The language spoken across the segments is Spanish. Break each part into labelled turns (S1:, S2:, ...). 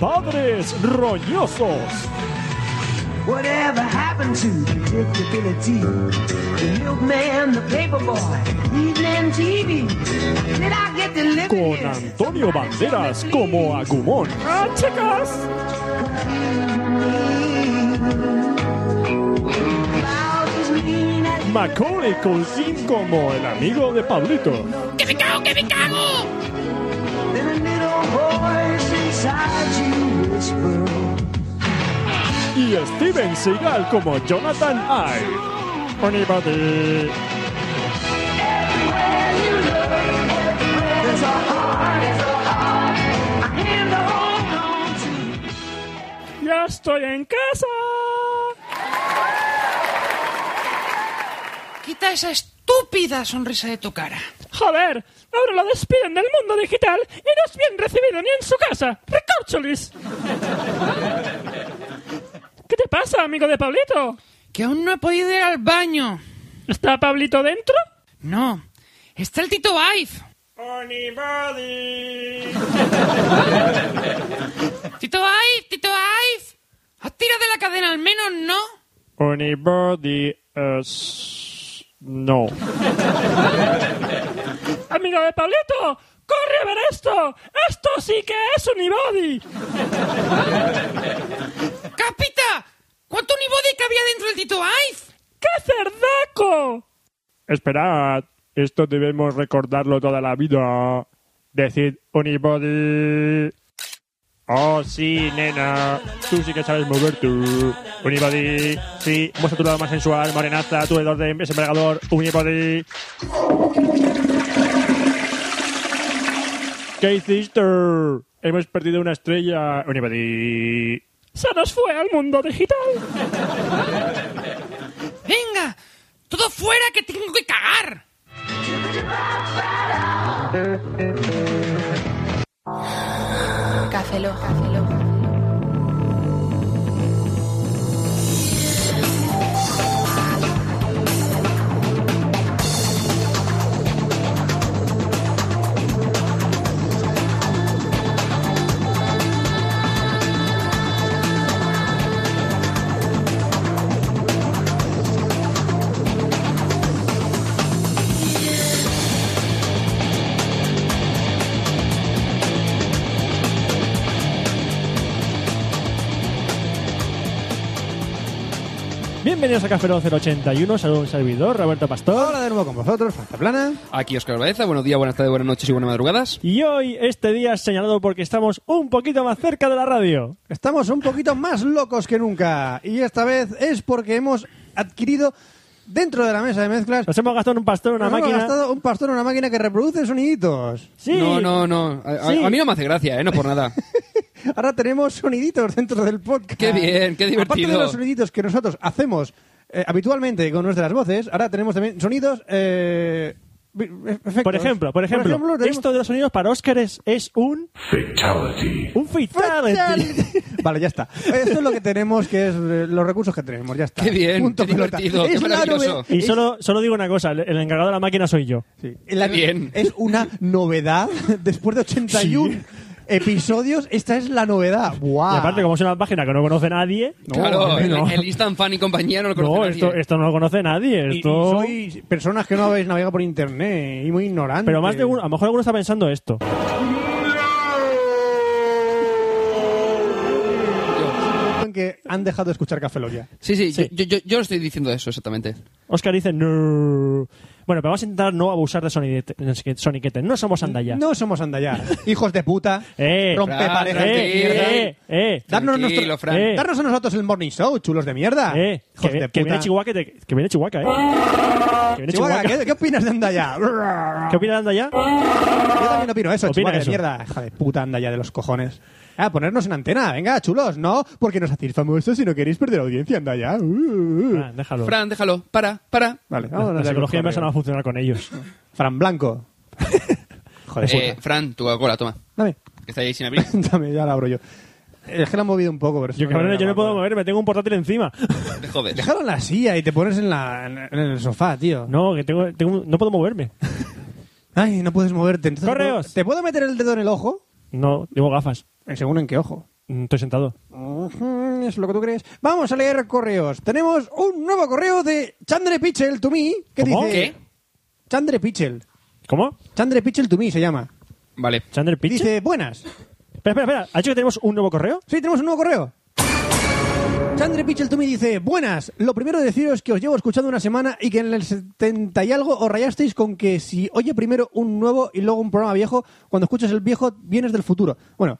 S1: Chistes roñosos.
S2: Whatever happened to predictability? The milkman, the paperboy, evening TV. Did I get delivered?
S1: Con
S2: yet?
S1: Antonio Banderas como Agumón. ¡Ah, chicas!
S2: Clouds was mean as
S1: Macaulay Culkin como el amigo de Pablito.
S2: Then a little voice inside you whispered.
S1: Y Steven Seagal como Jonathan Ive. Anybody.
S2: There's a heart, there's a heart, a hand to hold on to.
S1: ¡Ya estoy en casa!
S3: Quita esa estúpida sonrisa de tu cara.
S1: Joder, ahora lo despiden del mundo digital y no es bien recibido ni en su casa. ¡Recórcholis! ¿Qué te pasa, amigo de Pablito?
S3: Que aún no he podido ir al baño.
S1: ¿Está Pablito dentro?
S3: No. Está el Tito Vive. Tito Vive, Tito Vive. ¿Has tirado de la cadena al menos, no?
S1: Anybody else? No. Amigo de Pablito, corre a ver esto. Esto sí que es unibody.
S3: ¡Capita! ¿Cuánto unibody cabía dentro del Tito Vive?
S1: ¡Qué cerdaco! Esperad, esto debemos recordarlo toda la vida. Decid unibody. Oh, sí, nena. Tú sí que sabes mover tú. Unibody. Sí, muestra tu lado más sensual, morenaza, tu hedor de desembargador. Unibody. ¿Qué hiciste? Hemos perdido una estrella. Unibody. Se nos fue al mundo digital.
S3: ¡Venga! ¡Todo fuera que tengo que cagar!
S4: Café Lock.
S1: Bienvenidos a Café Lock 081, saludo a un servidor, Roberto Pastor.
S5: Hola de nuevo con vosotros, Franza Plana.
S6: Aquí Oscar Baeza, buenos días, buenas tardes, buenas noches y buenas madrugadas.
S1: Y hoy, este día es señalado porque estamos un poquito más cerca de la radio.
S5: Estamos un poquito más locos que nunca. Y esta vez es porque hemos adquirido dentro de la mesa de mezclas
S1: Nos hemos gastado en un pastor, en una
S5: nos hemos
S1: máquina.
S5: gastado un pastor, una máquina que reproduce soniditos.
S1: Sí,
S6: No, no, no. A, a-
S1: Sí.
S6: a mí no me hace gracia, ¿eh? No por nada.
S5: Ahora tenemos soniditos dentro del podcast.
S6: Qué bien, qué
S5: Aparte de
S6: divertido.
S5: los soniditos que nosotros hacemos eh, habitualmente con nuestras voces, ahora tenemos también sonidos. eh, vi- efectos.
S1: Por ejemplo, por ejemplo,
S5: tenemos-
S1: esto de los sonidos para Óscar es, es un... Fatality. Un fatality.
S5: vale, ya está. Esto es lo que tenemos, que es eh, los recursos que tenemos, ya está.
S6: Qué bien, qué
S5: pelota.
S6: divertido, qué
S5: Es la
S6: maravilloso.
S5: novedad-
S1: y solo, solo digo una cosa, el- el encargado de la máquina soy yo.
S5: sí. La-
S6: bien.
S5: Es una novedad. Después de 81 episodios, esta es la novedad. ¡Guau!
S1: Y aparte, como es una página que no conoce nadie...
S6: claro, el,
S1: no.
S6: el Instant Fan y compañía no lo conoce
S1: No,
S6: nadie.
S1: esto, esto no lo conoce nadie.
S5: Y- y
S1: Esto...
S5: sois personas que no habéis navegado por internet y muy ignorantes.
S1: Pero más de uno, a lo mejor alguno está pensando esto.
S5: En que han dejado de escuchar Café Lock ya.
S6: Sí, sí,
S1: Sí.
S6: Yo, yo, yo estoy diciendo eso exactamente.
S1: Oscar dice no. Bueno, pero vamos a intentar no abusar de soniquete- soniquete. No somos andalla.
S5: No somos andallar. Hijos de puta.
S1: Eh,
S5: rompe
S6: Fran,
S5: parejas de
S1: eh,
S6: tranquilo.
S5: mierda.
S1: eh, eh,
S5: Darnos,
S6: Tranquilo,
S5: nuestro-
S6: Fran.
S1: Eh.
S5: darnos a nosotros el morning show, chulos de mierda.
S1: eh.
S5: Hijos
S1: Que,
S5: de
S1: vi- que
S5: puta.
S1: viene Chihuahua, que, te- que viene Chihuahua, eh. Que viene
S5: Chihuahua,
S1: Chihuahua.
S5: ¿qué, qué opinas de Andaya?
S1: ¿Qué opina de Andaya?
S5: Yo también opino eso,
S1: Opina
S5: Chihuahua, de
S1: eso.
S5: mierda. Hija de puta Andaya de los cojones. Ah, ponernos en antena, venga, chulos, no, porque nos hacéis famosos si no queréis perder audiencia, Andaya. Uh, uh, uh.
S1: Ah, déjalo.
S6: Fran, déjalo. Para, para.
S5: Vale,
S1: la,
S5: vamos
S1: la
S5: a
S1: psicología inversa no va a funcionar con ellos.
S5: Fran Blanco. Joder,
S6: Eh,
S5: puta.
S6: Fran, tu Coca-Cola, toma.
S5: Dame,
S6: Que está ahí sin abrir.
S5: dame, ya la abro yo. Es que la han movido un poco, pero... eso
S1: Yo, cabrón,
S5: era
S1: yo no
S5: la
S1: puedo
S5: Coca-Cola.
S1: moverme, tengo un portátil encima.
S6: Te jodes.
S5: Pues Déjalo en la silla y te pones en, la, en el sofá, tío.
S1: No, que tengo, tengo- no puedo moverme.
S5: Ay, no puedes moverte. Entonces,
S1: Correos.
S5: ¿Te puedo meter el dedo en el ojo?
S1: No, tengo gafas.
S5: Eh, Según en qué ojo.
S4: Mm, Estoy sentado.
S5: Ujú, Es lo que tú crees. Vamos a leer correos. Tenemos un nuevo correo de Chandre Pichel to me. ¿Qué
S4: ¿Cómo?
S5: dice?
S6: ¿Qué?
S5: Chandre Pichel.
S4: ¿Cómo?
S5: Chandre Pichel to me se llama.
S6: Vale.
S4: ¿Chander Pitch?
S5: Dice, buenas.
S4: Espera, espera, espera. ¿Ha dicho que tenemos un nuevo correo?
S5: Sí, tenemos un nuevo correo. Chandre Pichel to me dice, buenas. Lo primero deciros que os llevo escuchando una semana y que en el 70 y algo os rayasteis con que si oye primero un nuevo y luego un programa viejo, cuando escuchas el viejo vienes del futuro. Bueno,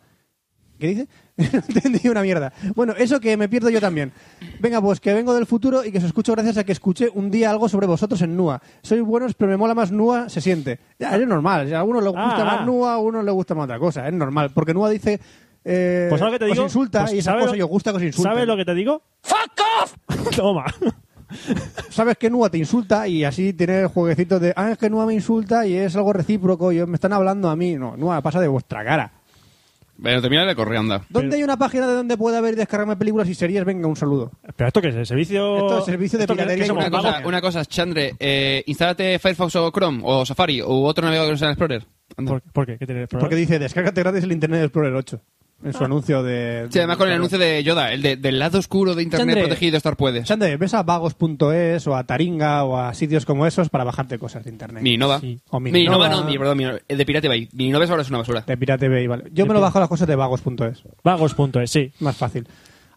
S5: ¿Qué dice? No entendí una mierda. Bueno, eso que me pierdo yo también. Venga, pues que vengo del futuro y que os escucho gracias a que escuché un día algo sobre vosotros en NUA. Sois buenos, pero me mola más NUA, se siente. Ya, es normal. A uno le gusta
S4: Ah,
S5: más
S4: ah.
S5: NUA, a uno le gusta más otra cosa. Es normal. Porque NUA dice... Eh,
S4: Pues ¿sabes lo que te
S5: os
S4: digo?
S5: insulta
S4: Pues,
S5: y esa
S4: ¿sabes
S5: cosa
S4: lo-
S5: y os gusta que os insulten.
S4: ¿Sabes lo que te digo? ¡Fuck off! Toma.
S5: Sabes que NUA te insulta y así tiene el jueguecito de... Ah, es que NUA me insulta y es algo recíproco y me están hablando a mí. No, NUA pasa de vuestra cara.
S6: Bueno, termina la correa, anda.
S5: ¿Dónde hay una página de donde pueda ver y descargarme películas y series? Venga, un saludo.
S4: ¿Pero esto qué es? ¿El servicio...?
S5: Esto es servicio de
S4: ¿Esto qué es?
S5: piratería
S4: ¿Que somos
S5: y
S6: Una cosa,
S4: vagos?
S6: una cosa, Chandre, eh, instálate Firefox o Chrome o Safari o otro navegador que no sea el Explorer. Anda.
S4: ¿Por, por qué? ¿Qué tiene el programa?
S5: Porque dice, descárgate gratis el Internet Explorer 8. En su anuncio de...
S6: Ah. Sí, además con el anuncio de Yoda, el de- del lado oscuro de Internet
S5: Chandre.
S6: protegido estar puedes.
S5: Sande, ves a vagos.es o a Taringa o a sitios como esos para bajarte cosas de Internet.
S6: Mi Nova.
S4: Sí.
S5: O
S6: Mi
S5: mi
S6: Nova,
S5: Nova.
S6: no, mi, perdón, mi, el de Pirate Bay. Mi Nova es ahora es una basura.
S5: De Pirate Bay, vale. Yo me lo bajo las cosas de vagos.es.
S4: Vagos.es, sí.
S5: Más fácil.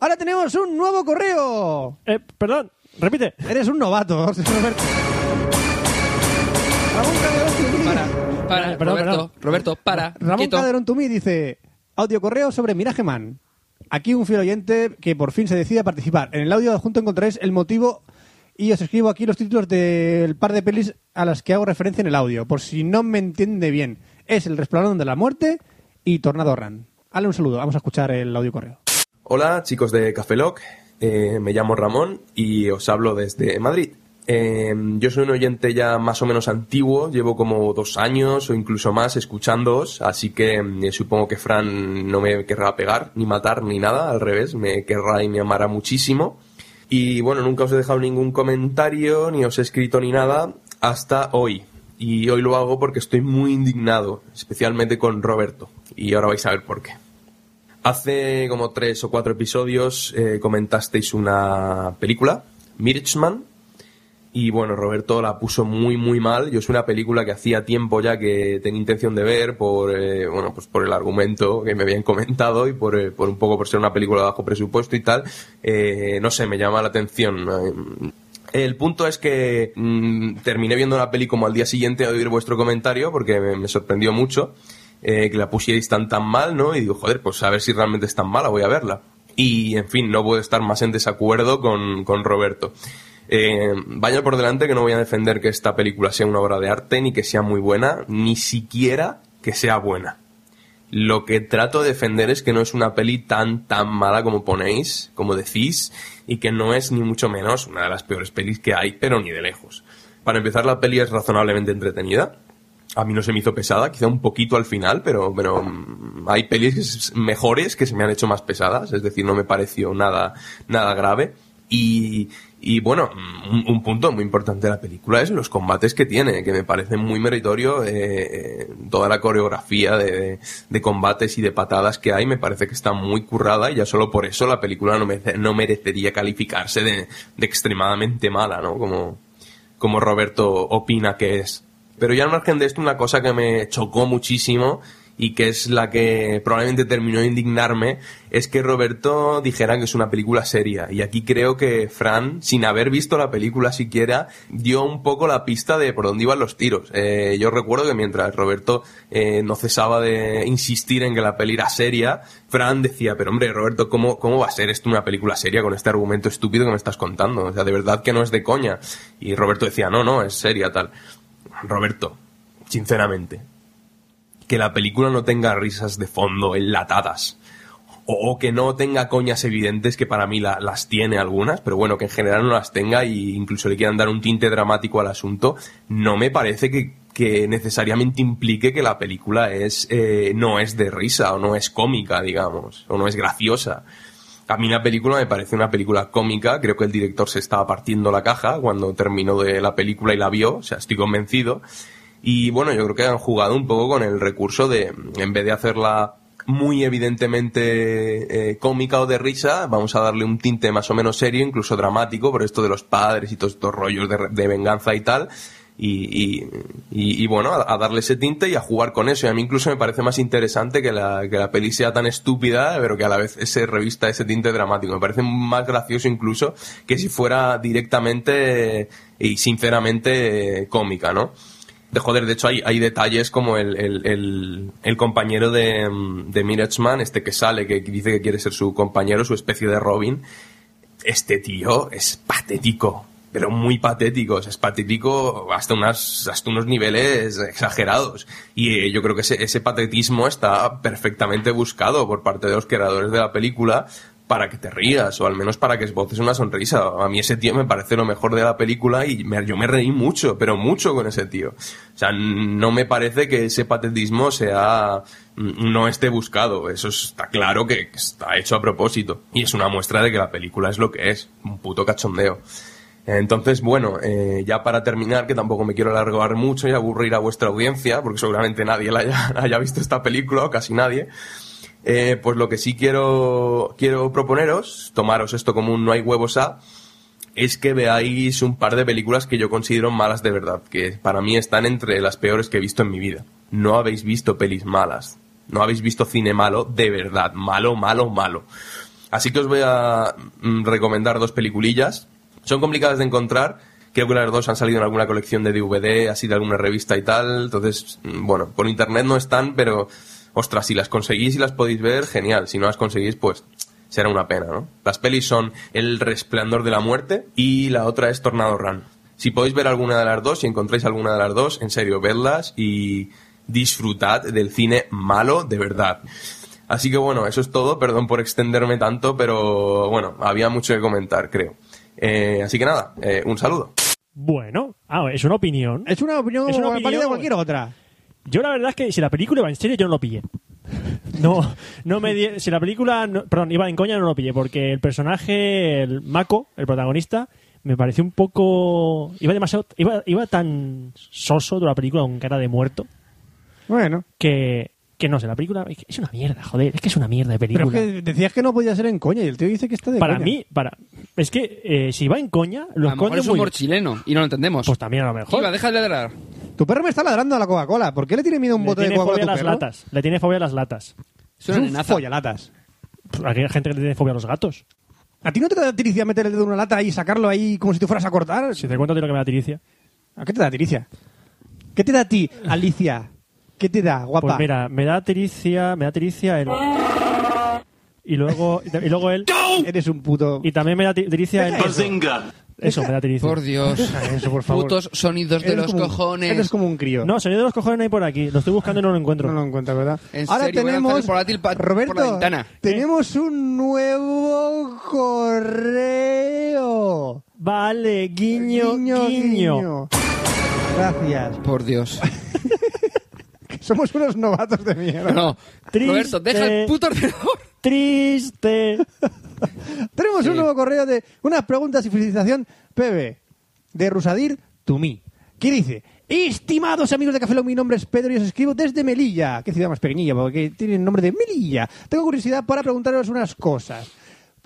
S5: Ahora tenemos un nuevo correo.
S4: Eh, perdón, repite.
S5: Eres un novato. Roberto. Ramón Calderón Tumí.
S6: Para, para,
S4: Vale, perdón,
S6: Roberto,
S4: perdón.
S6: Roberto, para.
S5: Ramón
S6: quieto.
S5: Calderón Tumí dice, audio correo sobre Mirage Man. Aquí un fiel oyente que por fin se decide a participar. En el audio adjunto encontraréis el motivo y os escribo aquí los títulos del par de pelis a las que hago referencia en el audio, por si no me entiende bien. Es El Resplandor de la Muerte y Tornado Run. Hale un saludo, vamos a escuchar el audio correo.
S7: Hola chicos de Café Lock, Eh, me llamo Ramón y os hablo desde Madrid. Eh, yo soy un oyente ya más o menos antiguo, llevo como dos años o incluso más escuchándoos, así que eh, supongo que Fran no me querrá pegar, ni matar, ni nada, al revés, me querrá y me amará muchísimo. Y bueno, nunca os he dejado ningún comentario, ni os he escrito ni nada, hasta hoy. Y hoy lo hago porque estoy muy indignado, especialmente con Roberto, y ahora vais a ver por qué. Hace como tres o cuatro episodios eh, comentasteis una película, Mirchman, y bueno, Roberto la puso muy, muy mal. Yo es una película que hacía tiempo ya que tenía intención de ver por, eh, bueno, pues por el argumento que me habían comentado y por, eh, por un poco por ser una película de bajo presupuesto y tal. Eh, no sé, me llama la atención. Eh, El punto es que mm, terminé viendo la peli como al día siguiente a oír vuestro comentario porque me, me sorprendió mucho eh, que la pusierais tan tan mal, ¿no? Y digo, joder, pues a ver si realmente es tan mala, voy a verla. Y, en fin, no puedo estar más en desacuerdo con, con Roberto. Eh, vaya por delante que no voy a defender que esta película sea una obra de arte, ni que sea muy buena, ni siquiera que sea buena. Lo que trato de defender es que no es una peli tan tan mala como ponéis, como decís, y que no es ni mucho menos una de las peores pelis que hay, pero ni de lejos. Para empezar, la peli es razonablemente entretenida. A mí no se me hizo pesada, quizá un poquito al final, pero, pero mm, hay pelis que s- mejores que se me han hecho más pesadas, es decir, no me pareció nada, nada grave. Y, y bueno, mm, un, un punto muy importante de la película es los combates que tiene, que me parece muy meritorio. eh, eh, toda la coreografía de, de- de combates y de patadas que hay me parece que está muy currada y ya solo por eso la película no, merece- no merecería calificarse de, de extremadamente mala, ¿no? Como, como Roberto opina que es. Pero ya al margen de esto, una cosa que me chocó muchísimo y que es la que probablemente terminó de indignarme, es que Roberto dijera que es una película seria. Y aquí creo que Fran, sin haber visto la película siquiera, dio un poco la pista de por dónde iban los tiros. Eh, yo recuerdo que mientras Roberto eh, no cesaba de insistir en que la peli era seria, Fran decía, pero hombre, Roberto, ¿cómo, ¿cómo va a ser esto una película seria con este argumento estúpido que me estás contando? O sea, de verdad que no es de coña. Y Roberto decía, no, no, es seria tal. Roberto, sinceramente, que la película no tenga risas de fondo enlatadas. O, o que no tenga coñas evidentes, que para mí la- las tiene algunas, pero bueno, que en general no las tenga e incluso le quieran dar un tinte dramático al asunto, no me parece que, que necesariamente implique que la película es eh, no es de risa o no es cómica, digamos, o no es graciosa. A mí la película me parece una película cómica. Creo que el director se estaba partiendo la caja cuando terminó de la película y la vio. O sea, estoy convencido. Y bueno, yo creo que han jugado un poco con el recurso de, en vez de hacerla muy evidentemente eh, cómica o de risa, vamos a darle un tinte más o menos serio, incluso dramático, por esto de los padres y todos estos rollos de, re- de venganza y tal. Y, y- y- y bueno, a, a darle ese tinte y a jugar con eso. Y a mí incluso me parece más interesante que la, que la peli sea tan estúpida, pero que a la vez se revista ese tinte dramático. Me parece más gracioso incluso que si fuera directamente y sinceramente eh, cómica, ¿no? De joder, de hecho hay, hay detalles como el, el, el- el compañero de, mm, de Mirachman, este que sale, que dice que quiere ser su compañero, su especie de Robin. Este tío es patético, pero muy patético. O sea, es patético hasta, unas, hasta unos niveles exagerados. Y eh, yo creo que ese, ese patetismo está perfectamente buscado por parte de los creadores de la película para que te rías o al menos para que esboces una sonrisa. A mí ese tío me parece lo mejor de la película y me- yo me reí mucho, pero mucho con ese tío. O sea, n- no me parece que ese patetismo sea n- no esté buscado. Eso está claro que está hecho a propósito y es una muestra de que la película es lo que es, un puto cachondeo. Entonces, bueno, eh, ya para terminar, que tampoco me quiero alargar mucho y aburrir a vuestra audiencia, porque seguramente nadie la haya, haya visto esta película, o casi nadie, eh, pues lo que sí quiero, quiero proponeros, tomaros esto como un no hay huevos a, es que veáis un par de películas que yo considero malas de verdad, que para mí están entre las peores que he visto en mi vida. No habéis visto pelis malas, no habéis visto cine malo de verdad, malo, malo, malo. Así que os voy a mm, recomendar dos peliculillas. Son complicadas de encontrar. Creo que las dos han salido en alguna colección de DVD, así de alguna revista y tal. Entonces, mm, bueno, por internet no están, pero ostras, si las conseguís y las podéis ver, genial. Si no las conseguís, pues será una pena, ¿no? Las pelis son El Resplandor de la Muerte y la otra es Tornado Run. Si podéis ver alguna de las dos, si encontráis alguna de las dos, en serio, vedlas y disfrutad del cine malo de verdad. Así que bueno, eso es todo. Perdón por extenderme tanto, pero bueno, había mucho que comentar, creo. Eh, así que nada, eh, un saludo.
S4: Bueno, ah, es una opinión.
S5: Es una opinión
S4: Es una
S5: válida
S4: opinión,
S5: de cualquier otra.
S4: Yo la verdad es que si la película iba en serio, yo no lo pillé. No, no me di- si la película, no- perdón, iba en coña, no lo pillé, porque el personaje, el Mako, el protagonista, me pareció un poco, iba demasiado, iba, iba tan soso de la película con cara de muerto,
S5: Bueno.
S4: que, que no sé, la película es que es una mierda, joder, es que es una mierda de
S5: Pero
S4: película.
S5: es que decías que no podía ser en coña y el tío dice que está de
S4: para
S5: coña.
S4: mí, para, es que eh, si va en coña, lo
S6: a lo mejor
S4: esconde
S6: es humor
S4: muy,
S6: chileno y no lo entendemos.
S4: pues también a lo mejor.
S6: Iba, deja de ladrar.
S5: Tu perro me está ladrando a la Coca-Cola. ¿Por qué le tiene miedo a un
S4: Le
S5: bote de
S4: tiene
S5: Coca-Cola
S4: fobia
S5: a
S4: a
S5: tu
S4: las
S5: perro?
S4: latas, le tiene fobia a las latas.
S6: Es una
S5: Es un
S6: nenaza.
S5: follalatas.
S4: Pff, Aquí hay gente que le tiene fobia a los gatos.
S5: ¿A ti no te da tiricia meter el dedo en una lata y sacarlo ahí como si te fueras a cortar?
S4: Si te cuento de lo que me da tiricia.
S5: ¿A qué te da tiricia? ¿Qué te da a ti, Alicia? ¿Qué te da, guapa?
S4: Pues mira, me da tiricia, me da tiricia el... Y luego, y luego él...
S5: Eres un puto...
S4: Y también me da ti- tiricia el... Eso, me da tiricia.
S6: Por Dios.
S5: Eso, por favor.
S6: Putos sonidos de
S5: Eres
S6: los
S5: como un-
S6: cojones.
S5: Eres como un crío.
S4: No, sonido de los cojones no hay por aquí. Lo estoy buscando y no lo encuentro.
S5: No lo encuentro, ¿verdad?
S6: En
S5: Ahora
S6: serio, voy a lanzar
S5: tenemos.
S6: el volátil pa- por la
S5: Roberto,
S6: ventana.
S5: tenemos un nuevo correo.
S4: Vale, guiño, guiño.
S5: guiño. Gracias.
S6: Por Dios.
S5: Somos unos novatos de mierda.
S6: No.
S4: Triste.
S6: Roberto, deja el puto ordenador.
S4: Triste.
S5: Tenemos un
S6: Sí.
S5: nuevo correo de unas preguntas y felicitación PB de Rusadir Tumí. ¿Qué dice? Estimados amigos de Café Lock, mi nombre es Pedro y os escribo desde Melilla. Qué ciudad más pequeñilla, porque tiene el nombre de Melilla. Tengo curiosidad para preguntaros unas cosas.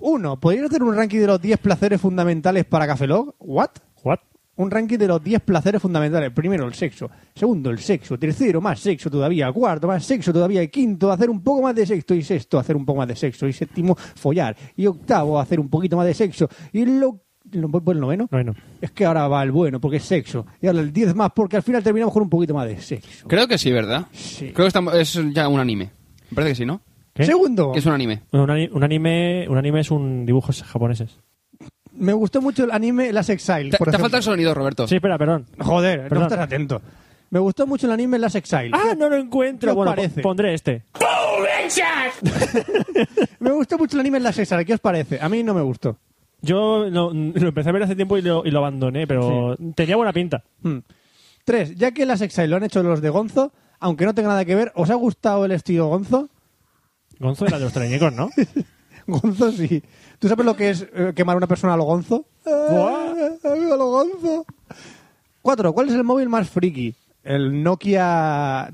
S5: Uno, ¿podríais hacer un ranking de los 10 placeres fundamentales para Café Lock? ¿What?
S4: What?
S5: Un ranking de los 10 placeres fundamentales. Primero, el sexo. Segundo, el sexo. Tercero, más sexo todavía. Cuarto, más sexo todavía. Y quinto, hacer un poco más de sexo. Y sexto, hacer un poco más de sexo. Y séptimo, follar. Y octavo, hacer un poquito más de sexo. Y lo... lo- ¿Voy por el noveno?
S4: Bueno.
S5: Es que ahora va el bueno, porque es sexo. Y ahora el 10 más, porque al final terminamos con un poquito más de sexo.
S6: Creo que sí, ¿verdad?
S5: Sí.
S6: Creo que estamos- es ya un anime. Me parece que sí, ¿no?
S4: ¿Qué?
S5: Segundo,
S6: Que es un anime.
S4: Un, ani- un anime, un anime es un dibujos japoneses.
S5: me gustó mucho el anime Las Exile.
S6: Te,
S5: por
S6: te
S5: ejemplo.
S6: falta el sonido, Roberto.
S4: Sí, espera, perdón.
S5: Joder, no
S4: Perdón.
S5: estás atento. Me gustó mucho el anime Las Exile.
S4: Ah, no lo
S5: ¿Qué
S4: encuentro.
S5: os
S4: Bueno, po-
S5: parece?
S4: pondré este.
S5: Me gustó mucho el anime Las Exile. ¿Qué os parece? A mí no me gustó.
S4: Yo lo, lo empecé a ver hace tiempo y lo, y lo abandoné, pero tenía buena pinta.
S5: Hmm. Tres, ya que las Exile lo han hecho los de Gonzo, aunque no tenga nada que ver, ¿os ha gustado el estilo Gonzo?
S4: Gonzo era de los treñecos, ¿no?
S5: Gonzo sí. ¿Tú sabes lo que es eh, quemar a una persona a lo Gonzo?
S4: Buah.
S5: Ah, amigo, a lo Gonzo. Cuatro, ¿cuál es el móvil más friki? El Nokia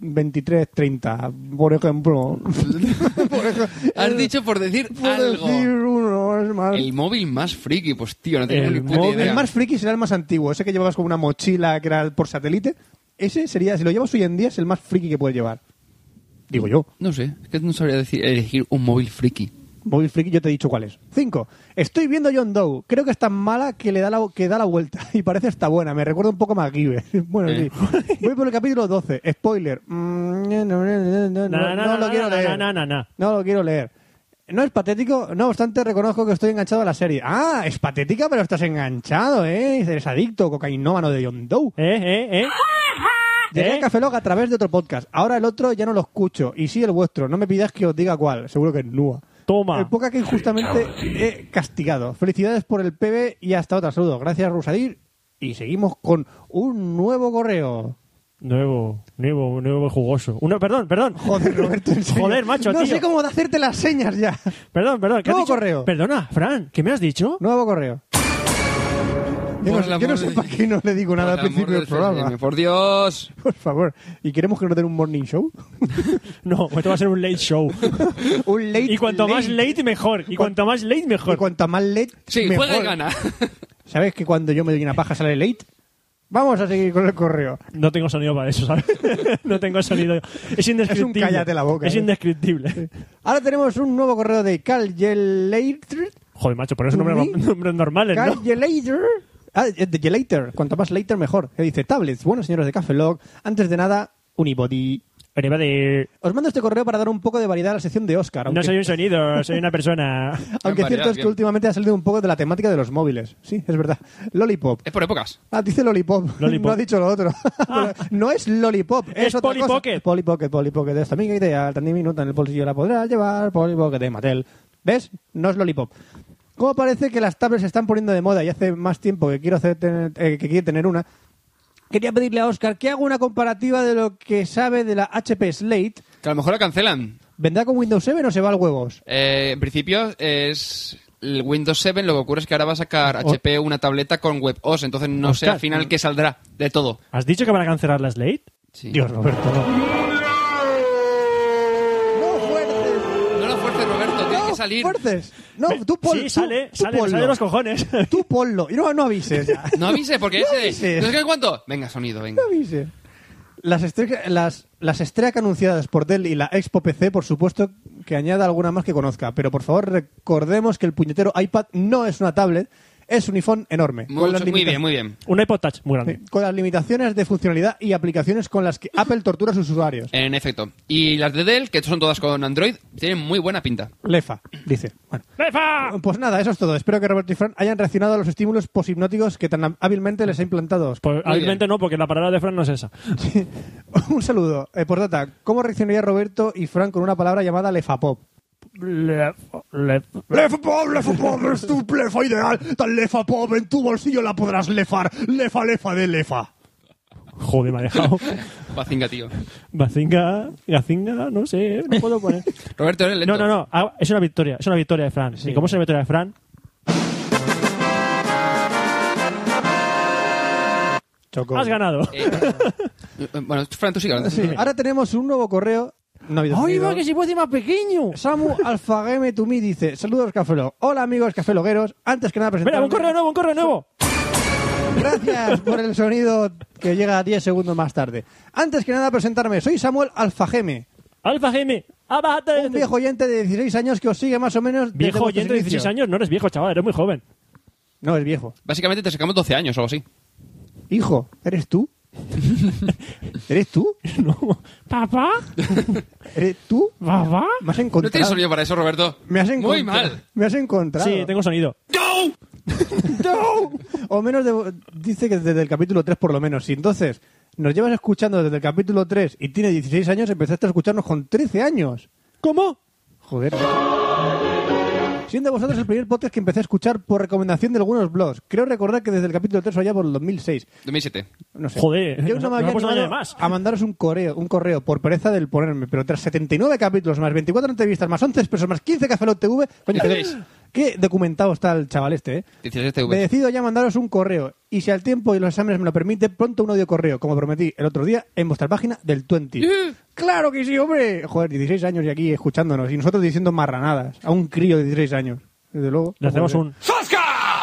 S5: 23.30, por ejemplo. Por ej-
S6: Has dicho por decir
S5: Por
S6: algo.
S5: decir uno, es más...
S6: El móvil más friki, pues tío, no tengo
S4: El
S6: ni puta
S4: móvil
S6: idea.
S5: El más friki será el más antiguo, ese que llevabas con una mochila que era por satélite. Ese sería, si lo llevas hoy en día, es el más friki que puedes llevar. Digo yo.
S6: No sé, es que no sabría decir, elegir un móvil friki.
S5: Móvil friki, yo te he dicho cuál es. 5. Estoy viendo John Doe. Creo que es tan mala que le da la, que da la vuelta. Y parece está buena. Me recuerda un poco a MacGyver. Bueno,
S6: Eh.
S5: sí. Voy por el capítulo 12. Spoiler. Mm, No, no, no, no, no,
S4: Na, na,
S5: no
S4: na,
S5: lo
S4: na,
S5: quiero
S4: na,
S5: leer.
S4: na, na, na.
S5: No lo quiero leer. No es patético, no obstante reconozco que estoy enganchado a la serie. Ah, es patética, pero estás enganchado, ¿eh? Eres adicto, cocainómano de John Doe.
S4: ¿Eh, eh, eh?
S5: Llegué
S4: ¿Eh?
S5: a Café Lock a través de otro podcast. Ahora el otro ya no lo escucho. Y sí el vuestro. No me pidas que os diga cuál. Seguro que es Nua.
S4: Toma.
S5: El podcast que injustamente he castigado. Felicidades por el PB y hasta otra. Saludos. Gracias, Rusadir. Y seguimos con un nuevo correo.
S4: Nuevo, nuevo, nuevo jugoso. Uno, perdón, perdón.
S5: Joder, Roberto. en serio.
S4: Joder, macho,
S5: No
S4: tío.
S5: sé cómo de hacerte las señas ya.
S4: Perdón, perdón. ¿qué has
S5: Nuevo
S4: dicho?
S5: correo.
S4: Perdona, Fran, ¿qué me has dicho?
S5: Nuevo correo.
S6: Por
S5: Yo no,
S6: el
S5: sé-
S6: amor
S5: yo no
S6: de
S5: sé
S6: Dios.
S5: para qué no le digo nada
S6: Por
S5: al
S6: el
S5: principio
S6: amor
S5: del
S6: del
S5: programa.
S6: CCM, Por Dios.
S5: Por favor. ¿Y queremos que nos den un morning show?
S4: No, esto va a ser un late show.
S5: un late.
S4: y cuanto más late, mejor. Y cuanto más late,
S5: Y
S4: mejor.
S5: cuanto más late.
S6: Sí,
S5: mejor.
S6: juega y gana.
S5: ¿Sabes que cuando yo me doy una paja sale late? Vamos a seguir con el correo.
S4: No tengo sonido para eso, ¿sabes? no tengo sonido. Es indescriptible.
S5: cállate la boca,
S4: Es
S5: ¿eh?
S4: indescriptible.
S5: Ahora tenemos un nuevo correo de Cal Yelater.
S4: Joder, macho, pero es nombres
S5: ¿Tumi?
S4: nombres normales,
S5: Cal
S4: ¿no?
S5: Yelater. Ah, eh, de Yelater. Cuanto más later, mejor. Que dice tablets. Bueno, señores de Café Log, antes de nada, Unibody.
S4: Everybody.
S5: Os mando este correo para dar un poco de variedad a la sección de Oscar. Aunque,
S4: No soy un sonido, soy una persona.
S5: aunque
S6: Bien
S5: cierto
S6: variedad,
S5: es que
S6: bien.
S5: últimamente ha salido un poco de la temática de los móviles. Sí, es verdad. Lollipop.
S6: Es por épocas.
S5: Ah, dice Lollipop.
S4: Lollipop.
S5: No ha dicho lo otro.
S4: Ah.
S5: no es Lollipop, es,
S4: Es
S5: otra
S4: Polly
S5: cosa.
S4: Pocket.
S5: Polly Pocket, Polly Pocket. Esta amiga ideal, tan diminuta en el bolsillo la podrás llevar. Polly Pocket de Mattel. ¿Ves? No es Lollipop. Como parece que las tablets se están poniendo de moda y hace más tiempo que quiero, hacer tener- eh, que quiero tener una, quería pedirle a Oscar que haga una comparativa de lo que sabe de la HP Slate.
S6: Que a lo mejor la cancelan.
S5: ¿Vendrá con Windows 7 o se va al huevos?
S6: Eh, en principio es el Windows 7, lo que ocurre es que ahora va a sacar HP una tableta con WebOS, entonces no sé
S4: Ostras.
S6: al final qué saldrá de todo.
S4: ¿Has dicho que van a cancelar las late?
S6: Sí.
S4: Dios, Roberto, no.
S5: ¡No fuertes!
S6: No lo fuerces, Roberto, tiene que salir.
S5: fuertes! No,
S4: Me-
S5: tú ponlo.
S4: Sí, sale,
S5: tú
S4: sale, me sale
S5: ponlo.
S4: de los cojones.
S5: Tú ponlo. Y no, no avises ya.
S6: No avise, porque
S5: No
S6: ese.
S5: avises.
S6: No sé qué cuánto. Venga, sonido, venga.
S5: No avise. Las, estre- las, las estrellas anunciadas por Dell y la Expo PC, por supuesto, que añada alguna más que conozca. Pero por favor, recordemos que el puñetero iPad no es una tablet, es un iPhone enorme. con
S6: Mucho-
S5: las
S6: muy
S5: limita-
S6: bien, muy bien.
S4: Un iPod Touch muy grande.
S5: sí, Con las limitaciones de funcionalidad y aplicaciones con las que Apple tortura a sus usuarios.
S6: En efecto. Y las de Dell, que son todas con Android, tienen muy buena pinta.
S5: Lefa, dice. Bueno.
S4: ¡Lefa!
S5: Pues nada, eso es todo. Espero que Roberto y Fran hayan reaccionado a los estímulos poshipnóticos que tan hábilmente les ha implantado. Oscar.
S4: Pues
S6: Muy
S4: obviamente no, porque la palabra de Fran no es esa.
S5: Un saludo. Eh, por data, ¿cómo reaccionaría Roberto y Fran con una palabra llamada lefapop? Lefa pop, lefa pop, es tu lefa ideal. Tan lefa pop, en tu bolsillo la podrás lefar. Lefa, lefa de lefa.
S4: Joder, me ha dejado.
S6: Bazinga, tío.
S4: Bazinga, Gazinga, no sé, no puedo poner.
S6: Roberto, eres lento.
S4: No, no, no, ah, es una victoria, es una victoria de Fran. ¿Y cómo es una victoria de Fran?
S5: Choco.
S4: Has ganado.
S6: Eh, eh, bueno, Fran, tú sigue hablando.
S5: Sí, ahora tenemos un nuevo correo. No ha habido sonido.
S4: si fuese más pequeño!
S5: Samu Alfageme Tumi dice, saludos Cafelog. Hola amigos cafelogueros. Antes que nada presentar...
S4: Mira, un correo nuevo, un correo nuevo.
S5: Gracias por el sonido que llega 10 segundos más tarde. Antes que nada presentarme, soy Samuel Alfageme.
S4: Alfa Gm, abájate.
S5: Un viejo oyente de 16 años que os sigue más o menos desde
S4: Viejo
S5: vuestros
S4: oyente de 16
S5: inicios.
S4: años, no eres viejo, chaval, eres muy joven.
S5: No, es viejo.
S6: Básicamente te sacamos 12 años o algo así.
S5: Hijo, ¿eres tú? ¿Eres tú?
S4: No. ¿Papá?
S5: ¿Eres tú?
S4: ¿Papá?
S5: Me has
S6: No tienes
S5: encontrado.
S6: sonido para eso, Roberto.
S5: me has encontrado.
S6: Muy mal.
S5: Me has encontrado.
S4: Sí, tengo sonido.
S5: ¡No! O menos de- dice que desde el capítulo 3 por lo menos. Si entonces nos llevas escuchando desde el capítulo 3 y tienes 16 años, empezaste a escucharnos con 13 años.
S4: ¿Cómo?
S5: Joder. Siendo vosotros el primer podcast que empecé a escuchar por recomendación de algunos blogs. Creo recordar que desde el capítulo 3 o allá por el 2006.
S6: 2007.
S5: No sé.
S4: Joder,
S5: Yo
S4: nos-
S5: no
S4: nos
S5: me había
S4: ha puesto un
S5: animado
S4: año de más.
S5: a mandaros un correo, un correo por pereza del ponerme, pero tras 79 capítulos, más 24 entrevistas, más 11 expresos, más 15 Café Lock TV, coño, qué,
S6: Dieciséis.
S5: qué documentado está el chaval este, ¿eh?
S6: 17
S5: Me
S6: V.
S5: decido ya mandaros un correo y si al tiempo y los exámenes me lo permiten, pronto un audio correo, como prometí el otro día en vuestra página del 20. ¡Claro que sí, hombre! Joder, 16 años y aquí escuchándonos y nosotros diciendo marranadas a un crío de 16 años. Desde luego.
S4: Le hacemos un...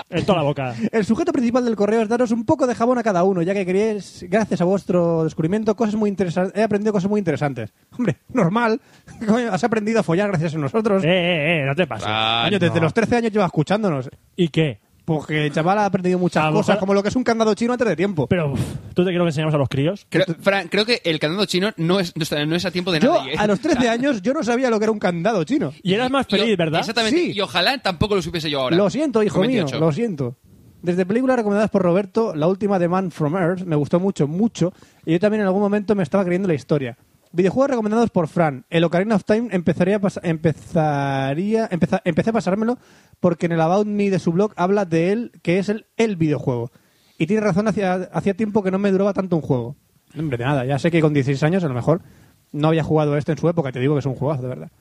S4: En toda la boca.
S5: El sujeto principal del correo es daros un poco de jabón a cada uno, ya que queréis, gracias a vuestro descubrimiento, cosas muy interesantes. He aprendido cosas muy interesantes. Hombre, normal. Coño, Has aprendido a follar gracias a nosotros.
S4: Eh, eh, eh, no te pases.
S6: Ah,
S5: Coño, desde
S6: no.
S5: los 13 años lleva escuchándonos.
S4: ¿Y qué?
S5: Porque el chaval ha aprendido
S4: A
S5: muchas
S4: lo
S5: cosas,
S4: mejor-
S5: como lo que es un candado chino antes de tiempo.
S4: Pero, uf, ¿tú te creo que enseñamos a los críos?
S6: Creo, Fran, creo que el candado chino no es, no está- no es a tiempo de
S5: yo,
S6: nadie. ¿eh?
S5: a los
S6: O
S5: 13
S6: sea,
S5: años, yo no sabía lo que era un candado chino.
S4: Y eras más
S6: y-
S4: feliz, ¿verdad?
S6: Exactamente.
S5: Sí.
S6: Y ojalá tampoco lo supiese yo ahora.
S5: Lo siento, hijo
S6: Con
S5: mío,
S6: 28.
S5: lo siento. Desde películas recomendadas por Roberto, la última de Man from Earth me gustó mucho, mucho, y yo también en algún momento me estaba creyendo la historia. Videojuegos recomendados por Fran. El Ocarina of Time empezaría a pas- empezaría, empeza- empecé a pasármelo porque en el About Me de su blog habla de él, que es el, el videojuego. Y tiene razón, hacía, hacía tiempo que no me duraba tanto un juego. Hombre, de nada, ya sé que con 16 años a lo mejor no había jugado este en su época, te digo que es un juegazo, de verdad.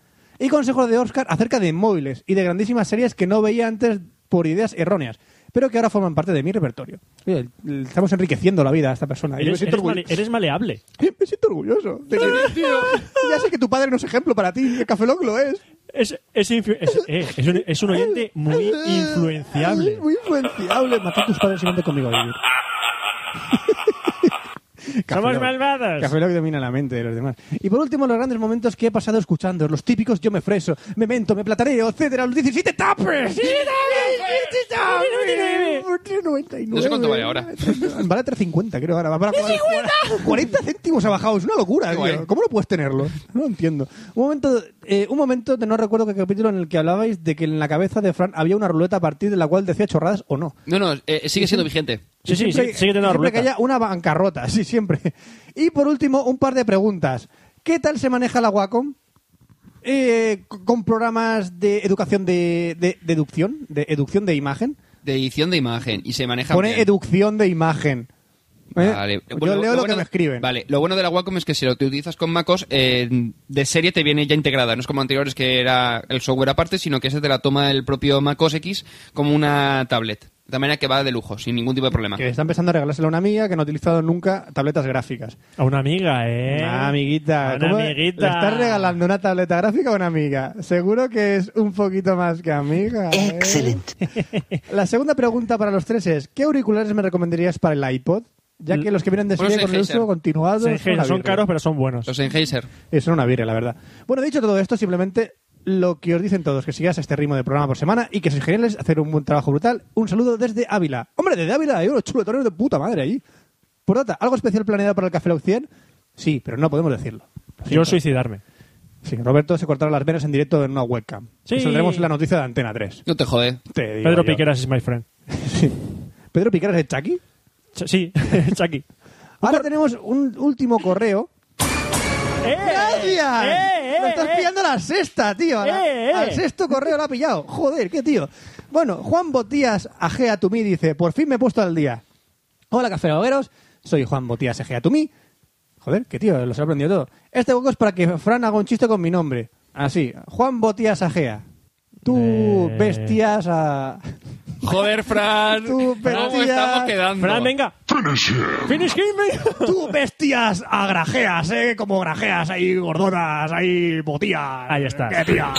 S5: Y consejos de Oscar acerca de móviles y de grandísimas series que no veía antes por ideas erróneas, pero que ahora forman parte de mi repertorio. Oye, le estamos enriqueciendo la vida a esta persona. y yo me
S4: Eres,
S5: siento
S4: eres male-
S5: orgulloso.
S4: eres maleable.
S5: Me siento orgulloso. de que- ya sé que tu padre no es ejemplo para ti, que Café Lock lo es.
S4: Es, es, influ- es, eh, es un, es un oyente muy influenciable.
S5: Muy influenciable. Maté a tus padres y vente conmigo a vivir. Café
S4: Somos
S5: Lock.
S4: malvados.
S5: Café Lock domina la mente de los demás. Y por último, los grandes momentos que he pasado escuchando. Los típicos yo me freso, me mento, me platareo, etcétera. Los 17 tapes. 17
S6: No sé cuánto vale ahora.
S5: Vale 3.50, creo ahora. Va para 40 céntimos ha bajado. Es una locura,
S6: Qué
S5: tío.
S6: guay.
S5: ¿Cómo no puedes tenerlo? No lo entiendo. Un momento, eh, un momento de no recuerdo qué capítulo en el que hablabais de que en la cabeza de Fran había una ruleta a partir de la cual decía chorradas o no.
S6: No, no, eh, sigue siendo vigente.
S4: Sí, sí,
S5: Siempre-
S4: sí, sigue teniendo la
S5: siempre
S4: ruleta.
S5: que haya una bancarrota, sí, siempre. Y por último, un par de preguntas. ¿Qué tal se maneja la Wacom? Eh, c- con programas de educación de, de- deducción, de educción de imagen.
S6: De edición de imagen. Y se maneja.
S5: Pone
S6: bien.
S5: educción de imagen. ¿Eh?
S6: Vale.
S5: Yo
S6: Bueno,
S5: leo lo, que
S6: bueno-
S5: me escriben.
S6: Vale, lo bueno de la Wacom es que si lo te utilizas con MacOS, eh, de serie te viene ya integrada. No es como anteriores que era el software aparte, sino que ese te la toma el propio MacOS X como una tablet. De manera que va de lujo, sin ningún tipo de problema.
S5: Que está empezando a regalársela a una amiga que no ha utilizado nunca tabletas gráficas.
S4: A una amiga, ¿eh?
S5: Una amiguita.
S4: A una
S5: ¿cómo
S4: amiguita.
S5: ¿Le estás regalando una tableta gráfica a una amiga? Seguro que es un poquito más que amiga. ¿eh? La segunda pregunta para los tres es, ¿qué auriculares me recomendarías para el iPod? Ya que los que vienen de
S6: Bueno,
S5: serie
S6: soy
S5: con el
S6: Heiser.
S5: uso continuado
S4: Sí,
S5: son, una
S4: son
S5: birria.
S4: caros, pero son buenos.
S6: Los Sennheiser.
S5: Eh, son una birria, la verdad. Bueno, dicho todo esto, simplemente lo que os dicen todos, que sigas este ritmo de programa por semana y que sois geniales, hacer un buen trabajo brutal. Un saludo desde Ávila. Hombre, desde Ávila hay unos chuletones de puta madre ahí. Por otra, ¿algo especial planeado para el Café Lock 100? Sí, pero no podemos decirlo.
S4: Yo suicidarme.
S5: Sí, Roberto se cortaron las venas en directo en una webcam.
S4: Sí.
S5: Eso lo tenemos en la noticia de Antena 3.
S6: No te jode.
S5: Te digo
S4: Pedro
S5: yo.
S4: Piqueras is my friend.
S5: Sí. ¿Pedro Piqueras es Chucky?
S4: Ch- sí, Chucky.
S5: Ahora tenemos un último correo.
S4: ¡Eh!
S5: ¡Gracias!
S4: ¡Eh, eh,
S5: Me estás
S4: eh!
S5: pillando a la sexta, tío. A la-
S4: Eh, eh.
S5: Al sexto correo lo ha pillado. Joder, qué tío. Bueno, Juan Botías Ajea Tumí dice, por fin me he puesto al día. Hola, cafeabogueros. Soy Juan Botías Ajea Tumí. Joder, qué tío, los he aprendido todo. Este hueco es para que Fran haga un chiste con mi nombre. Así, Juan Botías Ajea. Tú
S4: Eh.
S5: bestias a...
S6: Joder, Fran.
S5: Tú, pero
S6: ¿Cómo
S5: tía.
S6: estamos quedando?
S4: Fran, venga. Finish him.
S5: Tú bestias a grajeas, ¿eh? Como grajeas, ahí gordonas, ahí botías.
S4: Ahí estás.
S5: ¿Qué tía?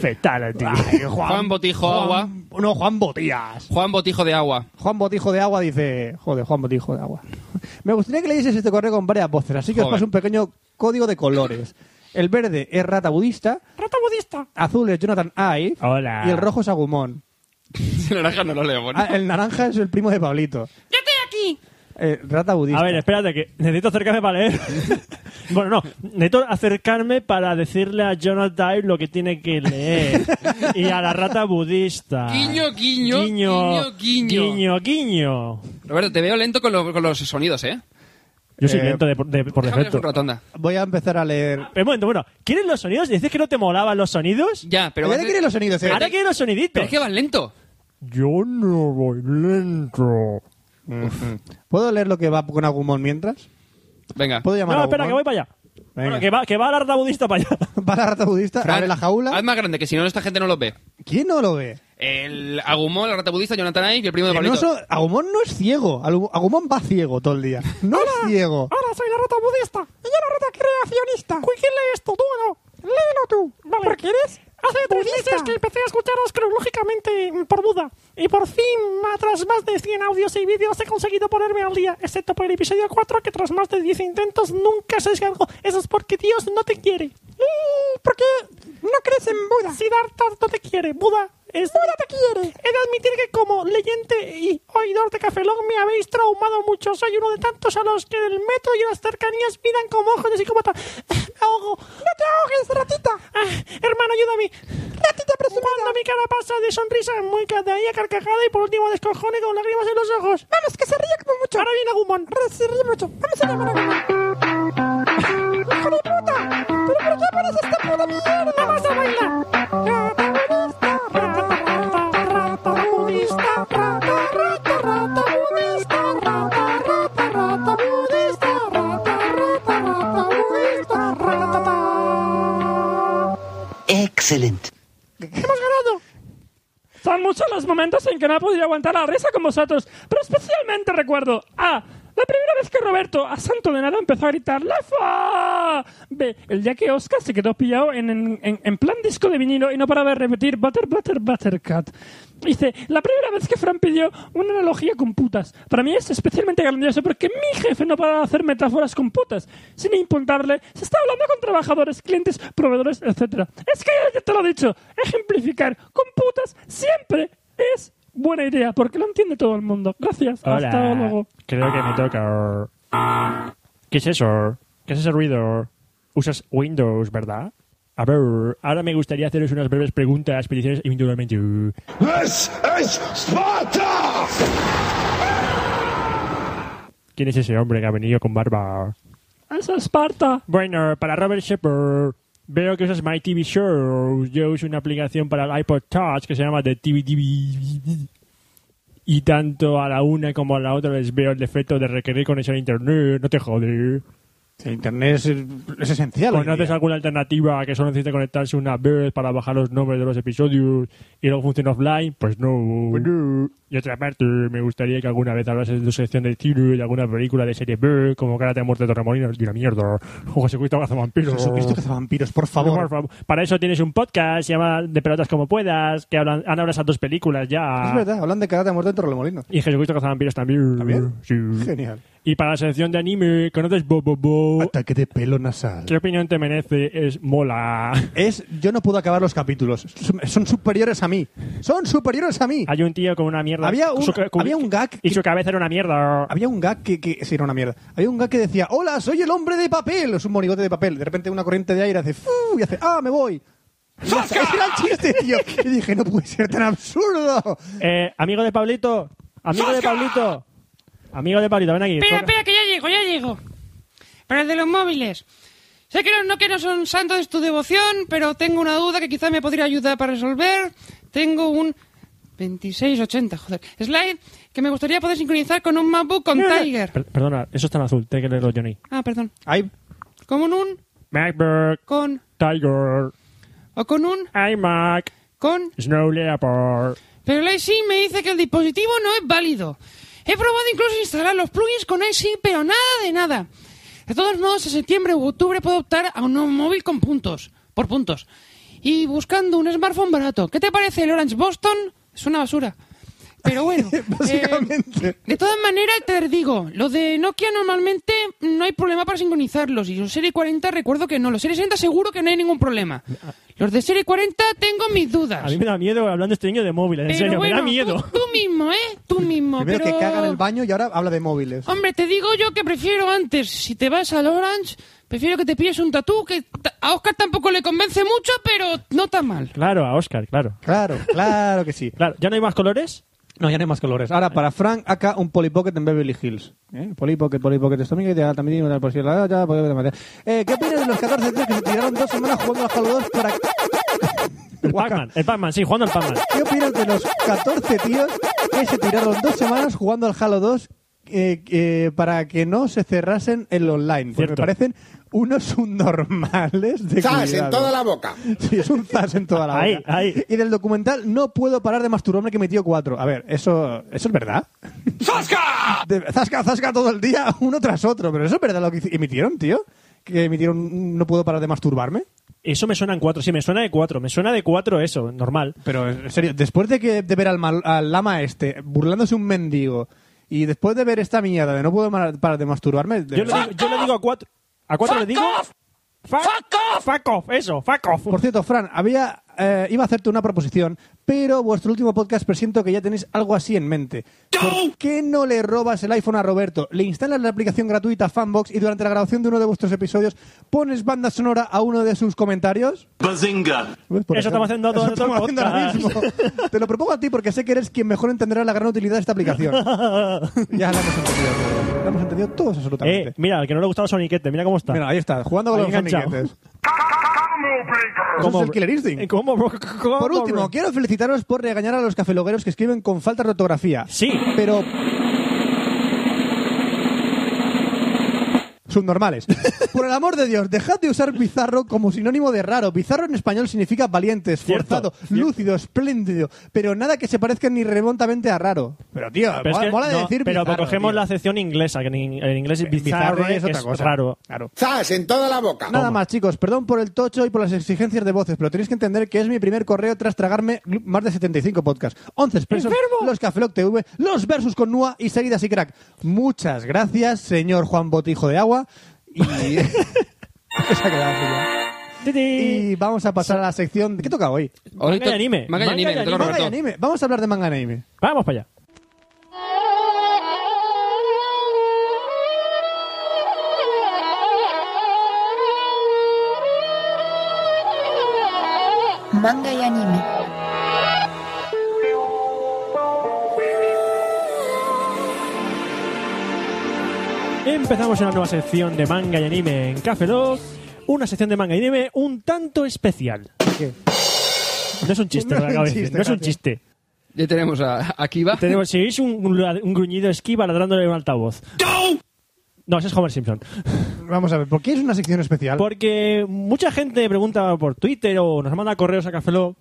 S4: Fatality.
S5: Ay,
S6: Juan Botijo Agua.
S5: No, Eh, Juan Botías.
S6: Juan Botijo de Agua.
S5: Juan Botijo de Agua dice... Joder, Juan Botijo de Agua. Me gustaría que leyeses este correo con varias voces, así que os
S6: Joder.
S5: paso un pequeño código de colores. El verde es Rata Budista,
S4: Rata budista.
S5: azul es Jonathan Ive
S4: Hola.
S5: y el rojo es Agumón.
S6: El naranja no lo leo, bueno.
S5: Ah, el naranja es el primo de Pablito.
S3: ¡Ya estoy aquí!
S5: Eh, rata Budista.
S4: A ver, espérate, que necesito acercarme para leer. bueno, no, necesito acercarme para decirle a Jonathan Dive lo que tiene que leer. y a la rata budista.
S6: Guiño, guiño,
S4: guiño,
S6: guiño,
S4: guiño. guiño.
S6: Roberto, te veo lento con, lo- con los sonidos, ¿eh?
S4: Yo soy
S5: Eh,
S4: lento de, de- por
S6: Déjame
S4: defecto.
S6: con rotonda.
S5: Voy a empezar a leer...
S4: Pero un momento, bueno, ¿quieres los sonidos? ¿Dices que no te molaban los sonidos?
S6: Ya, pero.
S5: Ahora
S6: vas-
S5: quiere los sonidos, eh.
S4: Ahora quieres los soniditos.
S6: Pero es que vas lento.
S1: Yo no voy lento.
S5: ¿Puedo leer lo que va con Agumon mientras?
S6: Venga.
S5: ¿Puedo llamar
S4: No,
S5: a
S4: espera,
S5: Agumon?
S4: que voy para allá. Bueno, que va, que va la rata budista para allá.
S5: Va la rata budista, abre
S6: Fran,
S5: la jaula.
S6: Haz más grande, que si no, esta gente no lo ve.
S5: ¿Quién no lo ve?
S6: El Agumón, la rata budista, Jonathan Ive y el primo de
S5: Que no
S6: Pablito.
S5: so- Agumon no es ciego. Alu- Agumon va ciego todo el día. No es ciego.
S4: Ahora soy la rata budista. Y yo la rata creacionista. Uy, ¿quién lee esto? Tú o no. Léelo tú. Vale. Porque eres. Hace tres meses que empecé a escucharos cronológicamente mm, por Buda. Y por fin, ma- tras más de 100 audios y vídeos, he conseguido ponerme al día. Excepto por el episodio 4, que tras más de 10 intentos nunca se descargó. Eso es porque Dios no te quiere. ¿Por qué no crees en Buda? Siddhartha no te quiere. Buda es... ¡Buda te quiere! He de admitir que como leyente y oidor de Cafelón me habéis traumado mucho. Soy uno de tantos a los que en el metro y en las cercanías miran como ojos de psicópata. ¡Me ahogo! ¡No te ahogues, ratita! hermano, ayúdame. ¡Ratita presumida! Cuando mi cara pasa de sonrisa muy de ahí a carcajada y por último descojone con lágrimas en los ojos. ¡Vamos, que se ríe como mucho! Ahora viene Agumon. Se ríe mucho. ¡Vamos a llamar a Agumon! ¡Hijo de puta! ¿Pero por qué pones esta puta mierda? ¡Vamos a bailar! Rata budista, rata, rata, rata budista, rata, rata, rata budista, rata, rata, rata budista, rata, rata, rata budista, ratata.
S8: Excelente.
S4: ¡Hemos ganado!
S9: Son muchos los momentos en que no he podido aguantar la risa con vosotros, pero especialmente recuerdo A. La primera vez que Roberto, a santo de nada, empezó a gritar ¡La fa! B. El día que Oscar se quedó pillado en, en- en- en plan disco de vinilo y no paraba de repetir Butter, Butter, Buttercat. Y C. La primera vez que Fran pidió una analogía con putas. Para mí es especialmente grandioso porque mi jefe no para de hacer metáforas con putas. Sin importarle, se está hablando con trabajadores, clientes, proveedores, etc. Es que ya te lo he dicho, ejemplificar con putas siempre es buena idea porque lo entiende todo el mundo. Gracias. Hasta luego.
S4: Creo que me toca. ¿Qué es eso? ¿Qué es ese ruido? Usas Windows, ¿verdad? A ver, ahora me gustaría haceros unas breves preguntas, peticiones y uh, individualmente. ¿Quién es ese hombre que ha venido con barba?
S9: Es Esparta.
S4: Bueno, para Robert Shepard, veo que usas My TV Show. Yo uso una aplicación para el iPod Touch que se llama The TV TV. Y tanto a la una como a la otra les veo el defecto de requerir conexión a internet. Eh, No te joder.
S5: Sí, Internet es, es esencial. hoy en
S4: ¿Conoces
S5: día.
S4: Pues alguna alternativa que solo necesite conectarse una vez para bajar los nombres de los episodios y luego funciona offline? Pues no. Y otra parte, me gustaría que alguna vez hablases de tu sección de tiro y de alguna película de serie B, como Karate a Muerte de Torremolinos, de una mierda. O Jesucristo Caza Vampiros.
S5: Jesucristo que hace vampiros, por
S4: Por
S5: favor.
S4: favor. Para eso tienes un podcast, se llama De Pelotas Como Puedas, que hablan, han hablado esas dos películas ya.
S5: Es verdad, hablan de karate muerto en Torremolinos.
S4: Y Jesucristo Cazavampiros también.
S5: ¿También?
S4: Sí.
S5: Genial.
S4: Y para la sección de anime, ¿conoces Bobo Bo?
S5: Ataque de pelo nasal.
S4: ¿Qué opinión te merece? Es mola.
S5: Es, yo no puedo acabar los capítulos. Son- Son superiores a mí. Son superiores a mí.
S4: Hay un tío con una mierda.
S5: Había un-
S4: su ca- con-
S5: había un gag
S4: Y
S5: que-
S4: su cabeza era una mierda.
S5: Había un gag que, que sí, era una mierda. Había un gag que decía, hola, soy el hombre de papel. Es un monigote de papel. De repente una corriente de aire hace, "Fu", y hace, ah, me voy. Y ya está. Ese era el chiste, tío. Y dije, no puede ser tan absurdo.
S4: Eh, amigo de Pablito. Amigo de Pablito. Amigo de Pablito, ven aquí.
S3: Espera,
S4: Toca-
S3: espera, que ya llego, ya llego. Para el de los móviles. Sé que no, no- que no son santos de tu devoción, pero tengo una duda que quizás me podría ayudar para resolver. Tengo un 2680, joder, slide que me gustaría poder sincronizar con un MacBook con Tiger.
S4: Per- perdona, eso está en azul. Tengo que leerlo, Johnny.
S3: Ah, perdón.
S5: Ay,
S3: Con un, un
S4: MacBook,
S3: con
S4: Tiger,
S3: o con un
S4: iMac,
S3: con
S4: Snow Leopard.
S3: Pero el IC me dice que el dispositivo no es válido. He probado incluso instalar los plugins con IC, pero nada de nada. De todos modos, en septiembre u octubre puedo optar a un nuevo móvil con puntos, por puntos. Y buscando un smartphone barato. ¿Qué te parece el Orange Boston? Es una basura. Pero bueno. eh,
S5: básicamente.
S3: de todas maneras, te digo, los de Nokia normalmente no hay problema para sincronizarlos. Y los Serie 40 recuerdo que no. Los Serie 60 seguro que no hay ningún problema. Los de Serie 40 tengo mis dudas.
S4: A mí me da miedo hablando este niño de móviles. En
S3: Pero
S4: serio,
S3: bueno,
S4: me da miedo.
S3: Tú, tú mismo, ¿eh? Tú mismo.
S5: Primero
S3: pero...
S5: que caga en el baño y ahora habla de móviles.
S3: Hombre, te digo yo que prefiero antes. Si te vas al Orange, prefiero que te pilles un tatú, que ta- a Oscar tampoco le convence mucho, pero no tan mal.
S4: Claro, a Oscar, claro.
S5: Claro, claro que sí.
S4: Claro, ¿ya no hay más colores?
S5: No, ya no hay más colores. Ahora, para Frank, acá un polipocket en Beverly Hills. ¿Eh? Polipocket, polipocket. Esto también tiene también tiene una posible. Ah, ya, polipocket, madre. Eh, ¿Qué opinas de los 14 tíos que se tiraron dos semanas jugando a Call of Duty para...
S4: El
S5: Guaca.
S4: Pac-Man, el Pac-Man, sí, jugando al Pac-Man.
S5: ¿Qué opinas de los 14 tíos que se tiraron dos semanas jugando al Halo 2 eh, eh, para que no se cerrasen el online. Porque me
S4: Cierto.
S5: parecen unos subnormales de
S8: ¡Zas!
S5: cuidado.
S8: En toda la boca.
S5: Sí, es un zas en toda la boca.
S4: Ahí, ahí.
S5: Y del documental No puedo parar de masturbarme que metió cuatro. A ver, eso, eso es verdad. ¡Zasca! zasca, zasca todo el día, uno tras otro. Pero eso es verdad lo que hici- emitieron, tío. Que emitieron No puedo parar de masturbarme.
S4: Eso me suena en cuatro, sí, me suena de cuatro. Me suena de cuatro eso, normal.
S5: Pero en serio, después de que de ver al, mal- al lama este burlándose un mendigo y después de ver esta mierda de no puedo mar- parar de masturbarme, de
S4: Yo le,
S5: verdad.
S4: digo, yo le digo a cuatro. ¿A cuatro le digo? Fa- ¡Fuck off! Eso, fuck off.
S5: por cierto, Fran, había eh, iba a hacerte una proposición, pero vuestro último podcast presiento que ya tenéis algo así en mente. ¿Por qué no le robas el iPhone a Roberto? Le instalas la aplicación gratuita Fanbox y durante la grabación de uno de vuestros episodios pones banda sonora a uno de sus comentarios.
S10: Bazinga!
S5: ¿Ves? Por
S4: Eso estamos haciendo todo-
S5: Eso
S4: todo el
S5: estamos haciendo ahora
S4: podcast.
S5: mismo. Te lo propongo a ti porque sé que eres quien mejor entenderá la gran utilidad de esta aplicación. ya la hemos entendido. todo. La hemos entendido todos absolutamente.
S4: Eh, mira, al que no le gustaba Soniquete, mira cómo está.
S5: Mira, ahí está, jugando con
S4: Ahí
S5: los
S4: enganchado.
S5: soniquetes.
S4: Como-
S5: es el Killer Instinct.
S4: Eh, como- como-
S5: Por último, quiero felicitaros por regañar a los cafelogueros que escriben con falta de ortografía.
S4: Sí.
S5: Pero... Subnormales. Por el amor de Dios, dejad de usar bizarro como sinónimo de raro. Bizarro en español significa valiente, esforzado,
S4: Cierto.
S5: lúcido, espléndido, pero nada que se parezca ni remotamente a raro. Pero tío,
S4: Pero es
S5: mola,
S4: que-
S5: mola
S4: no,
S5: decir
S4: pero
S5: bizarro,
S4: cogemos
S5: tío.
S4: la sección inglesa, que en, in- en inglés es bizarro,
S5: Bizarre
S4: es, raro.
S5: Claro.
S8: ¡Zas! En toda la boca.
S5: Nada más, chicos. Perdón por el tocho y por las exigencias de voces, pero tenéis que entender que es mi primer correo tras tragarme más de 75 podcasts. 11 expresos, los Cafeloc TV, los Versus con Nua y seguidas y crack. Muchas gracias, señor Juan Botijo de Agua. Y... Se ha quedado frío. Y vamos a pasar a la sección... ¿Qué toca hoy?
S6: Ahora
S4: Manga y
S6: to-
S4: anime.
S6: Manga y anime,
S4: Manga y
S6: te toca,
S4: anime.
S5: Manga y
S6: Roberto.
S5: anime. Vamos a hablar de manga y anime.
S4: Vamos para allá.
S11: Manga y anime.
S4: Empezamos una nueva sección de manga y anime en Café Lock. Una sección de manga y anime un tanto especial.
S5: ¿Qué?
S4: No es un chiste,
S5: No
S4: lo que acabo
S5: es
S4: de
S5: un
S4: decir,
S5: chiste,
S4: no es un
S5: gracias.
S4: chiste.
S6: Ya tenemos a Akiva.
S4: Tenemos, si oís un, un lad- un gruñido esquiva ladrándole un altavoz. No, ese es Homer Simpson.
S5: Vamos a ver, ¿por qué es una sección especial?
S4: Porque mucha gente pregunta por Twitter o nos manda correos a Cafeló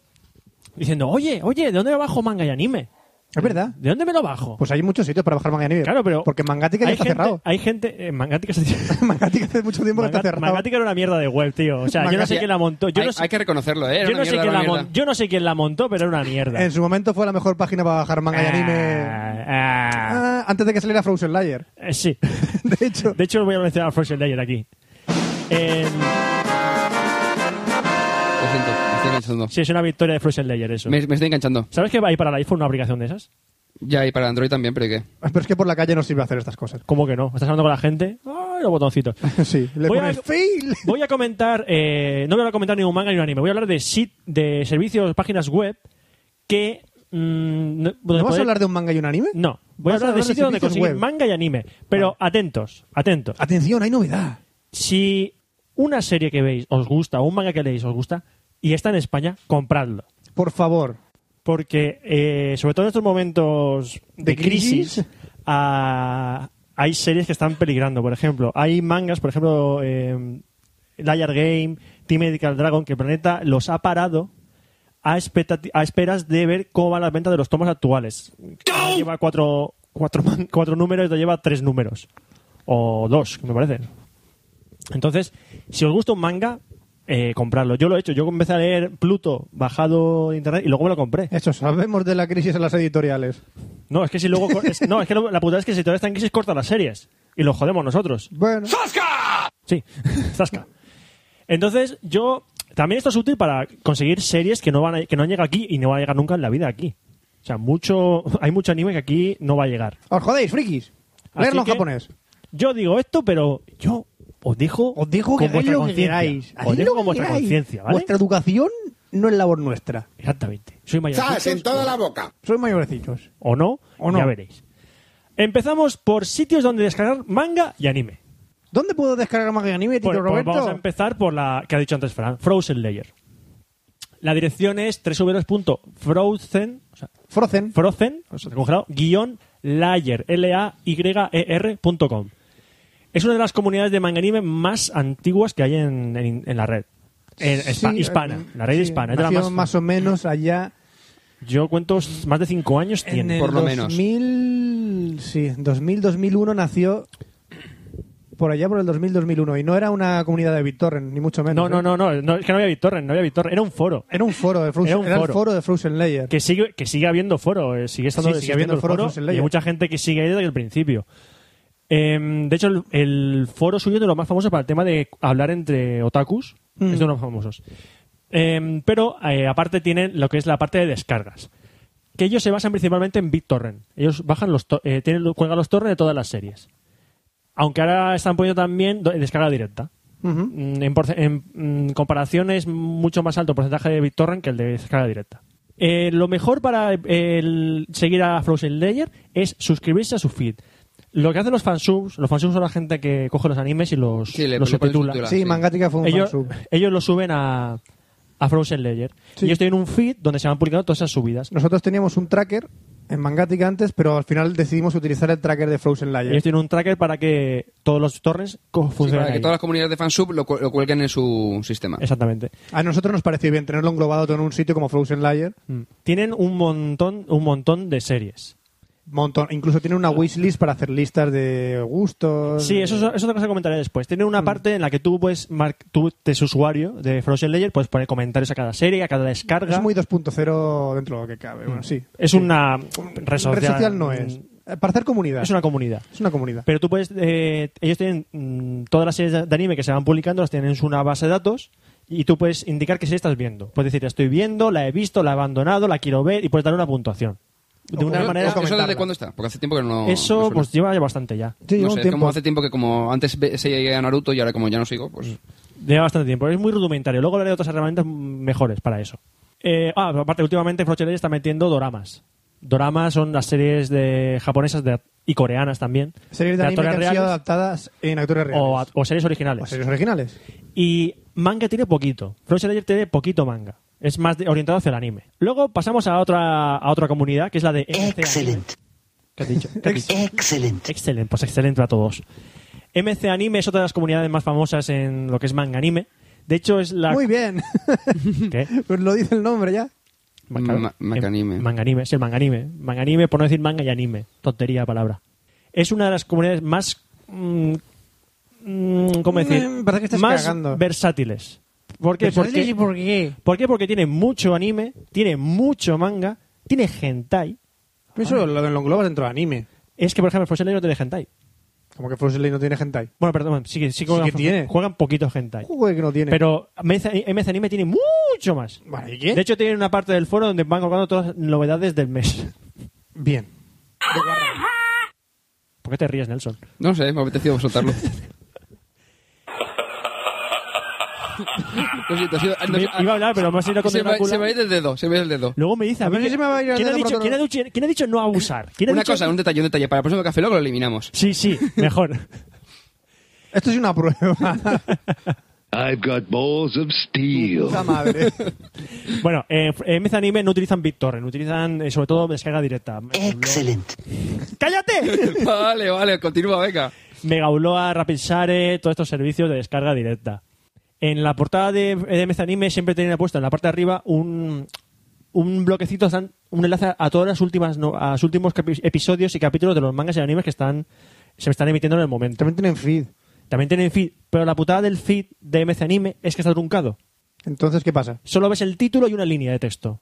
S4: diciendo, oye, oye, ¿de dónde me bajo manga y anime?
S5: Es verdad.
S4: ¿De dónde me lo bajo?
S5: Pues hay muchos sitios para bajar manga y anime.
S4: claro, pero...
S5: Porque Mangatica ya
S4: hay
S5: está
S4: gente-
S5: cerrado.
S4: Hay gente... eh, Mangatica se-
S5: Mangatica hace mucho tiempo que está
S4: Manga-
S5: cerrado.
S4: Mangatica era una mierda de web, tío. O sea, yo no sé
S6: Mangatica-
S4: quién la montó. Yo
S6: hay,
S4: no sé,
S6: hay que reconocerlo, ¿eh? Era
S4: yo no
S6: una
S4: sé
S6: mierda, era
S4: quién la
S6: una
S4: mon-
S6: mierda.
S4: yo no sé quién la montó, pero era una mierda.
S5: En su momento fue la mejor página para bajar manga y anime.
S4: Ah, ah,
S5: Ah, antes de que saliera Frozen Layer.
S4: eh, sí.
S5: De hecho,
S4: De hecho, voy a mencionar a Frozen Layer aquí. Eh,
S6: Lo siento, me estoy enganchando.
S4: sí, es una victoria de Frozen Layer eso.
S6: Me, me estoy enganchando.
S4: ¿Sabes que hay para el iPhone una aplicación de esas?
S6: Ya, y para Android también, pero ¿y ¿qué?
S5: Ah, pero es que por la calle no sirve hacer estas cosas.
S4: ¿Cómo que no? ¿Estás hablando con la gente? ¡Ay, los botoncitos!
S5: Sí, le
S4: Voy a-
S5: pones fail.
S4: Voy a comentar, eh, no voy a comentar ni un manga ni un anime, voy a hablar de sit- de servicios, páginas web que... mm, no,
S5: ¿No vas a hablar de un manga y un anime?
S4: No, voy a
S5: vas
S4: hablar de
S5: a hablar de
S4: sitios donde
S5: servicios
S4: conseguir
S5: web?
S4: manga y anime, pero atentos, atentos.
S5: Atención, hay novedad.
S4: Si una serie que veis os gusta o un manga que leéis os gusta y está en España, compradlo.
S5: Por favor.
S4: Porque, eh, sobre todo en estos momentos de,
S5: ¿De
S4: crisis,
S5: crisis?
S4: ah, hay series que están peligrando. Por ejemplo, hay mangas, por ejemplo, eh, Liar Game, Team Medical Dragon, que el planeta los ha parado a, expectati- a esperas de ver cómo van las ventas de los tomos actuales. Ahora Lleva cuatro, cuatro, man- cuatro números, ya lleva tres números. O dos, me parece. Entonces, si os gusta un manga, eh, comprarlo. Yo lo he hecho. Yo empecé a leer Pluto bajado de internet y luego me lo compré.
S5: Eso, sabemos de la crisis en las editoriales.
S4: No, es que si luego. cor- es- no, es que lo- la putada es que si todavía está en crisis, corta las series. Y lo jodemos nosotros.
S5: Bueno,
S4: Sí, zasca. Entonces, yo. También esto es útil para conseguir series que no, van a- que no han llegado aquí y no van a llegar nunca en la vida aquí. O sea, mucho, hay mucho anime que aquí no va a llegar.
S5: os jodéis, frikis.
S4: Así
S5: Leerlo en
S4: que-
S5: japonés.
S4: Yo digo esto, pero yo os digo.
S5: Os digo que
S4: con
S5: hagáis
S4: vuestra
S5: lo que
S4: conciencia.
S5: queráis.
S4: Os
S5: Haced
S4: digo
S5: lo
S4: con
S5: que
S4: vuestra
S5: queráis.
S4: conciencia, ¿vale?
S5: Vuestra educación no es labor nuestra.
S4: Exactamente. Soy mayor.
S8: ¡Zas! En toda la boca.
S5: Sois mayorecitos.
S4: o no,
S5: O no.
S4: ya veréis. Empezamos por sitios donde descargar manga y anime.
S5: ¿Dónde puedo descargar manga y anime, Tito
S4: Por- por-
S5: Roberto?
S4: vamos a empezar por la que ha dicho antes Fran, Frozen Layer. La dirección es www.frozen, o sea,
S5: Frozen.
S4: frozen, o sea, congelado, guión layer, E L-A-Y-E-R.com. Es una de las comunidades de manga anime más antiguas que hay en, en- en la red. En-
S5: Sí,
S4: hispa- hispana,
S5: eh,
S4: la red
S5: sí,
S4: hispana. es de la
S5: nació
S4: más-
S5: más o menos allá
S4: yo cuento s- más de cinco años
S5: en
S4: tiene.
S5: el
S6: por lo menos.
S5: 2000, sí, 2000-2001 nació por allá por el 2000-2001 y no era una comunidad de BitTorrent, ni mucho
S4: No,
S5: menos.
S4: no,
S5: ¿eh?
S4: no, no, no, es que no había BitTorrent, no había BitTorrent, era un foro.
S5: Era un foro de Frozen,
S4: Era un
S5: era el
S4: foro.
S5: foro de Frozen Layer.
S4: Que sigue, que sigue habiendo foro, eh, sigue estando
S5: Sí, sigue
S4: existiendo
S5: habiendo
S4: el
S5: foro,
S4: foro,
S5: Frozen
S4: y hay
S5: Layer.
S4: mucha gente que sigue ahí desde el principio. Em, de hecho, el, el foro suyo es de los más famosos para el tema de hablar entre otakus, es
S5: Mm.
S4: de los más famosos. Em, pero eh, aparte tienen lo que es la parte de descargas. Que ellos se basan principalmente en BitTorrent. Ellos bajan los to- eh, tienen, cuelgan los torrents de todas las series. Aunque ahora están poniendo también do- descarga directa.
S5: Ujú.
S4: Mm, en, porce- en, mm, comparación es mucho más alto el porcentaje de BitTorrent que el de descarga directa. Eh, lo mejor para eh, el seguir a Frozen Layer es suscribirse a su feed. Lo que hacen los fansubs, los fansubs son la gente que coge los animes y los,
S6: Sí, le-
S4: los
S6: lo pueden
S4: subtitula.
S6: subtitular.
S5: Sí,
S6: sí.
S5: Mangatica fue un
S4: Ellos,
S5: fansub.
S4: ellos lo suben a, a Frozen Layer.
S5: Sí.
S4: Y ellos tienen un feed donde se van publicando todas esas subidas.
S5: Nosotros teníamos un tracker en Mangatica antes, pero al final decidimos utilizar el tracker de Frozen Layer.
S4: Ellos tienen un tracker para que todos los torrents co- funcionen.
S6: para que
S4: ahí.
S6: todas las comunidades de fansub lo, cu- lo cuelguen en su sistema.
S4: Exactamente.
S5: A nosotros nos pareció bien tenerlo englobado todo en un sitio como Frozen Layer.
S4: Mm. Tienen un montón, un montón de series.
S5: Montón. Incluso tiene una wishlist para hacer listas de Mm. gustos.
S4: Sí, eso es, es otra cosa que comentaré después. Tiene una parte en la que tú puedes, mar- tú, es usuario de Frozen Layer, puedes poner comentarios a cada serie, a cada descarga.
S5: Es muy 2.0 dentro de lo que cabe. Bueno, sí.
S4: Es
S5: Sí.
S4: una Mm. red social. mm.
S5: Red social no es. Eh, Para hacer comunidad.
S4: Es una comunidad.
S5: Es una comunidad.
S4: Pero tú puedes. eh, ellos tienen mm, todas las series de- de anime que se van publicando, las tienen en su- una base de datos y tú puedes indicar qué serie estás viendo. Puedes decir, la estoy viendo, la he visto, la he abandonado, la quiero ver y puedes dar una puntuación. De
S5: O
S4: una
S5: poner-
S4: manera.
S5: o
S6: ¿Eso
S5: comentarla.
S6: desde cuándo está? Porque hace tiempo que no. no
S4: Eso
S6: suena.
S4: pues lleva ya bastante ya.
S5: Sí, lleva
S6: no
S5: un
S6: sé, es
S5: tiempo.
S6: como hace tiempo que como antes ve- seguía a Naruto y ahora como ya no sigo, pues
S4: Lleva bastante tiempo. Es muy rudimentario. Luego hablaré de otras herramientas mejores para eso. Eh, ah, pero aparte, últimamente Frochen está metiendo doramas. Doramas son las series de japonesas de, y coreanas también.
S5: Series de anime
S4: actores
S5: que han sido
S4: reales
S5: adaptadas eh, en
S4: o,
S5: actores reales.
S4: a- o series originales.
S5: O series originales.
S4: Y manga tiene poquito. Frozen Layer tiene poquito manga. Es más de- orientado hacia el anime. Luego pasamos a otra, a otra comunidad, que es la de... Excelente. ¿Qué has dicho? Excelente. Excelente, pues excelente para todos. MC Anime es otra de las comunidades más famosas en lo que es manga anime. De hecho, es la...
S5: Muy bien.
S4: ¿Qué?
S5: pues lo dice el nombre ya.
S6: Ma- macanime.
S4: Eh, Manganime, es el manganime. Manganime, por no decir manga y anime. Tontería de palabra. Es una de las comunidades más. mm, mm, ¿Cómo decir?
S5: Mm, parece que estás
S4: más
S5: cagando.
S4: versátiles. ¿Por qué? Porque,
S5: por qué?
S4: ¿Por qué? Porque tiene mucho anime, tiene mucho manga, tiene hentai. Ah.
S5: Eso lo, lo englobas dentro de anime.
S4: Es que, por ejemplo, Frozen Lane no tiene hentai.
S5: Como que Frozen Layer no tiene hentai.
S4: Bueno, perdón, sí, que- sí, que
S5: que
S4: juegan,
S5: tiene.
S4: juegan poquito hentai.
S5: Joder, que no tiene.
S4: Pero MC, MC Anime tiene mucho más.
S5: Vale, ¿y qué?
S4: De hecho, tiene una parte del foro donde van colgando todas las novedades del mes.
S5: Bien.
S4: ¿Por qué te ríes, Nelson?
S6: No sé, me ha apetecido soltarlo. Lo siento, ha sido- no,
S4: Me-
S6: ah,
S4: iba a hablar, pero me has ido con
S6: se
S4: el
S6: me,
S4: báculo.
S6: se me ha ido el dedo, se me ha ido el dedo.
S4: Luego me dice a
S5: A
S4: mí
S5: ver
S4: que-
S5: si se me va a ir el
S4: ¿quién, ha
S5: dedo
S4: dicho,
S5: pronto,
S4: quién ha
S5: ¿no?
S4: dicho- quién ha dicho no abusar? ¿Quién ha
S6: Una
S4: dicho-
S6: cosa, un detalle, un detalle. Para el próximo Café Lock lo eliminamos.
S4: Sí, sí, mejor.
S5: Esto es una prueba.
S10: I've got balls of steel.
S5: Puta madre.
S4: bueno, eh, en Meza Anime no utilizan BitTorrent, utilizan eh, sobre todo descarga directa. Excelente. ¡Cállate!
S6: vale, vale, continúa, venga.
S4: Megauloa, RapidShare, todos estos servicios de descarga directa. En la portada de, eh, de Meza Anime siempre tenía puesto en la parte de arriba un, un bloquecito, están- un enlace a todas las últimas, no- a los últimos capi- episodios y capítulos de los mangas y animes que están se están emitiendo en el momento.
S5: También tienen feed.
S4: También tienen feed, pero la putada del feed de MC Anime es que está truncado.
S5: Entonces, ¿qué pasa?
S4: Solo ves el título y una línea de texto.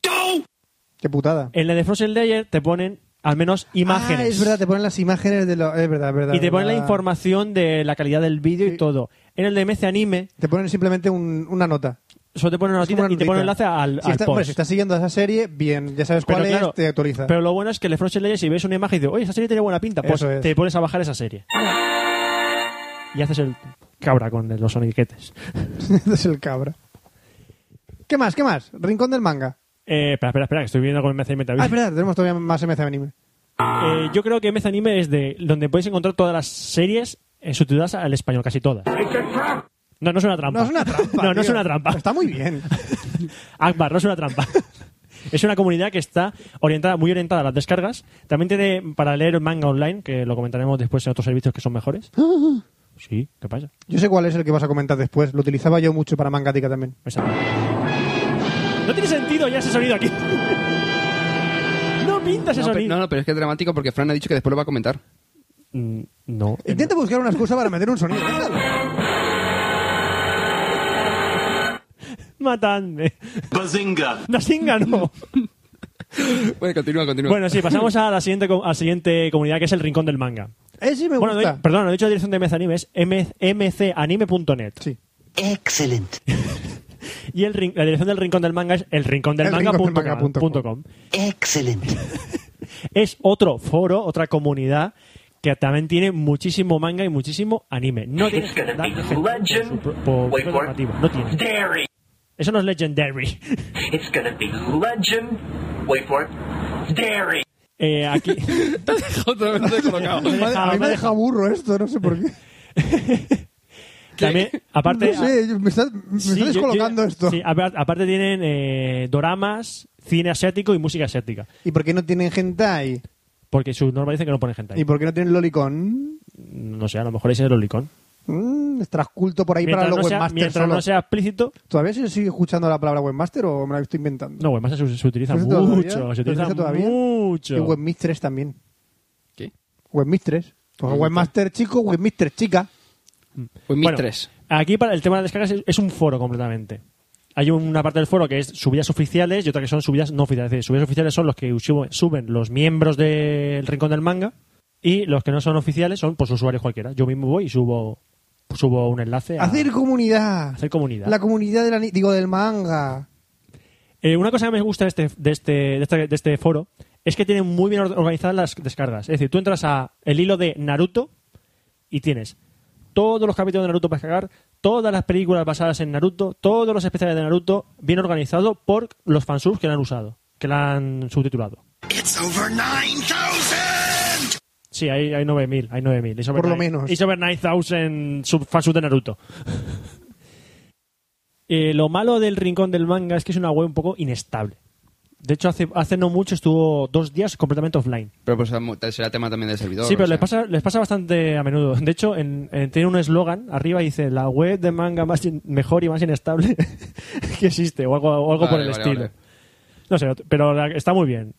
S5: Qué putada.
S4: En la de Frozen Layer te ponen al menos imágenes.
S5: Ah, es verdad, te ponen las imágenes de lo... Es verdad, es verdad.
S4: y te ponen la
S5: verdad.
S4: información de la calidad del vídeo y
S5: Sí.
S4: todo. En el de MC Anime
S5: Te ponen simplemente un- una nota.
S4: solo te ponen una
S5: Es
S4: notita
S5: como
S4: y te ponen enlace
S5: notita.
S4: al,
S5: si
S4: al
S5: está-
S4: post.
S5: hombre, si estás siguiendo esa serie, bien, ya sabes
S4: Pero
S5: cuál
S4: claro,
S5: es, te autoriza.
S4: Pero lo bueno es que el de Frozen Layer si ves una imagen y dices, oye, esa serie tiene buena pinta, pues
S5: Eso es.
S4: te pones a bajar esa serie. Y haces el cabra con los soniquetes.
S5: Este es el cabra. ¿Qué más? ¿Qué más? Rincón del manga.
S4: Eh, espera, espera, espera, que estoy viendo con MC Anime
S5: Ah,
S4: también.
S5: es verdad, tenemos todavía más MC anime.
S4: Eh, yo creo que Meza Anime es de donde podéis encontrar todas las series eh, subtituladas al español, casi todas. No, no es una trampa.
S5: No es una trampa.
S4: no, no es
S5: tío.
S4: una trampa.
S5: Está muy bien.
S4: Akbar, no es una trampa. Es una comunidad que está orientada, muy orientada a las descargas. También tiene para leer manga online, que lo comentaremos después en otros servicios que son mejores. Sí, ¿qué pasa?
S5: Yo sé cuál es el que vas a comentar después. Lo utilizaba yo mucho para Mangatica también.
S4: No tiene sentido ya ese sonido aquí. no pinta ese
S6: No, pe-
S4: sonido.
S6: no, no, pero es que es dramático porque Fran ha dicho que después lo va a comentar.
S4: Mm, No.
S5: Intenta buscar una excusa para meter un sonido. déjalo.
S4: Matadme.
S12: Bazinga.
S4: Bazinga no.
S6: Bueno, continúa, continúa.
S4: Bueno, sí, pasamos a la siguiente, co- a la siguiente comunidad que es el Rincón del Manga.
S5: Ese me
S4: Bueno,
S5: gusta.
S4: doy- perdón, he dicho la dirección de MC Anime, es M- mcanime.net.
S5: Sí.
S4: Excelente. y el, rin- la dirección del Rincón del Manga es el elrincondelmanga.com. Excelente. es otro foro, otra comunidad que también tiene muchísimo manga y muchísimo anime. No tiene por, por
S2: Wait for it.
S4: normativo, no tiene.
S2: Dairy.
S4: Eso no es legendary.
S2: It's gonna be legend. Wait for it. Dairy.
S4: Eh, aquí
S5: Me ha de- a mí me deja burro esto, no sé por qué.
S4: también aparte
S5: No sé, me está, me
S4: Sí,
S5: está
S4: yo- yo-
S5: descolocando esto.
S4: sí, apar- aparte tienen eh, doramas, cine asiático y música asiática.
S5: ¿Y por qué no tienen hentai?
S4: Porque sus normas dicen que no ponen gente ahí.
S5: ¿Y por qué no tienen lolicon?
S4: No sé, a lo mejor ese es el Olicón.
S5: Mm, estarás culto por ahí
S4: Mientras
S5: para los
S4: no sea-
S5: webmasters
S4: mientras
S5: solo.
S4: no sea explícito.
S5: ¿Todavía se sigue escuchando la palabra webmaster o me la estoy inventando?
S4: No, webmaster se, se utiliza
S5: ¿No se
S4: mucho.
S5: todavía? ¿No
S4: Se
S5: se
S4: utiliza
S5: dice todavía?
S4: mucho.
S5: Y webmistress también.
S6: ¿Qué?
S5: Webmistress. Pues webmaster chico, webmistress chica.
S4: Bueno, aquí para el tema de descargas es, es un foro completamente. Hay una parte del foro que es subidas oficiales y otra que son subidas no oficiales. Es decir, subidas oficiales son los que subo- suben los miembros del Rincón del Manga y los que no son oficiales son pues usuarios cualquiera. Yo mismo voy y subo subo un enlace a
S5: Hacer comunidad.
S4: hacer comunidad.
S5: La comunidad del, ani- digo, del manga.
S4: Eh, una cosa que me gusta de este, de, este, de, este, de este foro es que tienen muy bien or- organizadas las descargas. Es decir, tú entras a el hilo de Naruto y tienes todos los capítulos de Naruto para descargar, todas las películas basadas en Naruto, todos los especiales de Naruto, bien organizado por los fansubs que la han usado, que la han subtitulado.
S2: It's over 9,000!
S4: Sí, hay, hay 9.000, hay 9.000. It's over
S5: Por lo
S4: nine-
S5: menos.
S4: It's over 9.000 sub- fansubs de Naruto. Eh, lo malo del rincón del manga es que es una web un poco inestable. De hecho, hace, hace no mucho estuvo dos días completamente offline.
S6: Pero pues am- será tema también del servidor.
S4: sí, pero
S6: o sea.
S4: les, pasa, les pasa bastante a menudo. De hecho, en- en- tiene un eslogan arriba dice la web de manga más in- mejor y más inestable que existe o algo, o algo por
S6: Vale,
S4: el
S6: vale,
S4: estilo.
S6: vale.
S4: No sé, pero la- está muy bien.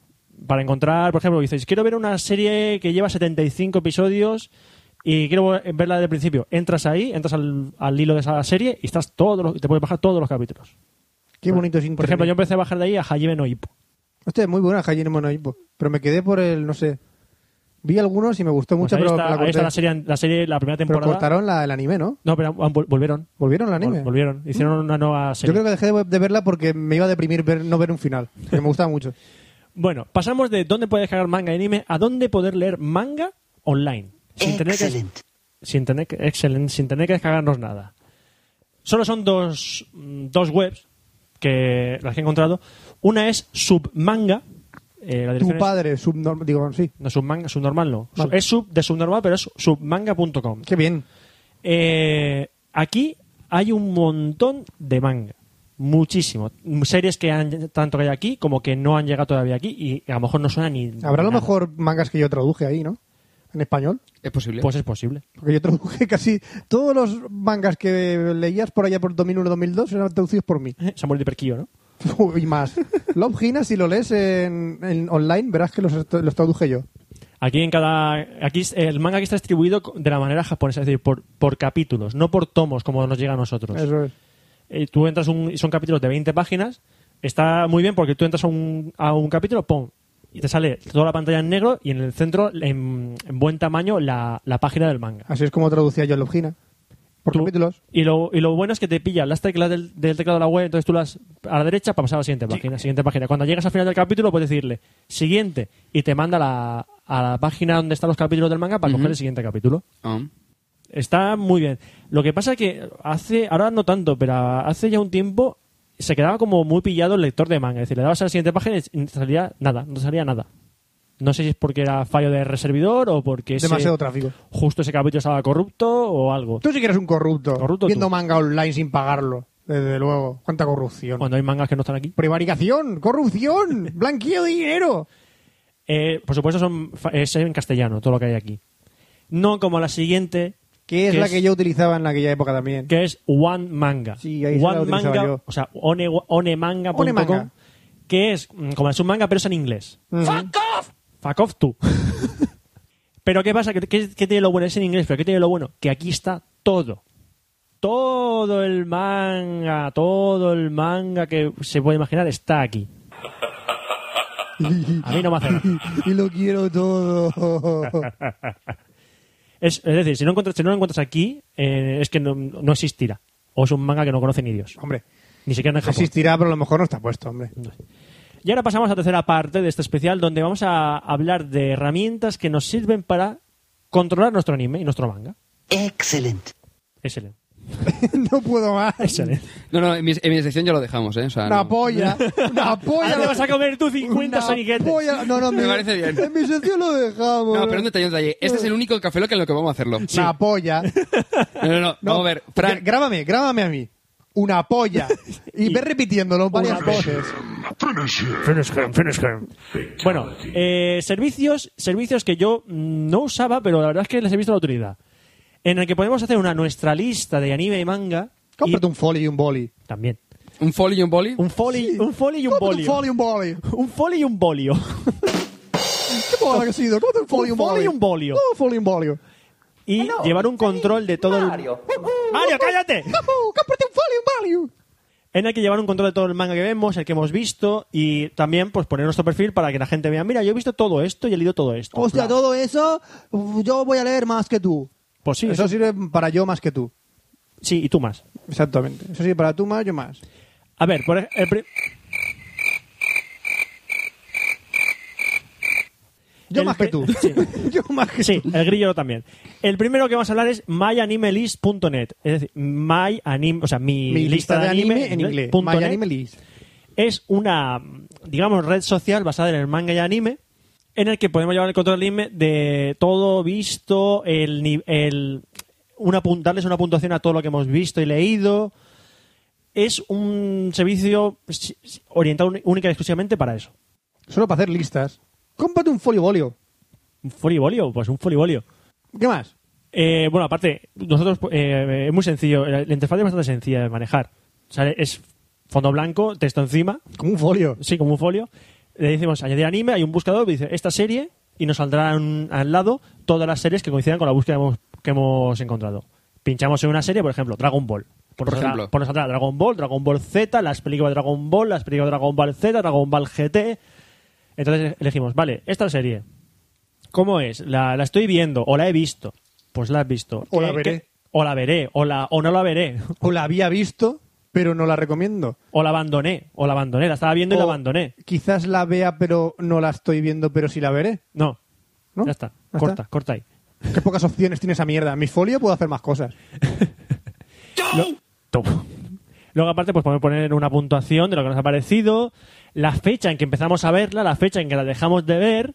S4: Para encontrar, por ejemplo, dices, quiero ver una serie que lleva 75 episodios y quiero verla desde el principio. Entras ahí, entras al, al hilo de esa serie y estás todos los- te puedes bajar todos los capítulos.
S5: Qué bonito es
S4: Por ejemplo, yo empecé a bajar de ahí a Hajime no Ippo.
S5: Hostia, es muy buena Hajime no Ippo, Pero me quedé por el, no sé. Vi algunos y me gustó
S4: Pues
S5: mucho,
S4: ahí
S5: pero
S4: está,
S5: la
S4: ahí
S5: corté.
S4: está la serie, la serie, la primera
S5: Pero
S4: temporada.
S5: cortaron la- el anime, ¿no?
S4: No, pero han- vol- volvieron.
S5: ¿Volvieron al anime?
S4: Vol- Volvieron. Hicieron una nueva
S5: Mm. Yo
S4: serie.
S5: creo que dejé de, de verla porque me iba a deprimir ver, no ver un final. Que me gustaba mucho.
S4: Bueno, pasamos de dónde puedes descargar manga y anime a dónde poder leer manga online. Sin tener
S5: Excelente.
S4: Que, sin, tener que, eh. excelente, sin tener que descargarnos nada. Solo son dos, mm, dos webs que las que he encontrado. Una es Submanga. eh, la dirección
S5: Tu
S4: es-
S5: padre, subnormal. Digo, sí.
S4: no, Submanga, Subnormal no.
S5: Vale.
S4: Sub- Es sub de Subnormal, pero es submanga.com.
S5: Qué bien.
S4: Eh, aquí hay un montón de manga. Muchísimo. Series que han tanto que hay aquí como que no han llegado todavía aquí y a lo mejor no suena ni.
S5: Habrá a lo
S4: nada.
S5: mejor mangas que yo traduje ahí, ¿no? En español.
S6: Es posible.
S4: Pues es posible.
S5: Porque yo traduje casi todos los mangas que leías por allá por 2001-2002 eran traducidos por mí.
S4: Samuel de Perquillo, ¿no?
S5: y más. Love Hina, si lo lees en, en online, verás que los, los traduje yo.
S4: Aquí en cada. Aquí es- el manga aquí está distribuido co- de la manera japonesa, es decir, por, por capítulos, no por tomos como nos llega a nosotros.
S5: Eso es.
S4: Eh, tú entras un, y son capítulos de 20 páginas. Está muy bien porque tú entras a un, a un capítulo, ¡pum! Y te sale toda la pantalla en negro y en el centro, en, en buen tamaño, la, la página del manga.
S5: Así es como traducía yo Love Hina. Por
S4: Tú-
S5: capítulos.
S4: Y lo, y lo bueno es que te pilla las teclas del, del teclado de la web, entonces tú las a la derecha para pasar a la siguiente página, siguiente página. Cuando llegas al final del capítulo puedes decirle siguiente y te manda a la, a la página donde están los capítulos del manga para
S6: Ujú.
S4: coger el siguiente capítulo.
S6: Ah.
S4: Está muy bien. Lo que pasa que hace, ahora no tanto, pero hace ya un tiempo se quedaba como muy pillado el lector de manga. Es decir, le dabas a la siguiente página y no te salía nada, no te salía nada. No sé si es porque era fallo de servidor o porque ese-
S5: Demasiado tráfico.
S4: justo ese capítulo estaba corrupto o algo.
S5: Tú sí que eres un corrupto.
S4: Corrupto
S5: viendo
S4: tú.
S5: manga online sin pagarlo.
S12: desde luego. Cuánta corrupción.
S4: Cuando hay mangas que no están aquí.
S12: Prevaricación, corrupción, blanqueo de dinero.
S4: Eh, por supuesto, son, fa- es en castellano todo lo que hay aquí. No como la siguiente.
S12: Que es la que yo utilizaba en aquella época también.
S4: Que es One Manga.
S12: Sí, ahí se la
S4: One
S12: utilizaba
S4: Manga,
S12: yo.
S4: o sea, one, onemanga.com,
S12: One Manga.
S4: que es mm, como es un manga, pero es en inglés.
S12: Fuck
S3: off!
S4: Fuck off tú. pero ¿qué pasa? ¿Qué, qué, qué tiene lo bueno? Es en inglés, pero ¿qué tiene lo bueno? Que aquí está todo. Todo el manga, todo el manga que se puede imaginar está aquí. A mí no me hace nada.
S12: y lo quiero todo.
S4: Es, es decir, si no, encuentras, si no lo encuentras aquí, eh, es que no, no existirá. O es un manga que no conoce ni Dios.
S12: Hombre.
S4: Ni siquiera en Japón.
S12: Existirá, pero a lo mejor no está puesto, hombre.
S4: Y ahora pasamos a la tercera parte de este especial donde vamos a hablar de herramientas que nos sirven para controlar nuestro anime y nuestro manga.
S2: Excellent.
S4: Excelente.
S12: no puedo más.
S4: Excelente.
S6: No, no, en mi, en mi sección ya lo dejamos, ¿eh? O sea,
S12: Una
S4: pues,
S6: no.
S12: polla. Una polla.
S4: Ahora te vas a comer tú 50
S12: Una
S4: soniquetes.
S12: polla. No, no,
S6: Me
S12: mi-
S6: parece bien.
S12: En mi sección lo dejamos.
S6: No, pero un detalle, un detalle. Este es el único café Lock en lo que vamos a hacerlo.
S12: Una polla.
S6: No, no, no. Vamos a ver.
S12: Gra-
S6: Fran,
S12: Grábame, grábame a mí. Una polla. Y, ve repitiéndolo varias veces.
S4: Bueno, eh, servicios, servicios que yo mm, no usaba, pero la verdad es que les he visto la utilidad. En el que podemos hacer una nuestra lista de anime y manga. Y
S12: Cómprate un folio y un boli.
S4: también.
S6: ¿un folio y un boli?
S4: Un folio, un folio y un
S12: Cómprate un
S4: bolio.
S12: folio y un boli.
S4: Un folio y un bolio.
S12: ¿Qué bola que ha sido? Cómprate un folio y un
S4: Un folio
S12: boli.
S4: y un bolio.
S12: No, un folio y un bolio.
S4: Y llevar un control de todo el... ¡Mario, cállate!
S12: ¡Capu! ¡Cómprate un folio y un bolio!
S4: En el que llevar un control de todo el manga que vemos, el que hemos visto, y también pues poner nuestro perfil para que la gente vea, mira, yo he visto todo esto y he leído todo esto.
S12: Hostia,
S4: Bla.
S12: todo eso uf, yo voy a leer más que tú.
S4: Pues sí,
S12: eso
S4: eso sí.
S12: sirve para yo más que tú.
S4: Sí, y tú más.
S12: Exactamente. Eso sirve para tú más, yo más.
S4: A ver, por ej- el pri-
S12: Yo
S4: El
S12: más que
S4: pe-
S12: tú.
S4: Sí.
S12: yo más que
S4: Sí,
S12: tú.
S4: el grillero también. El primero que vamos a hablar es myanimelist.net. Es decir, my anim- o sea, mi,
S12: Mi lista de anime en
S4: ¿no?
S12: inglés.
S4: punto net.
S12: MyAnimeList.
S4: es una, digamos, red social basada en el manga y anime, en el que podemos llevar el control del anime de todo visto, el, ni- el una, pun- darles una puntuación a todo lo que hemos visto y leído. Es un servicio si- si- orientado uni- única y exclusivamente para eso.
S12: Solo para hacer listas. Cómprate un folio y bolio.
S4: ¿Un folibolio? Pues un folibolio.
S12: ¿Qué más?
S4: Eh, bueno, aparte, nosotros eh, es muy sencillo. La la interfaz es bastante sencilla de manejar. O sea, es fondo blanco, texto encima,
S12: Como un folio.
S4: sí, como un folio. Le decimos añadir anime, hay un buscador que dice esta serie y nos saldrán al lado todas las series que coincidan con la búsqueda que hemos, que hemos encontrado. Pinchamos en una serie, por ejemplo, Dragon Ball.
S6: Por
S4: Por, nos saldrá-
S6: ejemplo.
S4: por nos saldrá Dragon Ball, Dragon Ball Z, las películas de Dragon Ball, las películas de Dragon Ball Z, Dragon Ball GT. Entonces elegimos, vale, esta serie, ¿cómo es? ¿La, la estoy viendo o la he visto? Pues la has visto.
S12: O la
S4: ¿Qué-
S12: veré.
S4: qué- O la veré, o, la, o no la veré,
S12: O la había visto, pero no la recomiendo.
S4: o la abandoné, o la abandoné, la estaba viendo y la
S12: O
S4: abandoné.
S12: Quizás la vea, pero no la estoy viendo, pero sí la veré.
S4: No,
S12: ¿No?
S4: ya está,
S12: ¿Ya
S4: corta,
S12: está?
S4: corta ahí.
S12: Qué pocas opciones tiene esa mierda. En mi folio puedo hacer más cosas.
S4: Toma. Luego, aparte, pues podemos poner una puntuación de lo que nos ha parecido, la fecha en que empezamos a verla, la fecha en que la dejamos de ver,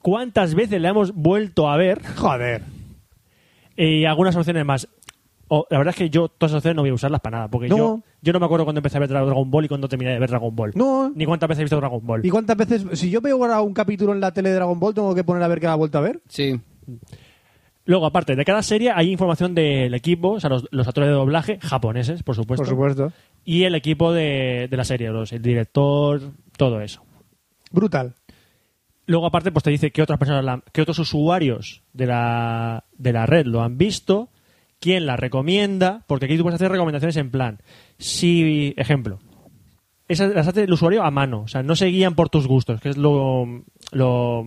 S4: cuántas veces la hemos vuelto a ver
S12: Joder.
S4: y algunas opciones más. O- la verdad es que yo todas esas opciones no voy a usarlas para nada, porque
S12: No.
S4: yo, yo no me acuerdo cuándo empecé a ver Dragon Ball y cuándo terminé de ver Dragon Ball.
S12: No.
S4: Ni cuántas veces he visto Dragon Ball.
S12: ¿Y cuántas veces? Si yo veo ahora un capítulo en la tele de Dragon Ball, tengo que poner a ver que la ha vuelto a ver.
S6: Sí.
S4: Luego, aparte, de cada serie hay información del equipo, o sea, los, los actores de doblaje, japoneses, por supuesto.
S12: Por supuesto.
S4: Y el equipo de, de la serie, los, el director, todo eso.
S12: Brutal.
S4: Luego, aparte, pues te dice que otras personas, la- que otros usuarios de la, de la red lo han visto, quién la recomienda, porque aquí tú puedes hacer recomendaciones en plan, si, ejemplo, esas las hace el usuario a mano, o sea, no se guían por tus gustos, que es lo, lo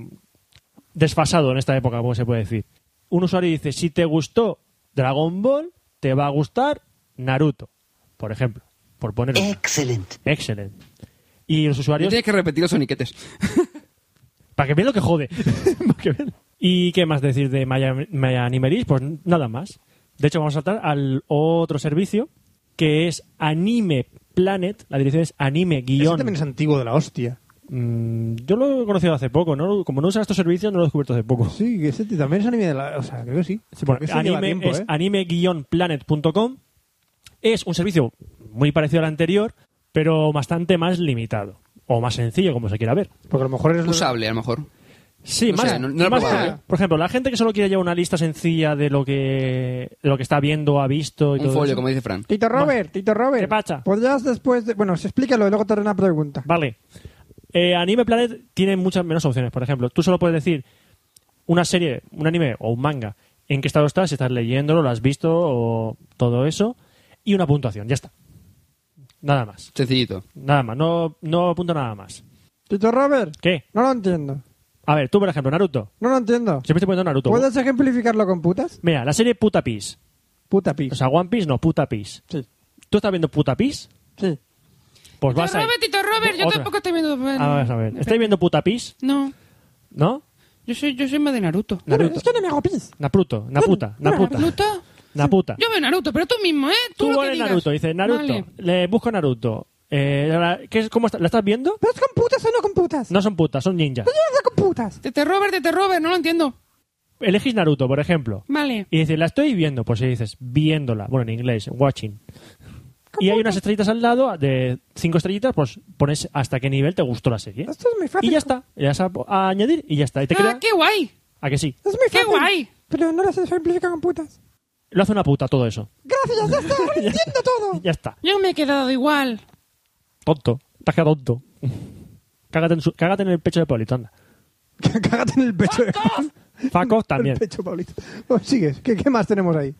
S4: desfasado en esta época, como se puede decir. Un usuario dice, si te gustó Dragon Ball, te va a gustar Naruto, por ejemplo, por poner
S2: Excellent.
S4: excelente. Y los
S6: Yo
S4: usuarios...
S6: tenía que repetir los soniquetes.
S4: Para que vean lo que jode. Pa' que vean. ¿Y qué más decir de Maya, Maya Animeris? Pues nada más. De hecho, vamos a saltar al otro servicio, que es Anime Planet. La dirección es anime
S12: Ese
S4: guión.
S12: también es antiguo de la hostia.
S4: Mm, yo lo he conocido hace poco, ¿no? Como no usaba estos servicios, no lo he descubierto hace poco.
S12: Sí, que ese t- también es anime de la... O sea, creo que sí.
S4: Sí, bueno,
S12: ¿eh? Porque
S5: ¿eh?
S12: eso lleva
S4: anime
S12: tiempo,
S4: es
S12: ¿eh?
S4: anime-planet.com Es un servicio muy parecido al anterior, pero bastante más limitado. O más sencillo, como se quiera ver.
S5: Porque a lo mejor es
S6: Usable, a lo mejor.
S4: Sí,
S6: O
S4: más,
S6: sea, no- no lo he
S4: más
S6: probado,
S4: sencillo.
S6: ¿eh?
S4: Por ejemplo, la gente que solo quiere ya una lista sencilla de lo que, lo que está viendo, ha visto y
S6: Un
S4: todo
S6: folio,
S4: eso.
S6: como dice Fran.
S5: Tito Robert, Tito Robert.
S4: ¿Qué pasa?
S5: Podrías después de... Bueno, se explícalo y luego te haré una pregunta.
S4: Vale. Eh, anime Planet tiene muchas menos opciones. Por ejemplo, tú solo puedes decir una serie, un anime o un manga, en qué estado estás, si estás leyéndolo, lo has visto o todo eso, y una puntuación. Ya está. Nada más.
S6: Sencillito.
S4: Nada más. No, no apunta nada más.
S5: Tito Robert,
S4: ¿Qué?
S5: no lo entiendo.
S4: A ver, tú, por ejemplo, Naruto.
S5: No lo entiendo.
S4: Siempre estoy poniendo Naruto.
S5: ¿Puedes ejemplificarlo con putas?
S4: Mira, la serie Puta Piece.
S5: Puta pi.
S4: O sea, One Piece no, Puta Piece.
S5: Sí.
S4: ¿Tú estás viendo Puta Piece?
S5: Sí.
S4: Pues
S3: Tito
S4: vas a...
S3: Robert, Tito Robert, yo
S4: Otra. Ah,
S3: tampoco estoy viendo.
S4: Vamos a ver. ¿Estáis viendo Puta Piece?
S3: No,
S4: ¿no?
S3: yo soy, yo soy más de Naruto.
S4: Naruto.
S5: Es que no me hago pis.
S4: Naruto. Naputa. Naputa.
S3: ¿Naruto?
S4: Naputa.
S3: Yo veo Naruto, pero tú mismo, ¿eh?
S4: Tú
S3: Tú, lo que
S4: pones
S3: digas.
S4: Naruto, dices Naruto,
S3: Vale.
S4: le busco Naruto. Eh, la- ¿qué es- ¿Cómo está? ¿La estás viendo?
S5: ¿Pero es con putas o no con putas?
S4: No son putas, son ninjas.
S5: No es con putas.
S3: Tito Robert, Tito Robert, no lo entiendo.
S4: Elegís Naruto, por ejemplo,
S3: Vale.
S4: y dices, la estoy viendo, pues si dices, viéndola, bueno, en inglés, watching. Y hay unas estrellitas al lado, de cinco estrellitas, pues pones hasta qué nivel te gustó la serie.
S5: Esto es muy fácil.
S4: Y ya está, le das a, a añadir y ya está. Y te
S3: Ah,
S4: crea...
S3: qué guay.
S4: ¿A que sí?
S5: Es muy
S3: ¡Qué
S5: fácil.
S3: guay!
S5: Pero no las ejemplifica con putas.
S4: Lo hace una puta todo eso.
S5: Gracias, ya está. Ahora entiendo todo.
S4: Ya está.
S3: Yo me he quedado igual.
S4: Tonto. Te has quedado tonto. cágate, en su- cágate en el pecho de Pablito, anda.
S5: Cágate en el pecho.
S4: Facos
S5: El
S4: también.
S5: pecho, Pablito. Pues sigues. ¿Qué, ¿Qué más tenemos ahí?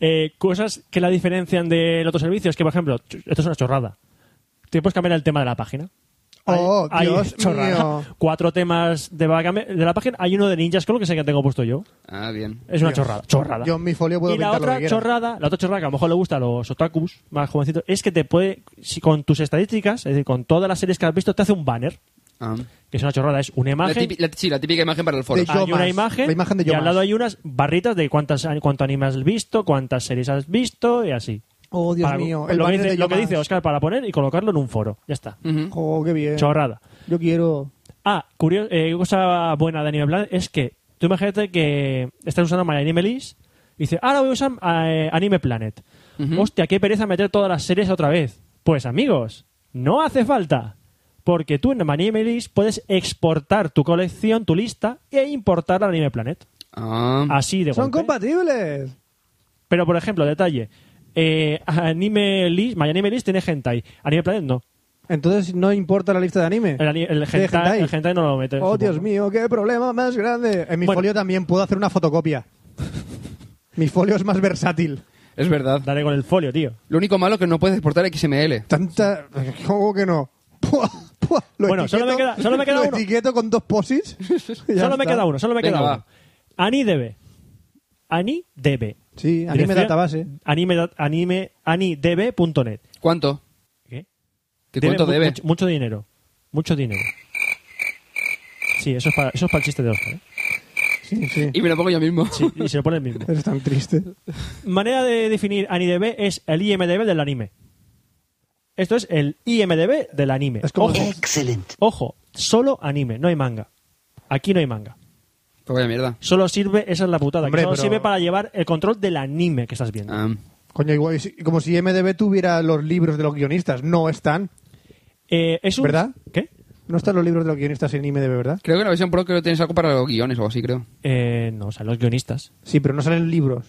S4: Eh, cosas que la diferencian del otro servicio es que, por ejemplo, ch- esto es una chorrada. Te puedes cambiar el tema de la página.
S5: Oh,
S4: Hay- hay
S5: Dios
S4: chorrada.
S5: mío.
S4: Cuatro temas de, va- de la página. Hay uno de ninjas, creo que es el que tengo puesto yo.
S6: Ah, bien.
S4: Es una
S5: Dios.
S4: chorrada. Chorrada.
S12: Yo en mi folio puedo
S4: y la
S12: pintar lo
S4: otra
S12: que quiera.
S4: chorrada, la otra chorrada que a lo mejor le gusta a los otakus más jovencitos, es que te puede, si con tus estadísticas, es decir, con todas las series que has visto, te hace un banner.
S6: Ah.
S4: Que es una chorrada, es una
S6: La
S4: imagen.
S6: típi- la- sí, la típica imagen para el foro.
S12: De
S4: hay
S12: Yo
S4: una
S12: más.
S4: imagen,
S12: La imagen de yo
S4: y al
S12: más.
S4: lado hay unas barritas de cuántas cuánto anime has visto, cuántas series has visto y así.
S5: Oh, Dios
S4: Para-
S5: mío. El
S4: lo, que
S5: banner
S4: dice,
S5: de
S4: lo que
S5: Yomas.
S4: dice Oscar para poner y colocarlo en un foro. Ya está.
S6: Ujú.
S5: Oh, qué bien.
S4: Chorrada.
S5: Yo quiero.
S4: Ah, curioso, cosa buena de Anime Planet es que tú imagínate que estás usando My Anime List y dices, ahora voy a usar eh, Anime Planet. Hostia, qué pereza meter todas las series otra vez. Pues amigos, no hace falta. Porque tú en My Anime List puedes exportar tu colección, tu lista, e importarla a Anime Planet.
S6: Ah.
S4: Así de
S5: Son
S4: golpe.
S5: compatibles.
S4: Pero, por ejemplo, detalle. Eh, anime List, My Anime List tiene hentai. Anime Planet no.
S5: Entonces no importa la lista de anime.
S4: El, ani- el
S5: ¿De
S4: hentai,
S5: hentai?
S4: el hentai no lo mete.
S5: Oh,
S4: supongo.
S5: Dios mío, qué problema más grande.
S12: En mi
S4: Bueno.
S12: folio también puedo hacer una fotocopia. mi folio es más versátil.
S6: Es verdad.
S4: Dale con el folio, tío.
S6: Lo único malo que no puedes exportar XML.
S12: Tanta... ¿Cómo que no? Puah, puah, lo
S4: Bueno, solo me
S12: etiqueto-
S4: queda- solo me queda
S12: lo
S4: uno.
S12: etiqueto con dos posis. y ya
S4: solo me
S12: está.
S4: queda uno, solo me queda
S6: Venga,
S4: uno. AniDB. AniDB.
S5: Sí, anime
S4: Dirección-
S5: database.
S4: Anime, da- anime, anidb.net.
S6: ¿Cuánto?
S4: ¿Qué?
S6: ¿Qué cuánto
S4: mu-
S6: debe?
S4: Mucho, mucho dinero. Mucho dinero. Sí, eso es para, eso es para el chiste de Oscar. ¿eh?
S5: Sí, sí.
S6: Y me lo pongo yo mismo.
S4: Sí, y se lo pone el mismo.
S5: Eres tan triste.
S4: Manera de definir AniDB es el IMDB del anime. Esto es el IMDB del anime.
S5: Es como-
S4: ojo, ojo, solo anime, no hay manga. Aquí no hay manga.
S6: Pues vaya mierda.
S4: Solo sirve, esa es la putada,
S12: Hombre,
S4: que solo
S12: pero-
S4: sirve para llevar el control del anime que estás viendo.
S6: Ah.
S12: Coño, igual, y si- como si MDB tuviera los libros de los guionistas. No están.
S4: Eh, es un-
S12: ¿Verdad?
S4: ¿Qué?
S12: No están los libros de los guionistas en IMDB, ¿verdad?
S6: Creo que en la versión pro creo que tienes algo para los guiones o algo así, creo.
S4: Eh, no, o sea, los guionistas.
S12: Sí, pero no salen libros.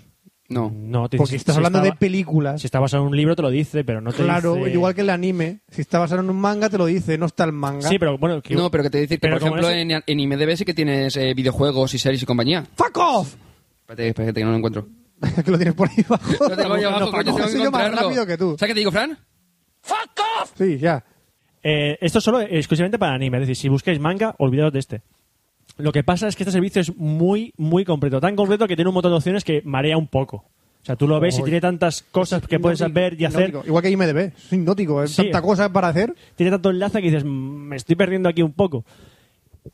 S6: No.
S4: No, te
S12: Porque
S4: dice-
S12: estás
S4: si
S12: hablando
S4: está-
S12: de películas.
S4: Si está basado en un libro te lo dice, pero no te
S12: Claro,
S4: dice-
S12: igual que el anime. Si está basado en un manga, te lo dice. No está el manga.
S4: Sí, pero bueno... que-
S6: No, pero que te decir que,
S4: Pero
S6: por
S4: como
S6: ejemplo,
S4: no sé-
S6: en, en IMDB sí que tienes eh, videojuegos y series y compañía.
S12: ¡Fuck off!
S6: Espérate, espérate, que no lo encuentro.
S12: que lo tienes por ahí abajo.
S6: Lo tengo ahí este abajo,
S12: No,
S6: coño, tengo que
S12: soy yo más
S6: encontrarlo.
S12: rápido que tú.
S6: ¿Sabes qué te digo, Fran?
S12: Sí, ya.
S4: Eh, esto solo es exclusivamente para anime. Es decir, si buscáis manga, olvidaos de este. Lo que pasa es que este servicio es muy, muy completo. Tan completo que tiene un montón de opciones que marea un poco. O sea, tú lo ves y
S12: Uy.
S4: tiene tantas
S12: Pues
S4: cosas que puedes
S12: Hipnótico,
S4: ver y hacer.
S12: hipnótico. Igual que IMDB. Es hipnótico. Es
S4: Sí.
S12: tanta cosa para hacer.
S4: Tiene tanto enlace que dices, "Mm, me estoy perdiendo aquí un poco.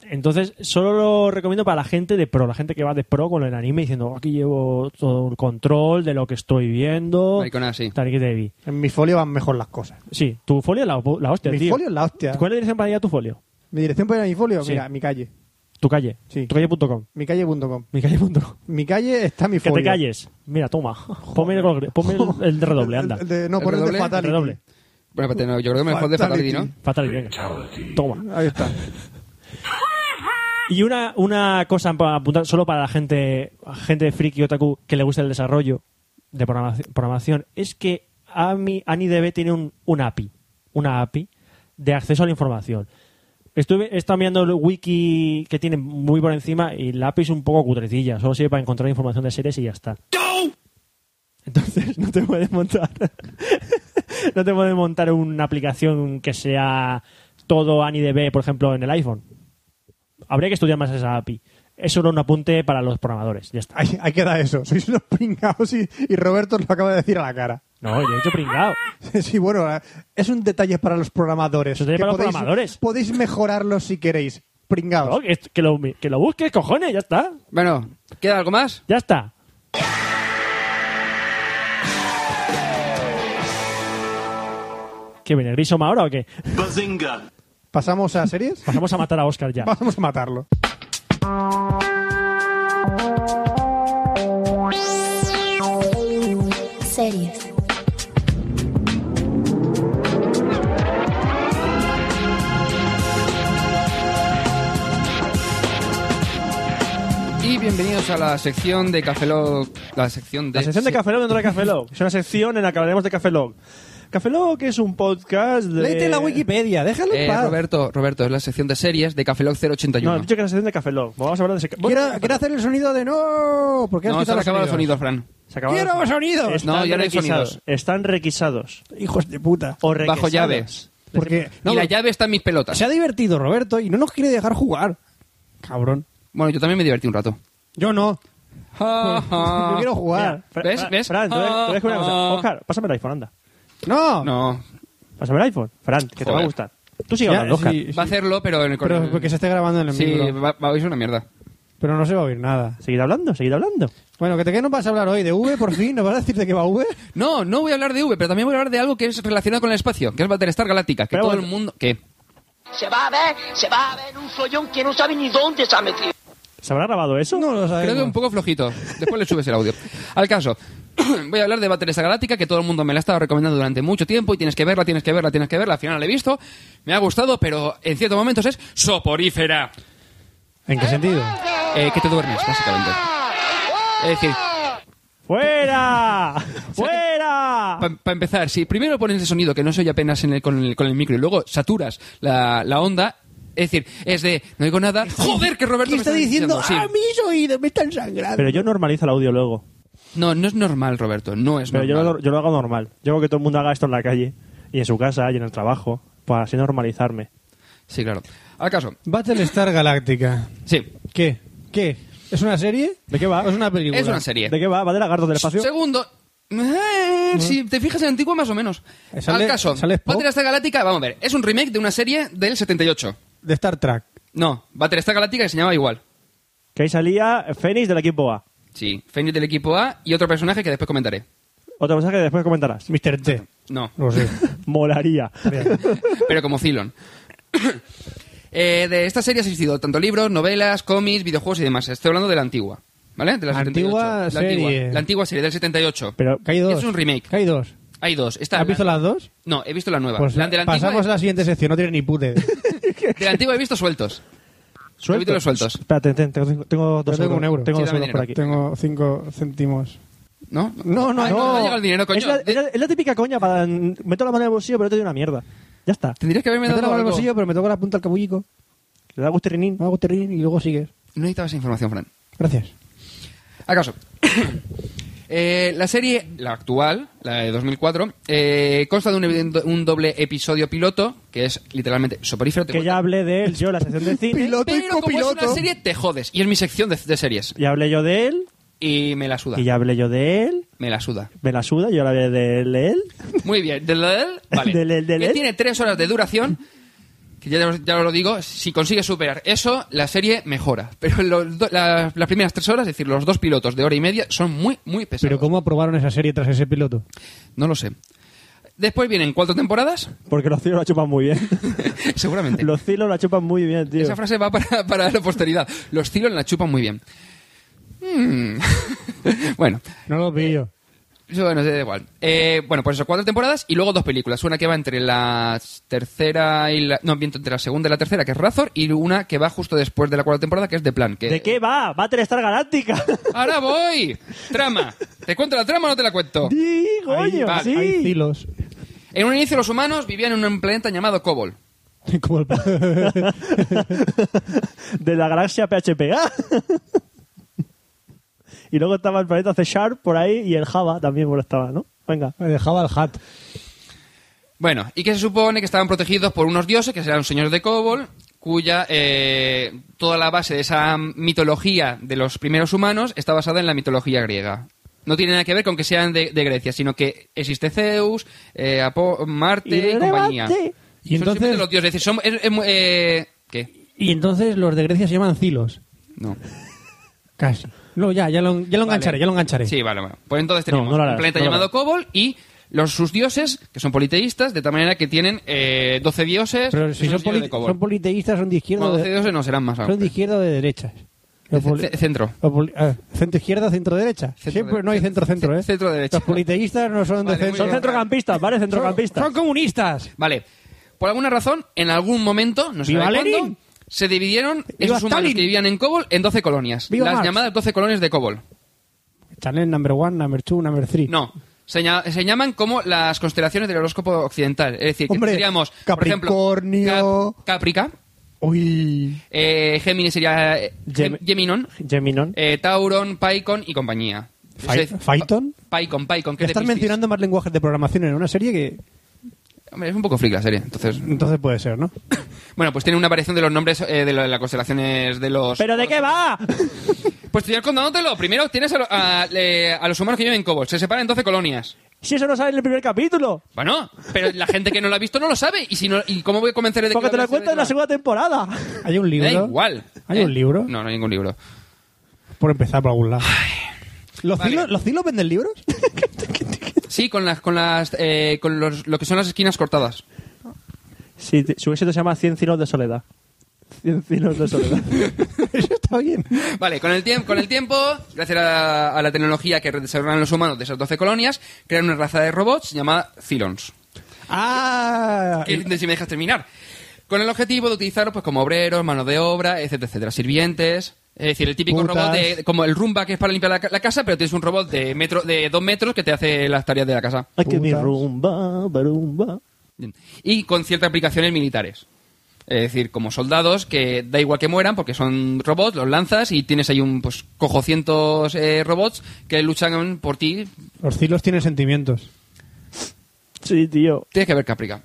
S4: Entonces, solo lo recomiendo para la gente de pro, la gente que va de pro con el anime diciendo, "Oh, aquí llevo todo el control de lo que estoy viendo.
S6: Maricona, Ah, sí.
S4: Tal que te vi.
S12: En mi folio van mejor las cosas.
S4: Sí, tu folio es la, la hostia,
S12: mi
S4: tío.
S12: folio es la hostia.
S4: ¿Cuál es la dirección para ir a tu folio?
S12: Mi dirección para ir a mi folio,
S4: Sí.
S12: mira, mi calle.
S4: Tu calle.
S12: Sí.
S4: Tu calle.com.
S12: Mi calle.com.
S4: Mi calle.com.
S12: Mi calle está mi
S4: Que
S12: folio.
S4: te calles. Mira, toma. Ponme el, ponme el- el de redoble, anda.
S12: El de- no, pon el de
S6: redoble?
S12: Fatality.
S4: Redoble.
S6: Bueno, espérate, no, yo creo que mejor de Fatality, ¿no?
S4: Fatality, venga. Toma.
S12: Ahí está.
S4: Y una, una cosa para apuntar solo para la gente, gente friki otaku que le gusta el desarrollo de programaci- programación, es que Ami- AniDB tiene un, un API, una API de acceso a la información. Estuve, he estado mirando el wiki que tiene muy por encima y la API es un poco cutrecilla, solo sirve para encontrar información de series y ya está. Entonces no te puedes montar. no te puedes montar una aplicación que sea todo AniDB, por ejemplo, en el iPhone. Habría que estudiar más esa API. Eso era un apunte para los programadores. Ya está.
S12: Ahí, ahí queda eso. Sois unos pringados y, y Roberto os lo acaba de decir a la cara.
S4: No, yo he hecho pringado.
S12: Sí, bueno, eh, es un detalle para los programadores.
S4: Es un detalle
S12: que
S4: para los
S12: podéis,
S4: programadores.
S12: Podéis mejorarlo si queréis. Pringados.
S4: No, que, que lo, que lo busques, cojones, ya está.
S6: Bueno, ¿queda algo más?
S4: Ya está. ¿Qué viene? ¿Grisoma ahora o qué?
S12: ¿Pasamos a series?
S4: Pasamos a matar a Oscar ya.
S12: Vamos a matarlo.
S11: Series.
S6: Y bienvenidos a la sección de Café Lock- La sección de.
S4: La sección de
S6: sí.
S4: Café Log dentro de Café Log. Es una sección en la que hablaremos de Café Log. Café Log es un podcast de...
S5: Léete la Wikipedia, déjalo en
S6: Eh,
S5: paz.
S6: Roberto, Roberto, es la sección de series de Café Lock 081.
S4: No, he dicho que es la sección de Café Log. Vamos a hablar de ese...
S5: Quiero, quiero hacer el sonido de no. Porque has
S6: No, se
S5: quitado
S6: han
S5: los
S6: acabado los
S5: sonidos.
S6: sonidos, Fran.
S4: Se acabaron
S5: ¡Quiero
S4: los-
S5: sonidos!
S4: Están
S6: No, ya no hay
S4: requisados.
S6: sonidos.
S4: Están requisados.
S5: Hijos de puta.
S4: O requisados.
S6: Bajo llaves.
S5: Porque
S6: y la llave está en mis pelotas.
S5: se ha divertido Roberto y no nos quiere dejar jugar. Cabrón.
S6: Bueno, yo también me divertí un rato.
S5: Yo no.
S6: Yo
S5: Yo quiero jugar.
S4: Fra-
S6: ¿Ves?
S4: Fra-
S6: ¿Ves?
S4: Fran, te voy a- te voy a decir una cosa.
S6: Ah.
S4: Oscar, pásame el iPhone, anda.
S5: No.
S6: No,
S4: Pásame el iPhone. Fran, que te va a
S6: Joder.
S4: gustar. Tú sigue
S5: Ya,
S4: hablando, Oscar.
S5: sí,
S6: va a hacerlo, pero en el
S5: Pero porque se esté grabando en el
S6: Sí,
S5: micro.
S6: va, va a oírse una mierda.
S5: Pero no se va a oír nada.
S4: Seguid hablando, seguid hablando.
S5: Bueno, que te qué nos vas a hablar hoy de V por fin, nos vas a decir de qué va V.
S6: No, no voy a hablar de V, pero también voy a hablar de algo que es relacionado con el espacio, que es Battlestar Galáctica, que
S4: Pero
S6: todo
S4: bueno.
S6: el mundo... ¿Qué?
S2: Se va a ver, se va a ver un sollón que no sabe ni dónde se ha metido.
S4: ¿Se habrá grabado eso?
S5: No lo
S6: Creo que
S5: sabemos.
S6: un poco flojito. Después le subes el audio. Al caso, voy a hablar de Battlestar Galáctica, que todo el mundo me la ha estado recomendando durante mucho tiempo y tienes que verla, tienes que verla, tienes que verla. Al final la he visto, me ha gustado, pero en ciertos momentos es soporífera.
S5: ¿En qué sentido?
S6: Eh, que te duermes, básicamente. Es decir,
S4: ¡Fuera! ¡Fuera!
S6: para empezar, si primero pones el sonido que no se oye apenas en el- con, el, con el micro y luego saturas la, la onda, es decir, es de no digo nada. ¡Joder, que Roberto
S5: ¿Qué
S6: me
S5: está diciendo?
S6: sí.
S5: ¡Ah, mis oídos me están sangrando!
S4: Pero yo normalizo el audio luego.
S6: No, no es normal, Roberto, no es
S4: Pero yo
S6: normal.
S4: lo, yo lo hago normal. Yo hago que todo el mundo haga esto en la calle y en su casa y en el trabajo para así normalizarme.
S6: Sí, claro. Al caso,
S5: Battlestar Galáctica.
S6: sí.
S5: ¿Qué? ¿Qué? ¿Es una serie? ¿De qué va? ¿Es una película?
S6: Es una serie.
S4: ¿De qué va? ¿Va de lagartos
S6: ¿Ah,
S4: del espacio?
S6: Segundo, eh, si te fijas en antiguo más o menos.
S5: Eh, Sale-
S6: Al caso,
S5: sale Spock.
S6: Battlestar Galáctica, vamos a ver, es un remake de una serie del 78.
S5: De Star Trek.
S6: No, Battlestar Galáctica que se llamaba igual.
S4: Que ahí salía Fénix del equipo A.
S6: Sí, Fenrir del equipo A y otro personaje que después comentaré.
S4: Otro mensaje que después comentarás.
S5: Mr. T.
S6: No,
S5: Lo sé.
S4: Molaría.
S6: pero como Cylon. Eh, de esta serie ha existido tanto libros, novelas, cómics, videojuegos y demás. Estoy hablando de la antigua, ¿vale? De la
S5: Antigua
S6: 78. La antigua-
S5: serie.
S6: la antigua serie del 78.
S4: Pero
S5: Que hay dos.
S6: Es un remake.
S5: Que hay dos.
S6: Hay dos. Está
S5: ¿Has
S6: la-
S5: visto las dos?
S6: No, he visto la nueva.
S5: Pues
S6: la, de la antigua-
S5: pasamos a la siguiente sección, no tiene ni puta idea.
S6: de la antigua he visto sueltos. Capítulos sueltos.
S4: Espérate, ten- tengo, tengo, dos
S5: Yo tengo
S4: euros.
S5: un euro.
S4: Tengo
S6: Sí,
S4: dos
S6: dame
S4: euros por
S6: dinero.
S4: aquí.
S12: Tengo cinco céntimos.
S6: ¿No?
S5: No, no,
S6: Ay,
S5: no.
S6: No ha llegado el dinero, coño.
S4: Es la,
S6: De-
S4: es la- es la típica coña para... Meto la mano en el bolsillo pero te doy una mierda. Ya está.
S6: Tendrías que haberme
S5: Me toco
S6: dado
S5: la mano al
S6: algo.
S5: bolsillo, pero me toco la punta al cabullico.
S4: Le da gusto y rinín.
S5: Me hago terrín y luego sigues.
S6: No necesitaba esa información, Fran.
S5: Gracias.
S6: ¿Acaso? Eh, la serie, la actual, la de 2004, eh, consta de un, eviden- un doble episodio piloto, que es literalmente soporífero. te
S4: Que ya
S6: cuento.
S4: hablé de él yo en la sección de cine.
S12: Piloto y
S6: Pero como es una
S12: copiloto.
S6: serie, te jodes. Y es mi sección de, de series.
S4: Ya hablé yo de él.
S6: Y me la suda.
S4: Y ya hablé yo de él.
S6: Me la suda.
S4: Me la suda. Yo hablé de él. de él.
S6: Muy bien. Del- del- Vale.
S4: Del- del- del-
S6: Que tiene tres horas de duración. Que ya, os- ya os lo digo, si consigue superar eso, la serie mejora. Pero los do- la- las primeras tres horas, es decir, los dos pilotos de hora y media, son muy, muy pesados.
S5: Pero ¿cómo aprobaron esa serie tras ese piloto?
S6: No lo sé. Después vienen cuatro temporadas,
S4: Porque los cielos la chupan muy bien.
S6: seguramente.
S4: los cielos la chupan muy bien, tío.
S6: Esa frase va para, para la posteridad. Los tiros la chupan muy bien. Mm, Mm. bueno,
S13: No lo pillo.
S6: Sí, Bueno, da igual. Eh, bueno, pues eso, cuatro temporadas y luego dos películas. Una que va entre la tercera y la... No, miento, entre la segunda y la tercera, que es Razor, y una que va justo después de la cuarta temporada, que es The Plan. Que...
S4: ¿De qué va? Battlestar Galáctica.
S6: ¡Ahora voy! Trama. ¿Te cuento la trama o no te la cuento?
S4: Sí, coño,
S6: Vale.
S4: sí.
S13: Hay hilos.
S6: En un inicio los humanos vivían en un planeta llamado Cobol.
S13: Como el...
S4: de la galaxia PHP. ¡Ah! y luego estaba el planeta C Sharp por ahí y el Java también por estaba, ¿no? Venga.
S13: El Java el hat.
S6: Bueno, y que se supone que estaban protegidos por unos dioses, que serán los señores de Cobol, cuya eh, toda la base de esa mitología de los primeros humanos está basada en la mitología griega. No tiene nada que ver con que sean de, de Grecia, sino que existe Zeus, eh, Apo- Marte y compañía.
S13: Y
S6: Son simplemente
S13: entonces,
S6: los dioses. Es decir, son- es- es mu- eh, ¿Qué?
S5: Y entonces los de Grecia se llaman cilos.
S6: No.
S5: Casi. No, ya, ya lo, ya lo
S6: Vale.
S5: engancharé, ya lo engancharé.
S6: Sí, vale, bueno. Pues entonces
S5: No,
S6: tenemos
S5: no lo harás,
S6: un planeta
S5: no lo
S6: llamado Cobol y los sus dioses, que son politeístas, de tal manera que tienen eh, 12 dioses.
S5: Pero
S6: que
S5: si son,
S6: los dioses
S5: poli-
S6: de Cobol.
S5: son politeístas, son de izquierda.
S6: Bueno,
S5: o
S6: 12
S5: de,
S6: dioses no serán más.
S5: son de izquierda o de derechas. Los poli-
S6: C- centro.
S5: los poli- ah, centro izquierda, centro derecha. Siempre no hay centro centro, ¿eh?
S6: Centro derecha.
S5: Los politeístas no son
S6: Vale, muy
S5: de centro.
S6: bien. Son
S4: Centrocampistas, ¿vale? Centrocampistas.
S5: Son comunistas.
S6: Vale. Por alguna razón, en algún momento, no sé
S5: ¡Viva Lenin!
S6: cuándo, se dividieron
S5: ¡Viva
S6: esos humanos
S5: Stalin!
S6: que vivían en Cobol en 12 colonias.
S5: ¡Viva
S6: las
S5: Marx!
S6: llamadas 12 colonias de Cobol.
S5: Channel number one, number two, number three.
S6: No. Se, ña- se llaman como las constelaciones del horóscopo occidental. Es decir,
S12: Hombre,
S6: que tendríamos, por ejemplo,
S12: Capricornio.
S6: Cap- Caprica,
S12: Uy.
S6: eh, Géminis sería eh,
S4: Gem-
S6: Gem- Geminon,
S4: Geminon.
S6: eh, Tauron, Pycon y compañía. Es decir,
S5: Python.
S6: Pycon, Pycon, que es de
S5: Estás
S6: Piscis.
S5: mencionando más lenguajes de programación en una serie que
S6: Hombre, es un poco freak la serie, entonces...
S5: entonces puede ser, ¿no?
S6: Bueno, pues tiene una variación de los nombres eh, de la- las constelaciones de los...
S4: ¿Pero de qué va?
S6: Pues estoy contándotelo. Primero tienes a, lo- a- le- a los humanos que viven en Cobol. Se separan en 12 colonias.
S4: Si eso no sale en el primer capítulo.
S6: Bueno, pero la gente que no lo ha visto no lo sabe. ¿Y, si no, y cómo voy a convencer de que
S4: Porque te lo
S6: hablas de
S4: cuento en la
S6: verdad?
S4: segunda temporada.
S5: Hay un libro.
S6: Me Da igual.
S5: Eh, Hay un libro.
S6: No, no hay ningún libro.
S5: Por empezar por algún lado.
S12: ¿Los,
S6: Vale.
S12: cilos, ¿Los cilos venden libros?
S6: Sí, con las, con las, eh, con los- lo que son las esquinas cortadas.
S4: Sí, te- su éxito se llama Cien Cilos de Soledad. Cien Cilos de Soledad.
S5: Eso está bien.
S6: Vale, con el, tiempo, con el tiempo, gracias a, a la tecnología que desarrollaron los humanos de esas 12 colonias, crearon una raza de robots llamada Cylons.
S5: Ah,
S6: Que- si me dejas terminar. Con el objetivo de utilizarlos pues, como obreros, mano de obra, etcétera, etcétera, sirvientes. Es decir, el típico
S5: Putas.
S6: robot de, como el rumba que es para limpiar la, ca- la casa, pero tienes un robot de metro, de dos metros que te hace las tareas de la casa.
S4: Ay, que mi
S5: Putas.
S4: rumba, barumba.
S6: Bien. Y con ciertas aplicaciones militares. Es decir, como soldados que da igual que mueran porque son robots, los lanzas y tienes ahí un pues cojocientos eh, robots que luchan por ti.
S5: los cilos tienen sentimientos.
S4: Sí, tío.
S6: Tienes que ver Caprica.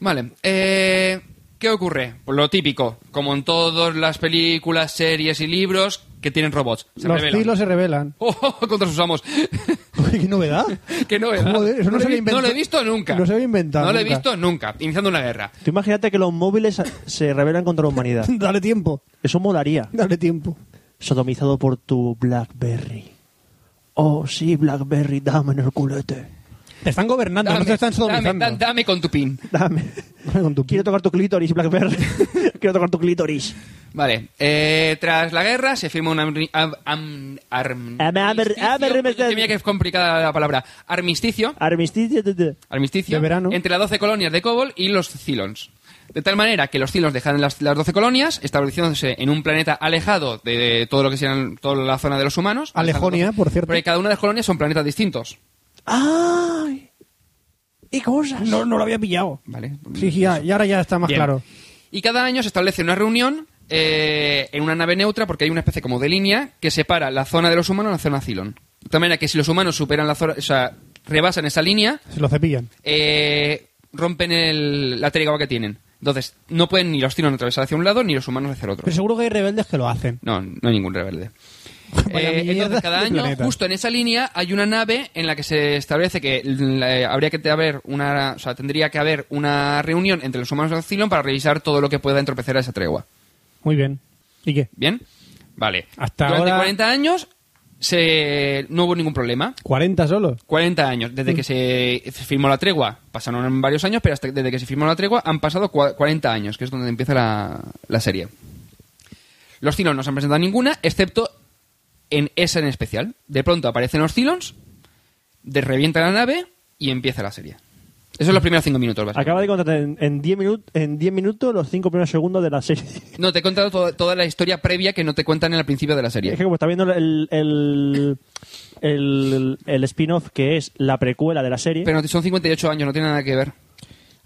S6: Vale. eh, ¿Qué ocurre? Pues lo típico, como en todas las películas, series y libros que tienen robots. Se
S5: los
S6: rebelan.
S5: cilos se revelan.
S6: Oh, contra sus amos.
S12: Uy, ¡Qué novedad!
S6: que no, era.
S5: Joder, eso no
S6: lo
S5: se
S6: he
S5: lo
S6: vi-
S5: inventó-
S6: no lo he visto nunca.
S5: no se lo he inventado
S6: No lo he
S5: nunca.
S6: visto nunca. Iniciando una guerra.
S4: Tú imagínate que los móviles se rebelan contra la humanidad.
S5: Dale tiempo,
S4: Eso molaría.
S5: dale tiempo.
S4: Sodomizado por tu Blackberry. Oh, sí, Blackberry, dame en el culete.
S5: Te están gobernando, no te están sodomizando.
S6: dame, dame con tu pin.
S4: Dame.
S5: Con tu-
S4: Quiero tocar tu clítoris, Blackberry. Quiero tocar tu clítoris.
S6: Vale, eh, tras la guerra se firma un amni- am- am-
S4: Am- am- am-
S6: armisticio. Mira que es complicada la palabra. Armisticio.
S4: Armisticio. de- de-
S6: Armisticio.
S5: De verano.
S6: Entre las 12 colonias de Cobol y los Cylons. De tal manera que los Cylons dejan las, las 12 colonias, estableciéndose en un planeta alejado de, de todo lo que sean toda la zona de los humanos.
S5: Alejonia, por cierto.
S6: Porque cada una de las colonias son planetas distintos.
S5: ¡Ay! ¡Y cosas! No, no lo había pillado.
S6: Vale.
S5: Sí, sí, ya- y ahora ya está más
S6: Bien.
S5: claro.
S6: Y cada año se establece una reunión eh, en una nave neutra porque hay una especie como de línea que separa la zona de los humanos de la zona Cylon. De tal manera que si los humanos superan la zona, o sea, rebasan esa línea,
S5: Se lo cepillan.
S6: eh, rompen el, la tregua que tienen. Entonces, no pueden ni los Cylon atravesar hacia un lado ni los humanos hacia el otro.
S5: Pero seguro que hay rebeldes que lo hacen.
S6: No, no hay ningún rebelde.
S5: Vaya
S6: Eh,
S5: mierda
S6: entonces, cada
S5: de
S6: año,
S5: planeta.
S6: justo en esa línea, hay una nave en la que se establece que eh, habría que haber una, o sea, tendría que haber una reunión entre los humanos y los Cylon para revisar todo lo que pueda entorpecer a esa tregua.
S5: Muy bien. ¿Y qué?
S6: ¿Bien? Vale.
S5: Hasta
S6: Durante
S5: ahora-
S6: 40 años se... no hubo ningún problema.
S5: 40 solo.
S6: 40 años. Desde que se
S5: Mm.
S6: firmó la tregua, pasaron varios años, pero hasta- desde que se firmó la tregua han pasado cua- 40 años, que es donde empieza la, la serie. Los Cylons no se han presentado ninguna, excepto en esa en especial. De pronto aparecen los Cylons, de revienta la nave y empieza la serie. Esos son los primeros cinco minutos, básicamente.
S4: Acaba de contar en en 10 minut- en 10 minutos los 5 primeros segundos de la serie.
S6: No, te he contado to- toda la historia previa que no te cuentan en el principio de la serie.
S4: Es que como está viendo el, el, el, el spin-off que es la precuela de la serie.
S6: Pero no, son 58 años, no tiene nada que ver.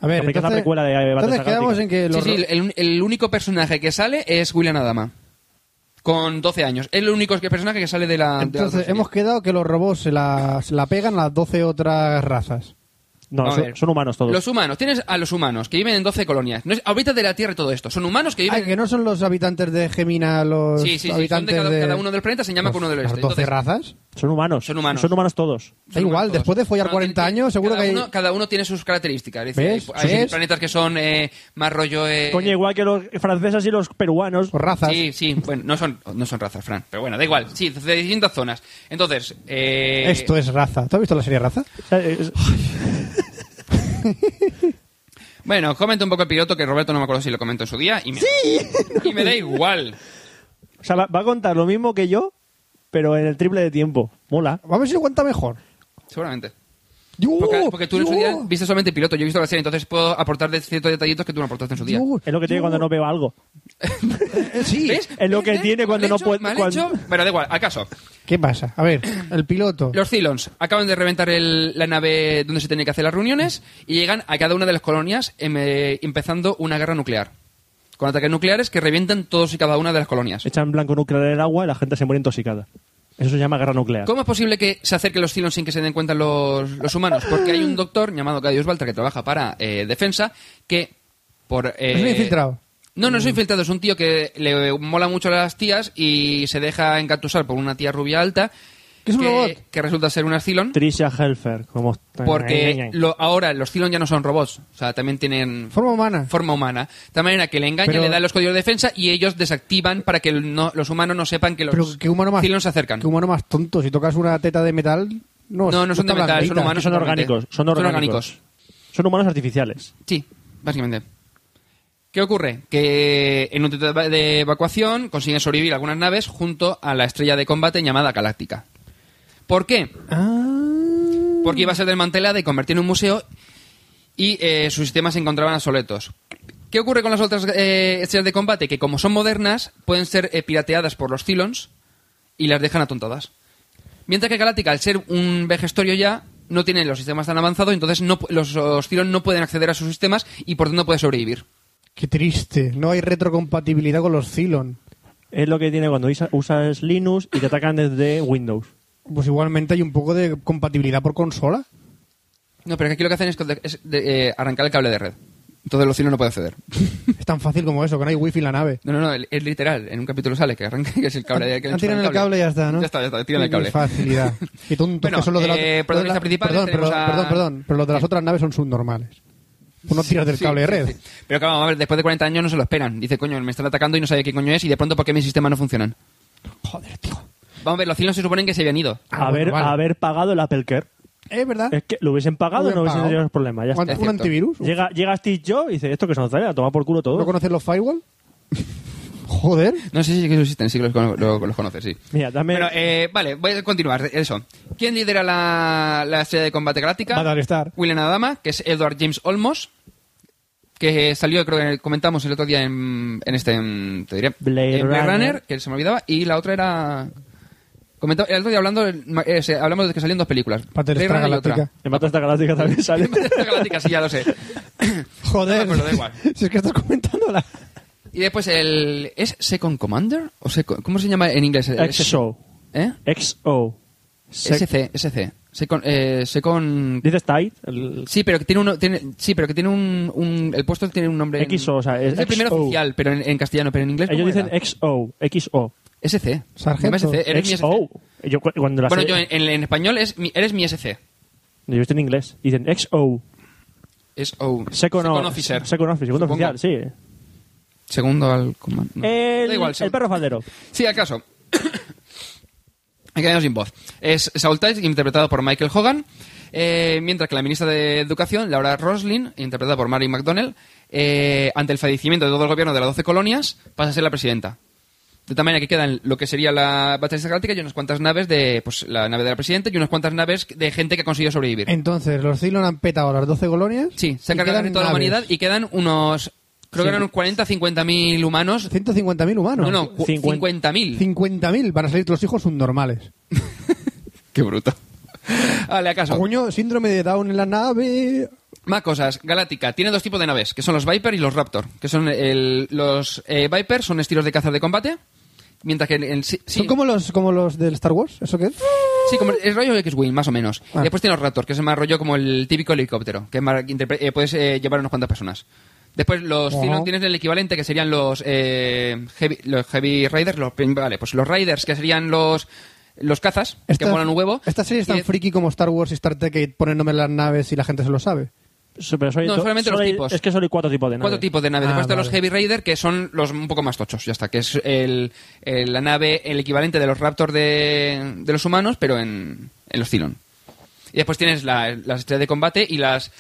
S4: A ver, es la
S6: entonces-
S4: precuela de eh, Battlestar
S6: entonces quedamos
S4: Galactica.
S6: en Sí, sí, el, el único personaje que sale es William Adama. Con 12 años. Es el único que- personaje que sale de la. de la otra
S12: Entonces,
S6: serie.
S12: hemos quedado que los robots se la, se la pegan a las 12 otras razas.
S4: No,
S6: A
S4: son,
S6: ver.
S4: son humanos todos.
S6: Los humanos, tienes a los humanos que viven en 12 colonias. No es, ahorita de la Tierra y todo esto. Son humanos que viven.
S12: Ah, que no son los habitantes de Gemina, los
S6: sí, sí, sí. Son de
S12: habitantes
S6: cada,
S12: de...
S6: cada uno del planeta se llama con uno del
S12: ¿Las
S6: oeste.
S12: 12
S6: Entonces,
S12: razas?
S4: Son humanos.
S6: Son humanos.
S4: Son humanos todos.
S12: Da igual, después de follar 40 años, seguro
S6: cada,
S12: que hay...
S6: uno, cada uno tiene sus características. Es
S12: ¿Ves?
S6: decir, Hay, hay
S12: ¿Ves?
S6: planetas que son eh, más rollo. eh,
S4: Coño, igual que los franceses y los peruanos.
S12: razas.
S6: Sí, sí, bueno, no son, no son razas, Fran. Pero bueno, da igual. Sí, de distintas zonas. Entonces. eh,
S12: Esto es raza. ¿Tú has visto la serie Raza?
S6: Bueno, comenta un poco el piloto que Roberto no me acuerdo si lo comentó en su día. Y me, y me da igual.
S4: O sea, va, va a contar lo mismo que yo, pero en el triple de tiempo. Mola.
S12: Vamos a ver si lo cuenta mejor.
S6: Seguramente. Porque, porque tú en su día viste solamente el piloto, yo he visto la serie, entonces puedo aportar de ciertos detallitos que tú no aportaste en su día.
S4: Es lo que tiene cuando no veo algo.
S12: sí.
S4: eh, Es lo que tiene cuando no puedo.
S6: ¿Mal
S4: cuando-
S6: hecho? Bueno, da igual, al caso.
S12: ¿Qué pasa? A ver, el piloto.
S6: Los Cylons acaban de reventar el- la nave donde se tienen que hacer las reuniones y llegan a cada una de las colonias em, eh, empezando una guerra nuclear. Con ataques nucleares que revientan todos y cada una de las colonias.
S4: Echan blanco nuclear en el agua y la gente se muere intoxicada. Eso se llama guerra nuclear.
S6: ¿Cómo es posible que se acerquen los Cylons sin que se den cuenta los, los humanos? Porque hay un doctor llamado Cadius Balta que trabaja para eh, defensa que por... eh,
S12: Es un infiltrado.
S6: No, no es un infiltrado, es un tío que le mola mucho a las tías y se deja encantusar por una tía rubia alta.
S12: es un
S6: que,
S12: robot?
S6: que resulta ser un Cylon.
S4: Trisha Helfer. Como...
S6: Porque lo- ahora los Cylon ya no son robots, o sea, también tienen
S12: Forma humana.
S6: forma humana. De tal manera que le engaña,
S12: Pero-
S6: le da los códigos de defensa y ellos desactivan para que el- no- los humanos no sepan que los
S12: Pero qué humano más...
S6: Cylons se acercan.
S12: Qué humano más tonto. Si tocas una teta de metal... No,
S6: No, no son
S12: está
S6: de metal, son
S12: blandita.
S6: humanos.
S4: Son
S6: totalmente.
S4: orgánicos. Son
S6: Son
S4: orgánicos.
S6: orgánicos.
S4: Son humanos artificiales.
S6: Sí, básicamente. ¿Qué ocurre? Que en un intento de eva- de evacuación consiguen sobrevivir algunas naves junto a la estrella de combate llamada Galáctica. ¿Por qué? Porque iba a ser desmantelada y convertida en un museo y eh, sus sistemas se encontraban obsoletos. ¿Qué ocurre con las otras eh, estrellas de combate? Que como son modernas, pueden ser eh, pirateadas por los Cylons y las dejan atontadas. Mientras que Galáctica, al ser un vejestorio ya, no tiene los sistemas tan avanzados, entonces no, pu- los, los Cylons no pueden acceder a sus sistemas y por tanto puede sobrevivir.
S12: Qué triste. No hay retrocompatibilidad con los Cylon.
S4: Es lo que tiene cuando isa- usas Linux y te atacan desde Windows.
S12: Pues igualmente hay un poco de compatibilidad por consola.
S6: No, pero es que aquí lo que hacen es, que- es de- eh, arrancar el cable de red. Entonces los Cylons no pueden acceder.
S12: Es tan fácil como eso, que no hay wifi en la nave.
S6: No, no, no, es literal. En un capítulo sale que arranca que es el cable. que le
S12: Ah, tiran
S6: enchufan
S12: el cable y ya está, ¿no?
S6: Ya está, ya está, tiran el
S12: Qué
S6: cable.
S12: facilidad. Qué tontos
S6: Bueno,
S12: que son los de la
S6: eh,
S12: los de
S6: protagonista
S12: la-
S6: principal
S12: Perdón,
S6: tenemos
S12: perdón,
S6: a-
S12: perdón, perdón, pero los de las otras naves son subnormales. Uno tiras del
S6: Sí,
S12: cable de
S6: sí,
S12: red.
S6: sí. Pero claro, vamos a ver, después de 40 años no se lo esperan. Dice, coño, me están atacando y no sabe qué coño es y de pronto por qué mis sistemas no funcionan.
S12: Joder, tío.
S6: Vamos a ver, los Cylons se suponen que se habían ido.
S12: Ah,
S4: haber,
S6: bueno, vale.
S4: haber pagado el Apple Care.
S12: Es verdad.
S4: Es que lo hubiesen pagado
S12: Lo
S4: y
S12: hubieran
S4: no hubiesen
S12: pagado.
S4: tenido los problemas. Ya
S12: ¿Un
S4: está.
S12: Es cierto. antivirus?
S4: Llega, llega Steve Jobs y dice: Esto que se nos trae, a tomar por culo todo.
S12: ¿No conoces los firewall? Joder.
S6: No sé si que existen, sí que los, cono- lo- los conoces, sí.
S4: Mira, dame.
S6: Bueno, eh, vale, voy a continuar. Eso. ¿Quién lidera la, la estrella de combate galáctica?
S12: Battlestar.
S6: William Adama, que es Edward James Olmos, que salió, creo que en el- comentamos el otro día en, en este, en- te diré,
S4: Blade
S6: en Blade
S4: Runner.
S6: que se me olvidaba, y la otra era... Comentaba, el otro día hablando, eh, se- hablamos de que salían dos películas.
S12: Battlestar
S6: Blade Runner y
S12: Galáctica.
S6: otra.
S4: En Battlestar Galáctica también sale.
S6: Battlestar Galáctica, sí, ya lo sé.
S12: Joder.
S6: No me acuerdo, da igual.
S12: si es que estás comentando la...
S6: Y después el... ¿Es Second Commander? ¿O Second- ¿Cómo se llama en inglés? El-
S4: XO.
S6: ¿Eh?
S4: XO. Sec-
S6: SC, SC. Second, eh, Second-
S4: ¿Dices Tide? El-
S6: Sí, pero que tiene uno, tiene, sí, pero que tiene un, un- el puesto tiene un nombre. en-
S4: XO, o sea, es
S6: el primero
S4: XO.
S6: oficial, pero en, en castellano, pero en inglés.
S4: Ellos
S6: ¿cómo
S4: dicen
S6: era?
S4: XO. XO.
S6: SC.
S12: Sargento.
S6: Llama SC, eres mi SC.
S4: XO. Yo, cu- cuando la
S6: Bueno,
S4: sé-
S6: yo en, en- en español es mi- eres mi SC.
S4: yo estoy en inglés. Dicen XO.
S6: Es O.
S4: Second, o-
S6: officer.
S4: Second officer. Segundo
S6: Supongo.
S4: oficial, sí.
S6: Segundo al comando. no.
S4: El,
S6: Da igual,
S4: el
S6: segundo.
S4: perro faldero.
S6: Sí, acaso. Hay que quedarnos sin voz. Es Saul Tides, interpretado por Michael Hogan, eh, mientras que la ministra de Educación, Laura Roslin, interpretada por Mary McDonnell, eh, ante el fallecimiento de todo el gobierno de las 12 colonias, pasa a ser la presidenta. De tal manera que quedan lo que sería la Batalla Galáctica y unas cuantas naves de pues, la nave de la presidenta y unas cuantas naves de gente que ha conseguido sobrevivir.
S5: Entonces, los Cylon han petado las 12 colonias.
S6: Sí, se han
S5: y
S6: cargado de
S5: quedan
S6: toda
S5: naves.
S6: la humanidad y quedan unos. Creo que eran unos 40, 50 mil humanos.
S5: 150.000 humanos.
S6: No, no, cu- 50.000.
S5: 50.000 van a salir los hijos subnormales.
S6: Qué bruto. Vale, acaso.
S5: Coño, síndrome de Down en la nave.
S6: Más cosas. Galáctica tiene dos tipos de naves, que son los Viper y los Raptor. Que son el- los eh, Viper son estilos de caza de combate, mientras que en, en sí, sí,
S5: Son como los, como los del Star Wars, ¿eso qué es?
S6: sí, como el rollo X-wing más o menos.
S5: Ah.
S6: Y después tiene los Raptor, que es más rollo como el típico helicóptero, que es más que interpre- eh, puedes eh, llevar a unas cuantas personas. Después los
S5: Ajá.
S6: Cylon tienes el equivalente que serían los eh, heavy, los heavy Riders, los prim- vale, pues los Riders que serían los los cazas
S5: Estas-
S4: Este-
S6: que molan un huevo.
S5: Esta serie es tan
S6: Y-
S5: friki como Star Wars y Star Trek que ponen nombre a las naves y la gente se lo sabe.
S4: So- pero solo hay
S6: No,
S4: do-
S6: solamente
S4: solo
S6: los
S4: hay-
S6: tipos.
S4: Es que solo hay cuatro tipos de naves.
S6: Cuatro tipos de naves.
S4: Ah,
S6: Después están los
S4: vale.
S6: Heavy Raider, que son los un poco más tochos, ya está. Que es el, el- la nave, el equivalente de los Raptors de, de los humanos, pero en, en los Cylon. Y después tienes la- las estrellas de combate y las.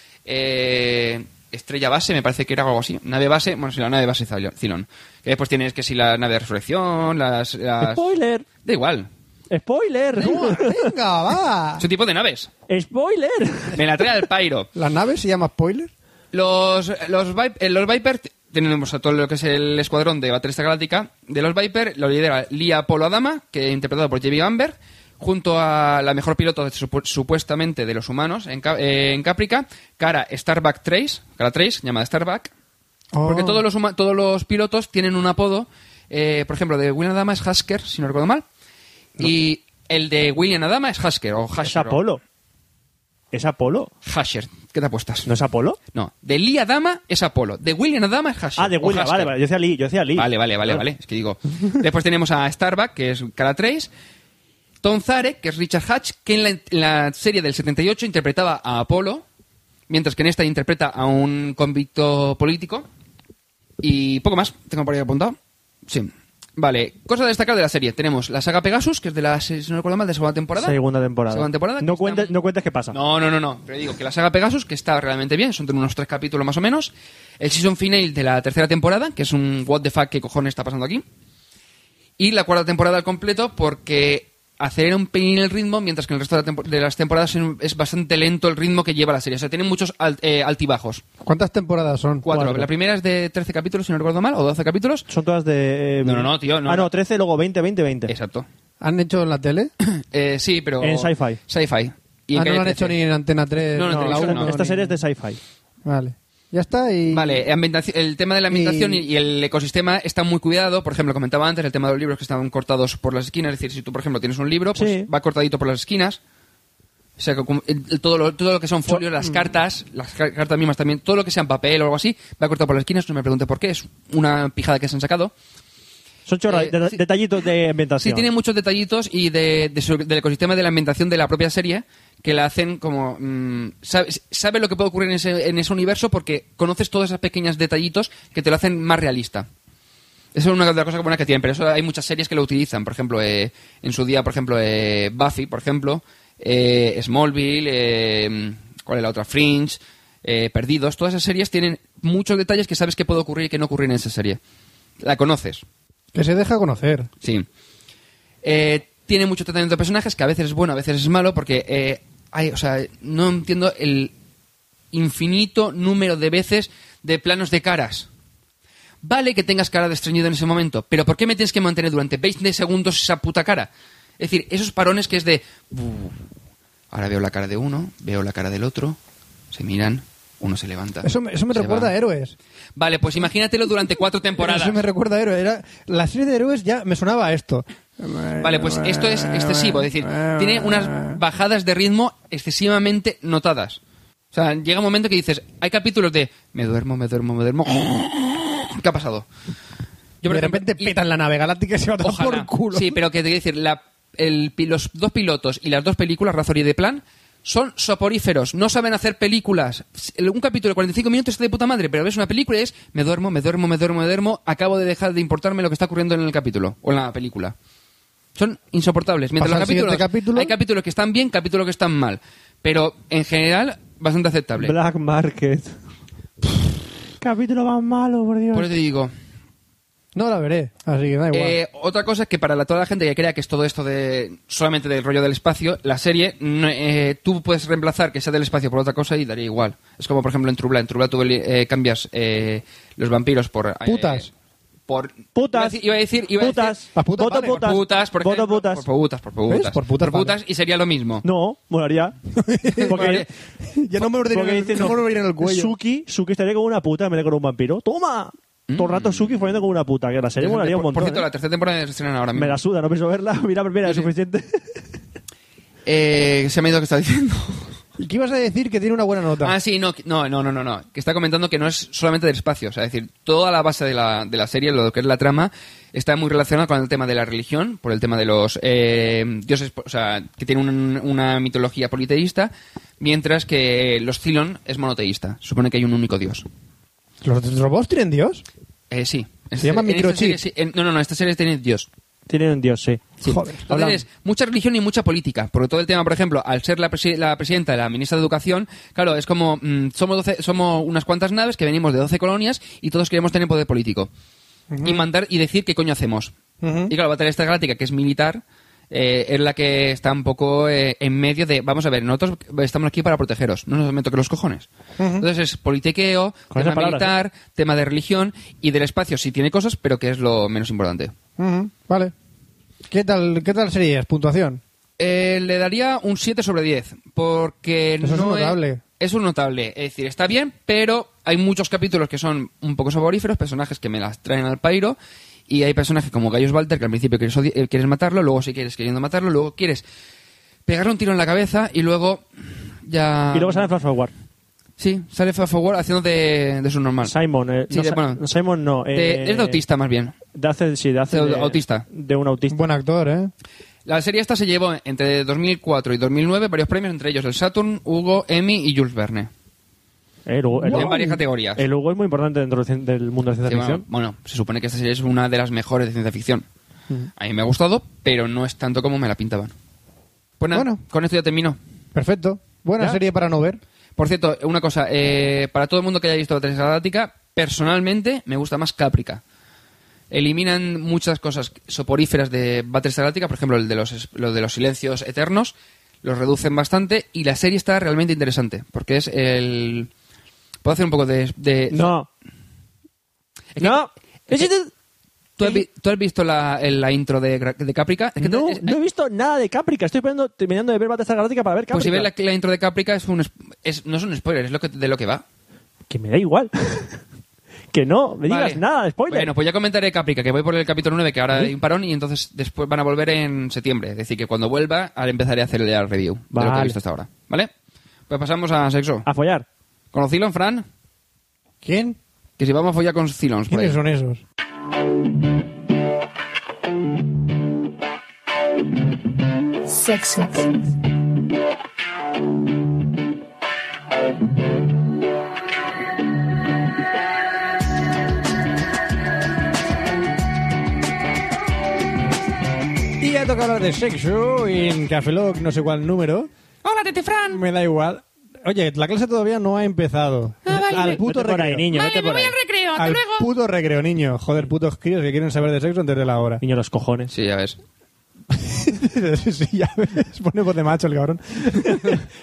S6: eh, estrella base, me parece que era algo así. Nave base, bueno, sí, la nave base Cylon. Y después tienes que si la nave de resurrección, las. las-
S4: ¡Spoiler!
S6: Da igual.
S4: ¡Spoiler!
S5: ¡Venga, va!
S6: Son tipo de naves.
S4: ¡Spoiler!
S6: Me la trae al Pyro.
S5: ¿Las naves se llama spoiler?
S6: Los, los, Vi- eh, los Viper, t- tenemos a todo lo que es el escuadrón de Battlestar Galáctica. De los Viper lo lidera Lia Polo Adama, que interpretado por J.B. Amber, junto a la mejor piloto de supu- supuestamente de los humanos en, Ca- eh, en Caprica, Cara Starbuck 3, Cara 3, llamada Starbuck.
S4: Oh.
S6: Porque todos los, huma- todos los pilotos tienen un apodo. eh, por ejemplo, de William Adama es Hasker, si no recuerdo mal. Y el de William Adama es Hasker o Hasher.
S4: Es Apolo. ¿Es Apolo?
S6: o Hasher. ¿Qué te apuestas?
S4: ¿No es Apolo?
S6: No, de Lee Adama es Apolo, de William Adama es Hasher.
S4: Ah, de
S6: o
S4: William,
S6: Hasker.
S4: vale, vale. Yo decía Lee, yo decía Lee.
S6: Vale, vale, vale,
S4: Claro.
S6: vale. Es que digo. Después tenemos a Starbuck, que es Cara 3. Tom Zarek, que es Richard Hatch, que en la, en la serie del 78 interpretaba a Apolo, mientras que en esta interpreta a un convicto político. Y poco más, tengo por ahí apuntado. Sí. Vale, cosa a destacar de la serie. Tenemos la saga Pegasus, que es de la, se- si no recuerdo mal, de segunda temporada.
S4: Segunda temporada.
S6: Segunda temporada,
S4: No
S6: que
S4: cuentes,
S6: está-
S4: no cuentes qué pasa.
S6: No, no, no, no. Pero digo que la saga Pegasus, que está realmente bien, son unos tres capítulos más o menos. El season final de la tercera temporada, que es un what the fuck, qué cojones está pasando aquí. Y la cuarta temporada al completo, porque acelera un pelín el ritmo, mientras que en el resto de, la tempo- de las temporadas en- es bastante lento el ritmo que lleva la serie. O sea, tiene muchos al- eh, altibajos.
S5: ¿Cuántas temporadas son?
S6: Cuatro. La primera es de 13 capítulos, si no recuerdo mal, o 12 capítulos.
S4: Son todas de... eh,
S6: No, no, no, tío, no.
S4: ah, no, 13, luego 20, 20, 20.
S6: Exacto.
S5: ¿Han hecho en la tele?
S6: Eh, sí, pero...
S4: En Sci-Fi.
S6: Sci-Fi. Y en Calle
S5: Ah, no lo han
S6: 13.
S5: hecho ni en Antena 3,
S6: No, no,
S5: ni en la
S6: televisión
S5: 1.
S6: no.
S4: Esta
S5: ni-
S4: serie es de sci-fi.
S5: Vale. Ya está y...
S6: Vale, ambientaci- el tema de la ambientación
S5: Y-
S6: y... y el ecosistema está muy cuidado. Por ejemplo, comentaba antes el tema de los libros que estaban cortados por las esquinas. Es decir, si tú, por ejemplo, tienes un libro, pues
S4: Sí.
S6: va cortadito por las esquinas. O sea, que cum- el- el- todo, lo, todo lo que son folios, las cartas, las ca- cartas mismas también, todo lo que sea en papel o algo así, va cortado por las esquinas. No me pregunte por qué, es una pijada que se han sacado.
S4: Son chorra,
S6: Eh,
S4: de-
S6: sí.
S4: detallitos de
S6: Sí,
S4: ambientación.
S6: tiene muchos detallitos y de, de su- del ecosistema de la ambientación de la propia serie que la hacen como... mm, sabes, sabes lo que puede ocurrir en ese, en ese universo porque conoces todos esos pequeños detallitos que te lo hacen más realista. Eso es una de las cosas buenas que tienen, pero eso hay muchas series que lo utilizan. Por ejemplo, eh, en su día, por ejemplo, eh, Buffy, por ejemplo, eh, Smallville, eh, ¿cuál es la otra? Fringe, eh, Perdidos. Todas esas series tienen muchos detalles que sabes que puede ocurrir y que no ocurrir en esa serie. La conoces.
S5: Que se deja conocer.
S6: Sí. Eh, tiene mucho tratamiento de personajes que a veces es bueno, a veces es malo, porque eh, hay, o sea, no entiendo el infinito número de veces de planos de caras. Vale que tengas cara de estreñido en ese momento, pero ¿por qué me tienes que mantener durante 20 segundos esa puta cara? Es decir, esos parones que es de... "Uh, Ahora veo la cara de uno, veo la cara del otro, se miran, uno se levanta.
S5: Eso me, eso me
S6: se
S5: recuerda
S6: va.
S5: a Héroes.
S6: Vale, pues imagínatelo durante cuatro temporadas.
S5: Eso me recuerda a Héroes. Era... La serie de Héroes ya me sonaba a esto.
S6: Vale, pues esto es excesivo, es decir, tiene unas bajadas de ritmo excesivamente notadas. O sea, llega un momento que dices, hay capítulos de me duermo, me duermo, me duermo. ¿Qué ha pasado? Yo, por
S5: de
S6: ejemplo,
S5: repente
S6: y-
S5: petan la nave galáctica y se va a dar
S6: Ojalá.
S5: por culo.
S6: Sí, pero que te quiero decir, la- el pi- los dos pilotos y las dos películas, Razor y The Plan, son soporíferos, no saben hacer películas. El- Un capítulo de 45 minutos está de puta madre, pero ves una película y es me duermo, me duermo, me duermo, me duermo, acabo de dejar de importarme lo que está ocurriendo en el capítulo o en la película. Son insoportables. Mientras
S5: Pasa
S6: los
S5: al siguiente
S6: capítulos,
S5: capítulo.
S6: hay capítulos que están bien, capítulos que están mal. Pero en general, bastante aceptable.
S4: Black Market. eh. Capítulo más malo, por Dios.
S6: Por eso te digo,
S5: No la veré, así que da igual.
S6: Eh, otra cosa es que para la- toda la gente que crea que es todo esto de solamente del rollo del espacio, la serie, no- eh, tú puedes reemplazar que sea del espacio por otra cosa y daría igual. Es como, por ejemplo, en Trubla. En Trubla tú eh, cambias eh, los vampiros por... eh,
S5: Putas.
S6: por putas iba a decir iba a decir-
S4: Putas. Las putas
S6: Voto
S4: valen.
S6: putas
S4: Putas,
S6: por
S4: voto
S6: ejemplo,
S4: putas.
S6: por putas por
S4: ¿Ves?
S6: putas
S4: Por putas vale.
S6: y sería lo mismo
S4: No, molaría. Porque,
S12: ya no me ordenaría en
S4: porque
S12: el-
S4: dicen,
S12: no me
S4: no,
S12: ordenaría en el cuello.
S4: Suki, Suki estaría como una puta en vez de con un vampiro. ¡Toma! Todo el
S6: Mm.
S4: rato Suki poniendo como una puta, que la serie molaría un
S6: por, por
S4: montón.
S6: cierto
S4: ¿eh?
S6: la tercera temporada se estrenan ahora mismo
S4: Me la suda, no pienso verla. Mira, mira, es suficiente.
S6: Eh, se me ha ido que está diciendo
S5: ¿Y qué ibas a decir que tiene una buena nota?
S6: ah sí no que- no no no no no. que está comentando que no es solamente del espacio o sea es decir toda la base de la, de la serie lo que es la trama está muy relacionada con el tema de la religión por el tema de los eh, dioses o sea que tienen un- una mitología politeísta mientras que los Cylon es monoteísta supone que hay un único dios
S5: ¿Los robots tienen dios?
S6: Eh, sí.
S5: Se llama
S6: En esta
S5: microchip.
S6: serie, sí. En- no, no, no, esta serie tiene Dios.
S4: Tienen un dios, sí.
S5: Joder.
S6: Entonces, es mucha religión y mucha política. Porque todo el tema, por ejemplo, al ser la, presi- la presidenta, la ministra de Educación, claro, es como, mm, somos, 12 somos unas cuantas naves que venimos de 12 colonias y todos queremos tener poder político. Y mandar y decir qué coño hacemos. Y claro, Batalla Galáctica, que es militar, eh, es la que está un poco eh, en medio de, vamos a ver, nosotros estamos aquí para protegeros, no nos meto que los cojones. Entonces es politiqueo, tema
S4: Con esas palabras,
S6: militar, tema de religión y del espacio sí tiene cosas, pero que es lo menos importante.
S5: Ujú, Vale. ¿Qué tal, ¿Qué tal serías? ¿Puntuación?
S6: Eh, le daría un 7 sobre 10, porque
S5: Eso es
S6: no
S5: un notable.
S6: Es, es un notable, es decir, está bien, pero hay muchos capítulos que son un poco saboríferos, personajes que me las traen al pairo, y hay personajes como Gaius Walter, que al principio quieres, odi- eh, quieres matarlo, luego si quieres queriendo matarlo, luego quieres pegarle un tiro en la cabeza, y luego ya...
S4: Y luego sale Flash Forward.
S6: Sí, sale Fast Forward haciendo de, de su normal.
S4: Simon, eh,
S6: Sí,
S4: no,
S6: de-
S4: Sa-
S6: bueno,
S4: no, Simon no.
S6: de-
S4: eh,
S6: es de autista más bien.
S4: De hace, sí, de hace.
S6: De
S4: de-
S6: autista.
S4: De un autista.
S5: Buen actor, ¿eh?
S6: La serie esta se llevó entre 2004 y 2009 varios premios, entre ellos el Saturn, Hugo, Emmy y Jules Verne.
S4: El, Hugo- el-
S6: En varias categorías.
S4: el Hugo es muy importante dentro del cien- del mundo de la
S6: Sí,
S4: ciencia
S6: bueno,
S4: ficción.
S6: bueno, se supone que esta serie es una de las mejores de ciencia ficción.
S4: Mm.
S6: A mí me ha gustado, pero no es tanto como me la pintaban. Pues nada,
S5: Bueno.
S6: con esto ya termino.
S5: Perfecto. Buena
S6: ¿Ya?
S5: serie para no ver.
S6: Por cierto, una cosa, eh, para todo el mundo que haya visto la Galáctica, personalmente me gusta más Caprica. Eliminan muchas cosas soporíferas de Battlestar Galáctica, por ejemplo, el de los, es- lo de los silencios eternos, los reducen bastante y la serie está realmente interesante, porque es el... ¿Puedo hacer un poco de...? de-
S4: No. No.
S6: es que- ¿Tú has, vi- tú has visto la, el- la intro de, Gra- de Caprica? Es que te-
S4: No,
S6: es-
S4: no he visto nada de Caprica. Estoy poniendo- terminando de ver Battlestar Galáctica para ver Caprica.
S6: pues si ves la, la intro de Caprica, es un, es- es- no es un spoiler, es lo que, de lo que va.
S4: Que me da igual. que no, me digas
S6: Vale.
S4: nada de spoiler.
S6: Bueno, pues ya comentaré Caprica, que voy por el capítulo 9, que ahora hay un parón y entonces después van a volver en septiembre. Es decir, que cuando vuelva, ahora empezaré a hacerle el review de lo que
S4: Vale.
S6: he visto hasta ahora. ¿Vale? Pues pasamos a sexo.
S4: A follar.
S6: ¿Con los Cylons, Fran?
S5: ¿Quién?
S6: Que si vamos a follar con pues. Cylons. por ahí.
S5: ¿Quiénes son esos?
S11: Sexo.
S5: Y ya toca hablar de sexo en Café Lock, no sé cuál número.
S3: Hola, Tete Fran.
S5: Me da igual. Oye, la clase todavía no ha empezado.
S3: Ah, vale.
S5: Al puto
S4: Vete por ahí,
S5: recreo.
S4: niño.
S3: Vale,
S4: vete
S3: me
S4: por
S3: voy
S4: ahí.
S3: al recreo. Hasta
S5: Al
S3: luego.
S5: puto recreo, niño. Joder, putos críos que quieren saber de sexo antes de la hora.
S4: Niño, los cojones.
S6: Sí, ya ves.
S5: sí, ya ves. Pone voz de macho el cabrón.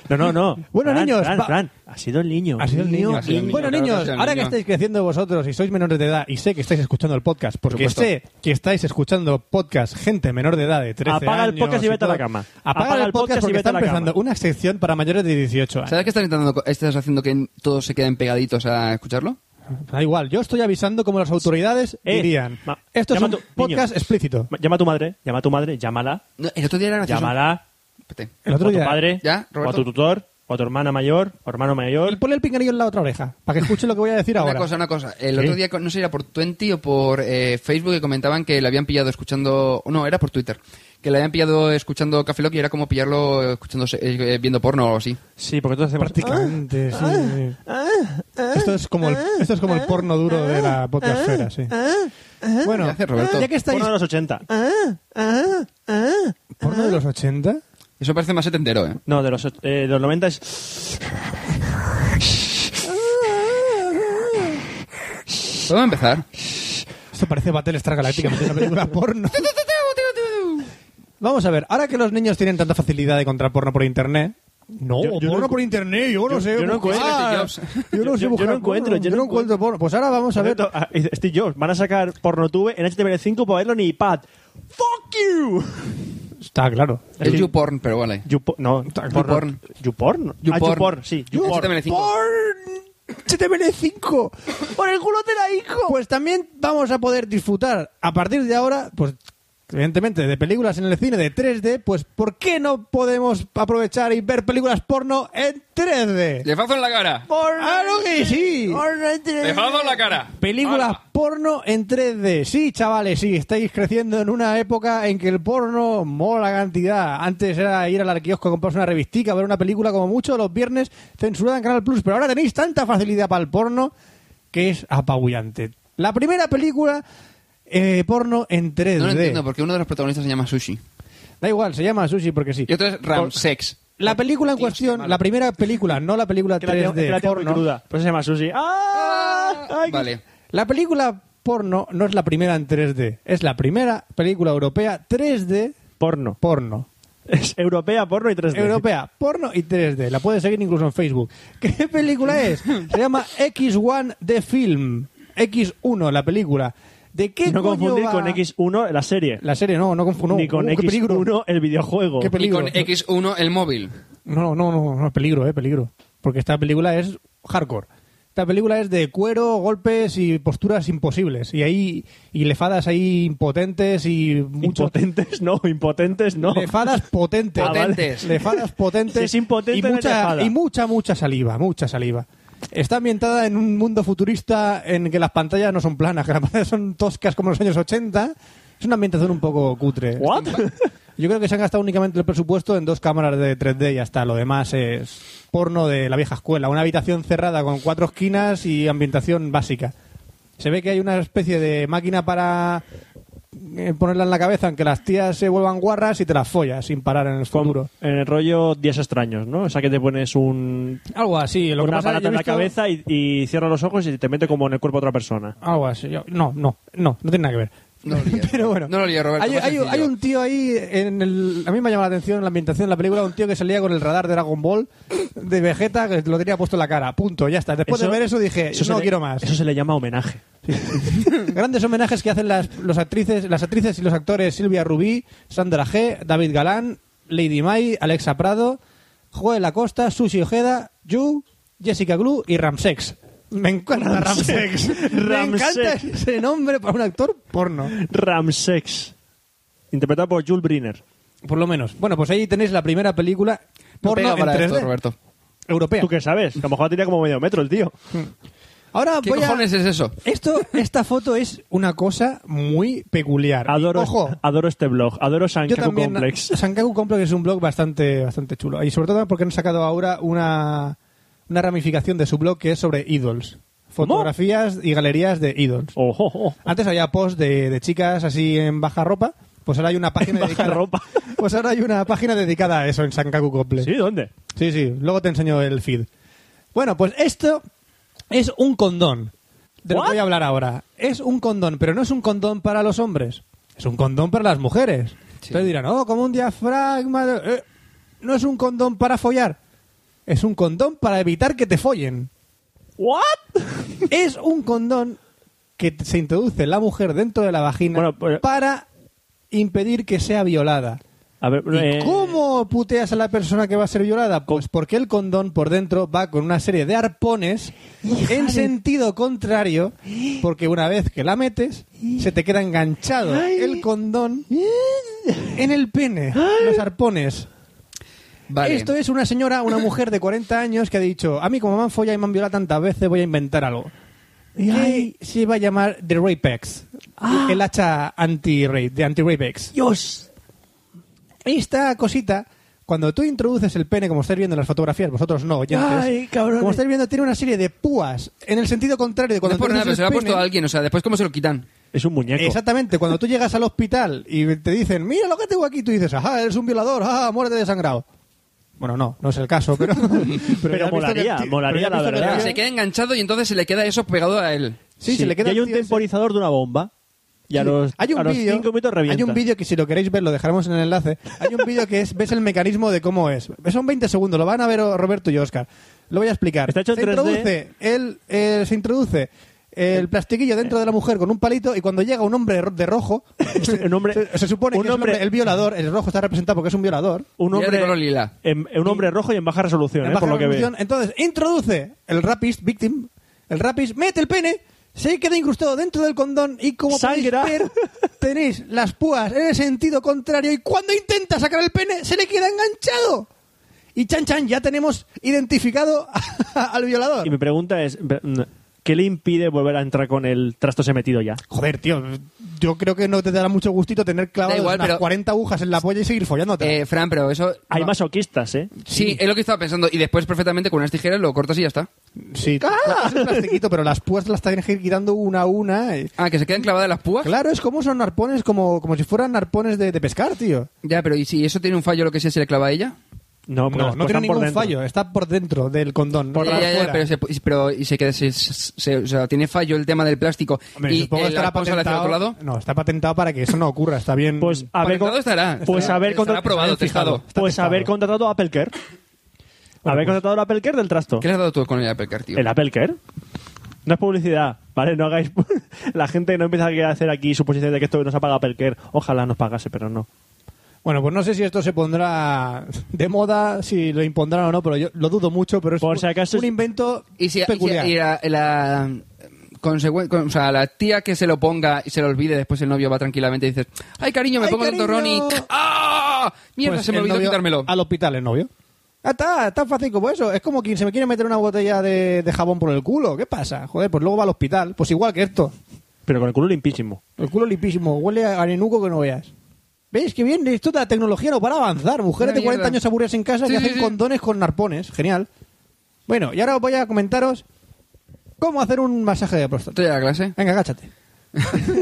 S4: No, no, no.
S5: Bueno,
S4: Fran,
S5: niños,
S4: Fran,
S5: va-
S4: Fran, ha sido el niño.
S5: Ha sido el niño.
S6: Ha sido el niño,
S5: Bueno,
S6: claro que ha
S5: niños,
S6: sido el
S5: ahora
S6: niño.
S5: que estáis creciendo vosotros y sois menores de edad y sé que estáis escuchando el podcast, porque
S6: Por
S5: sé
S6: supuesto.
S5: que estáis escuchando podcast gente menor de edad de 13
S4: Apaga el
S5: años
S4: podcast y vete a
S5: todo.
S4: la cama.
S5: Apaga, el podcast y vete a la cama. empezando una sección para mayores de 18 años.
S6: ¿Sabes qué estás, intentando, co- estás haciendo que todos se queden pegaditos a escucharlo?
S5: Da igual, yo estoy avisando como las autoridades
S4: Eh,
S5: dirían.
S4: ma-
S5: Esto es
S4: llama
S5: un
S4: a tu-
S5: podcast
S4: niño.
S5: explícito.
S4: Ma- Llama a tu madre, llama a tu madre, llámala,
S6: No, el otro día era gracioso.
S4: llámala,
S6: Espérate.
S5: El otro
S4: o a tu
S5: día. ¿eh?
S4: padre,
S6: ¿Ya,
S4: o a
S6: Roberto?
S4: tu tutor, o a tu hermana mayor, o hermano
S5: Y
S4: mayor.
S5: ponle el pinganillo en la otra oreja, para que escuche lo que voy a decir ahora.
S6: Una cosa, una cosa. El
S4: Sí.
S6: otro día, no sé si era por Twenty o por eh, Facebook, que comentaban que le habían pillado escuchando. No, era por Twitter. Que le habían pillado escuchando Café Lock y era como pillarlo escuchando, eh, viendo porno o así.
S4: Sí, porque todos hacemos... Ah.
S5: Prácticamente, sí, sí. Esto es como el, esto es como el porno duro de la podcastfera, sí. Bueno,
S6: ¿Qué hace, Roberto?
S5: ya que estáis...
S4: Porno de los 80.
S5: ¿Porno de los 80?
S6: Eso parece más setentero, ¿eh?
S4: No, de los, och- eh, de los 90 es...
S6: ¿Podemos empezar?
S5: Eso parece Battlestar Galactica, parece una película porno. Vamos a ver, ahora que los niños tienen tanta facilidad de encontrar porno por internet. No,
S12: Yo- yo no
S5: porno
S12: encu-
S5: por internet, yo no
S12: yo-
S5: sé.
S12: yo no
S5: buscar.
S12: encuentro.
S5: Yo no sé
S4: Yo- yo
S5: buscar
S4: no encuentro,
S5: porno,
S4: yo no
S5: encuentro porno. Pues ahora vamos a ver.
S4: Steve Jobs, van a sacar Pornotube en HTML5 para verlo en iPad. ¡Fuck you!
S5: Está claro.
S6: Es YouPorn, pero vale.
S4: YouPorn. No,
S6: YouPorn.
S4: YouPorn. Ah,
S6: YouPorn.
S4: YouPorn, sí.
S5: este
S6: HTML5.
S5: HTML5 por el culo de la hijo. Pues también vamos a poder disfrutar a partir de ahora, pues evidentemente de películas en el cine de 3D, pues ¿por qué no podemos aprovechar y ver películas porno en 3D?
S6: ¡Lefazo en la cara!
S5: Claro que sí.
S6: ¡Lefazo en la cara!
S5: Películas porno en 3D. Sí, chavales, sí, estáis creciendo en una época en que el porno mola cantidad. Antes era ir al kiosco a comprarse una revistica, ver una película como mucho los viernes censurada en Canal Plus, pero ahora tenéis tanta facilidad para el porno que es apabullante. La primera película eh, porno en 3D.
S6: No lo entiendo, porque uno de los protagonistas se llama Sushi.
S5: Da igual, se llama Sushi porque sí.
S6: Y otro es Ramsex.
S5: La película en cuestión, la primera película, no la película
S4: Que la tengo-
S5: 3D
S4: que la tengo muy
S5: porno.
S4: cruda. Por eso se llama Sushi. ¡Ah! Ay,
S6: Vale.
S5: La película porno no es la primera en 3D, es la primera película europea 3D
S4: porno.
S5: porno.
S4: Es europea, porno y 3D.
S5: Europea, porno y 3D. La puedes seguir incluso en Facebook. ¿Qué película es? Se llama X1 The Film. X1, la película. ¿De qué
S4: No
S5: coño
S4: confundir
S5: va?
S4: con X1 la serie.
S5: La serie, no, no confundo.
S4: ni con
S5: Uh, qué
S4: X1
S5: peligro.
S4: el videojuego.
S5: Qué
S6: Y
S5: peligro.
S6: con X1 el móvil.
S5: No, no, no, no, peligro, eh, peligro. Porque esta película es hardcore. Esta película es de cuero, golpes y posturas imposibles. Y ahí, y lefadas ahí impotentes y muchos.
S4: Impotentes, no, impotentes, no.
S5: Lefadas potentes.
S6: Ah, vale. Potentes.
S5: Lefadas potentes.
S4: Si es impotente,
S5: y
S4: no es
S5: mucha,
S4: lefada.
S5: y mucha, mucha saliva, mucha saliva. Está ambientada en un mundo futurista en que las pantallas no son planas, que las pantallas son toscas como en los años 80. Es una ambientación un poco cutre.
S4: ¿What?
S5: Yo creo que se han gastado únicamente el presupuesto en dos cámaras de 3D y ya está. Lo demás es porno de la vieja escuela. Una habitación cerrada con cuatro esquinas y ambientación básica. Se ve que hay una especie de máquina para eh, ponerla en la cabeza en que las tías se vuelvan guarras y te las follas sin parar en el futuro.
S4: En el rollo Días extraños, ¿no? O sea que te pones un,
S5: Algo así. Ah, Lo
S4: un
S5: que pasa es que
S4: aparato
S5: yo he
S4: en la
S5: visto-
S4: cabeza y, y cierra los ojos y te mete como en el cuerpo de otra persona.
S5: Algo así. Yo- No, no, no, no tiene nada que ver.
S6: No lo líes.
S5: Pero bueno.
S6: No lo líes, Roberto.
S5: Hay,
S6: más
S5: hay-
S6: sencillo.
S5: hay un tío ahí, en el, a mí me ha llamado la atención la ambientación de la película, un tío que salía con el radar de Dragon Ball de Vegeta que lo tenía puesto en la cara. Punto, ya está. Después de ver eso dije,
S4: eso se
S5: no
S4: le-
S5: quiero más.
S4: Eso se le llama homenaje.
S5: Grandes homenajes que hacen las, los actrices, las actrices y los actores Silvia Rubí, Sandra G, David Galán, Lady May, Alexa Prado, Joel Acosta, Sushi Ojeda, Yu, Jessica Glu y Ramsex. Me encanta Ramsex.
S4: Ramsex.
S5: Me
S4: Ramsex.
S5: encanta ese nombre para un actor porno.
S4: Ramsex. Interpretado por Jules Briner.
S5: Por lo menos. Bueno, pues ahí tenéis la primera película
S6: No
S5: porno
S6: pega
S5: en
S6: para
S5: 3D,
S6: esto, Roberto.
S5: europea.
S4: ¿Tú qué sabes? Que a lo mejor tenía como medio metro el tío.
S5: Ahora
S6: ¿Qué
S5: Ah, voy a-
S6: cojones es eso?
S5: Esto, esta foto es una cosa muy peculiar.
S4: Adoro,
S5: Ojo,
S4: adoro este blog. Adoro
S5: Yo
S4: Sankaku
S5: también.
S4: Complex.
S5: Sankaku Complex es un blog bastante, bastante chulo. Y sobre todo porque han sacado ahora una, una ramificación de su blog que es sobre idols.
S4: ¿Cómo?
S5: Fotografías y galerías de idols.
S4: Ojo, ojo.
S5: Antes había posts de, de chicas así en baja ropa. Pues ahora hay una página
S4: En baja
S5: dedicada.
S4: ropa.
S5: Pues ahora hay una página dedicada a eso en Sankaku Complex.
S4: ¿Sí? ¿Dónde?
S5: Sí, sí, luego te enseño el feed. Bueno, pues esto es un condón. De lo que
S4: ¿What?
S5: voy a hablar ahora. Es un condón, pero no es un condón para los hombres. Es un condón para las mujeres. Entonces dirán, oh, como un diafragma. de- eh". no es un condón para follar. Es un condón para evitar que te follen.
S4: ¿What?
S5: es un condón que se introduce la mujer dentro de la vagina
S4: Bueno, pues, pero-
S5: para impedir que sea violada.
S4: A ver, eh,
S5: ¿Y cómo puteas a la persona que va a ser violada? Pues porque el condón por dentro va con una serie de arpones en sentido contrario, porque una vez que la metes, se te queda enganchado el condón en el pene, los arpones.
S6: Vale.
S5: Esto es una señora, una mujer de 40 años que ha dicho, a mí como me han follado y me han violado tantas veces, voy a inventar algo. Y se va a llamar The Rapex,
S4: Ah.
S6: Ah,
S5: el hacha anti-rape, de anti-rapex.
S4: Dios.
S5: Esta cosita, cuando tú introduces el pene, como estáis viendo en las fotografías, vosotros no, oyentes,
S4: Ay, cabrones.
S5: como estáis viendo, tiene una serie de púas en el sentido contrario de
S6: No
S5: cuando
S6: es por nada,
S5: introduces
S6: pero se lo ha
S5: el
S6: puesto
S5: pene.
S6: a alguien. O sea, después cómo se lo quitan.
S4: Es un muñeco.
S5: Exactamente, cuando tú llegas al hospital y te dicen, mira lo que tengo aquí, tú dices, ajá, eres un violador, ajá, muérete desangrado. Bueno, no, no es el caso, pero. pero, ya has visto que
S4: molaría,
S5: el tío-
S4: molaría,
S5: pero ya
S4: la
S5: has visto que el
S4: verdad.
S5: tío-
S6: Se queda enganchado y entonces se le queda eso pegado a él.
S5: Sí, se le queda
S4: y hay
S5: el
S4: un
S5: tío ese-
S4: temporizador de una bomba. Y a los,
S5: Hay un
S4: a los
S5: vídeo-
S4: cinco minutos revienta.
S5: Hay un vídeo que si lo queréis ver lo dejaremos en el enlace. Hay un vídeo que es ves el mecanismo de cómo es. Son 20 segundos, lo van a ver o- Roberto y Oscar. Lo voy a explicar.
S4: Está hecho en
S5: se
S4: 3D.
S5: introduce el eh, se introduce el plastiquillo dentro de la mujer con un palito y cuando llega un hombre ro- de rojo, se, se- se supone
S4: un
S5: que
S4: hombre-
S5: es el hombre- el violador, el rojo está representado porque es un violador.
S4: Un hombre,
S6: lila.
S4: en- en un hombre rojo y en baja resolución,
S5: En
S4: eh,
S5: baja
S4: por lo que
S5: resolución.
S4: veo.
S5: Entonces, introduce el rapist victim, el rapist mete el pene, se queda incrustado dentro del condón y como
S4: Sangra.
S5: podéis ver, tenéis las púas en el sentido contrario y cuando intenta sacar el pene, se le queda enganchado. Y chan chan, ya tenemos identificado al violador.
S4: Y mi pregunta es, ¿qué le impide volver a entrar con el trasto se metido ya?
S5: Joder, tío, yo creo que no te dará mucho gustito tener
S6: Da
S5: clavadas
S6: igual,
S5: unas
S6: pero-
S5: 40 agujas en la polla y seguir follándote.
S6: Eh, Fran, pero eso...
S4: Hay masoquistas, ¿eh?
S6: Sí, es lo que estaba pensando. Y después perfectamente con unas tijeras lo cortas y ya está.
S5: sí, es un plastiquito, pero las púas las tienes que ir quitando una a una. eh.
S6: Ah, que se quedan clavadas las púas.
S5: Claro, es como son arpones, como, como si fueran arpones de, de pescar, tío.
S6: Ya, pero ¿y si eso tiene un fallo lo que sea se le clava a ella?
S4: No,
S5: No,
S4: pues
S5: no tiene
S4: están por
S5: ningún
S4: dentro.
S5: fallo, está por dentro del condón.
S6: Ya,
S5: no
S6: ya, ya,
S5: fuera.
S6: pero, se, pu- pero y se queda se- se- se- o sea, tiene fallo el tema del plástico
S5: Hombre,
S6: y
S5: supongo que
S6: el
S5: estará
S6: arpón sale hacia el
S5: patentado.
S6: otro lado.
S5: No, está patentado para que eso no ocurra, está bien.
S4: Pues a ver,
S6: Patentado
S4: con-
S6: estará.
S4: pues
S6: Estará-
S4: haber
S6: estará
S4: contratado-
S6: aprobado,
S4: estará
S6: testado. pues,
S4: fijado. Pues haber contratado a Apple Care. haber contratado al Apple Care del trasto.
S6: ¿Qué le has dado tú con el Apple Car, tío?
S4: ¿El Apple Care? No es publicidad, ¿vale? No hagáis. La gente no empieza a hacer aquí suposiciones de que esto nos ha pagado Apple Care. Ojalá nos pagase, pero no.
S5: Bueno, pues no sé si esto se pondrá de moda, si lo impondrán o no, pero yo lo dudo mucho, pero es
S4: Por si
S5: un-
S4: acaso es-
S5: un invento
S6: Y si, y si-
S5: peculiar.
S6: y la, la consecu- con- o sea, la tía que se lo ponga y se lo olvide, después el novio va tranquilamente y dices, ay cariño, me
S5: Ay,
S6: pongo el
S5: cariño.
S6: torrón y ¡Ah! Mierda,
S5: Pues
S6: se me
S5: el
S6: olvidó
S5: novio
S6: quitármelo.
S5: Al hospital, el novio. Ah, está, tan fácil como eso. Es como quien se me quiere meter una botella de, de jabón por el culo. ¿Qué pasa? Joder, pues luego va al hospital. Pues igual que esto.
S4: Pero con el culo limpísimo.
S5: El culo limpísimo, huele a arenuco que no veas. ¿Veis que bien? Esto de la tecnología no para avanzar. Mujeres
S6: Una
S5: de 40
S6: mierda.
S5: años aburridas en casa
S6: Sí,
S5: que
S6: sí,
S5: hacen
S6: sí.
S5: condones con narpones. Genial. Bueno, y ahora voy a comentaros cómo hacer un masaje de próstata.
S6: Estoy a la clase.
S5: Venga, agáchate.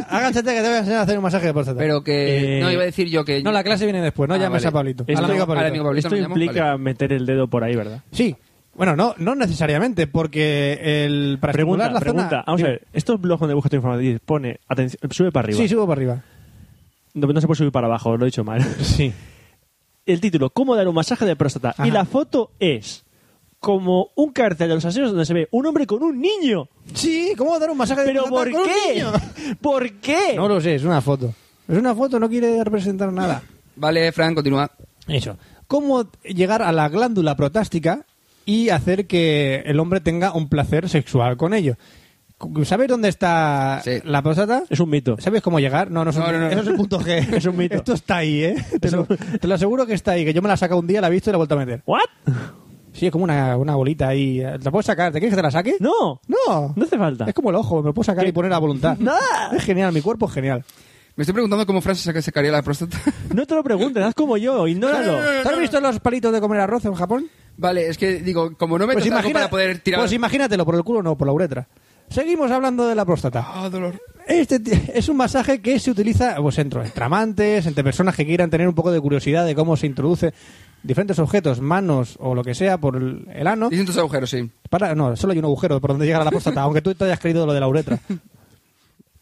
S5: agáchate que te voy a enseñar a hacer un masaje de próstata.
S6: Pero que...
S4: Eh,
S6: no, iba a decir yo que...
S5: No, la clase viene después. No
S6: Ah,
S5: llames
S6: vale.
S5: a Pablito.
S4: Esto-
S5: al amigo
S6: al
S5: Pablito.
S6: amigo Pablito.
S4: Esto
S6: ¿me llamo?
S4: implica meter el dedo por ahí, ¿verdad?
S5: Sí. Bueno, no, no necesariamente, porque el... Para
S4: Pregunta,
S5: estimular la
S4: pregunta.
S5: zona...
S4: Vamos a ver. Estos blogs donde buscas tu información pone. atención, sube para arriba.
S5: Sí, subo para arriba.
S4: No, no se puede subir para abajo, lo he dicho mal.
S5: Sí.
S4: El título, ¿Cómo dar un masaje de próstata?
S5: Ajá.
S4: Y la foto es como un cartel de los aseos donde se ve un hombre con un niño.
S5: Sí, ¿cómo dar un masaje de
S4: ¿Pero
S5: próstata
S4: por
S5: con un
S4: qué?
S5: niño?
S4: ¿Por qué?
S5: No lo sé, es una foto. Es una foto, no quiere representar nada.
S6: Vale, Fran, continúa.
S5: Eso. ¿Cómo llegar a la glándula protástica y hacer que el hombre tenga un placer sexual con ello? ¿Sabéis dónde está
S6: Sí.
S5: la próstata?
S4: Es un mito.
S5: ¿Sabes cómo llegar? No, no, es un-
S6: No, no, no.
S5: eso es el punto G.
S4: Es un mito.
S5: Esto está ahí, ¿eh? Te lo, te lo aseguro que está ahí, que yo me la saca un día, la he visto y la he vuelto a meter.
S4: ¿What?
S5: Sí, es como una, una bolita ahí. ¿La puedo sacar? ¿Te quieres que te la saque?
S4: No.
S5: No.
S4: No hace falta.
S5: Es como el ojo, me lo puedo sacar
S4: ¿Qué?
S5: y poner a voluntad.
S4: Nada.
S5: Es genial, mi cuerpo es genial.
S6: Me estoy preguntando cómo Fran se saca- sacaría la próstata.
S4: No te lo preguntes, haz como yo, ignóralo.
S5: ¿Tú has visto los palitos de comer arroz en Japón?
S6: vale, es que digo, como no me
S5: Pues,
S6: toca algo
S5: imagina-
S6: para poder tirar...
S5: pues imagínatelo, por el culo no, por la uretra. Seguimos hablando de la próstata.
S6: Ah, dolor.
S5: Este ti- es un masaje que se utiliza pues, entre tramantes, entre personas que quieran tener un poco de curiosidad de cómo se introduce diferentes objetos, manos o lo que sea, por el el ano.
S6: Dicen tus agujeros, sí.
S5: Para, no, solo hay un agujero por donde llega la próstata, aunque tú te hayas creído lo de la uretra.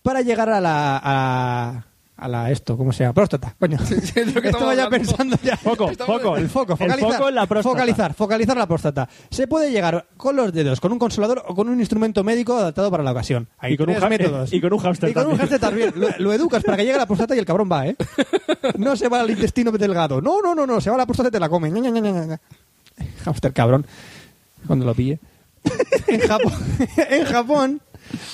S5: Para llegar a la... A, a la esto, ¿cómo se llama? Próstata, coño.
S6: sí, es lo que
S5: Estaba
S6: estamos
S5: ya
S6: hablando.
S5: pensando ya.
S4: Foco,
S6: Estamos-
S4: foco.
S5: El foco,
S4: El
S5: focalizar,
S4: foco en la próstata.
S5: Focalizar, focalizar la próstata. Se puede llegar con los dedos, con un consolador o con un instrumento médico adaptado para la ocasión. Ahí
S4: Y con
S5: tres
S4: un ha-
S5: métodos.
S4: y con un hámster
S5: Y con un
S4: también.
S5: hámster también. Lo, lo educas para que llegue a la próstata y el cabrón va, ¿eh? No se va al intestino delgado. No, no, no, no. Se va a la próstata y te la come. Ña, Ña, Ña, Ña, Ña. Hámster cabrón. Cuando lo pille. en, Japón, en Japón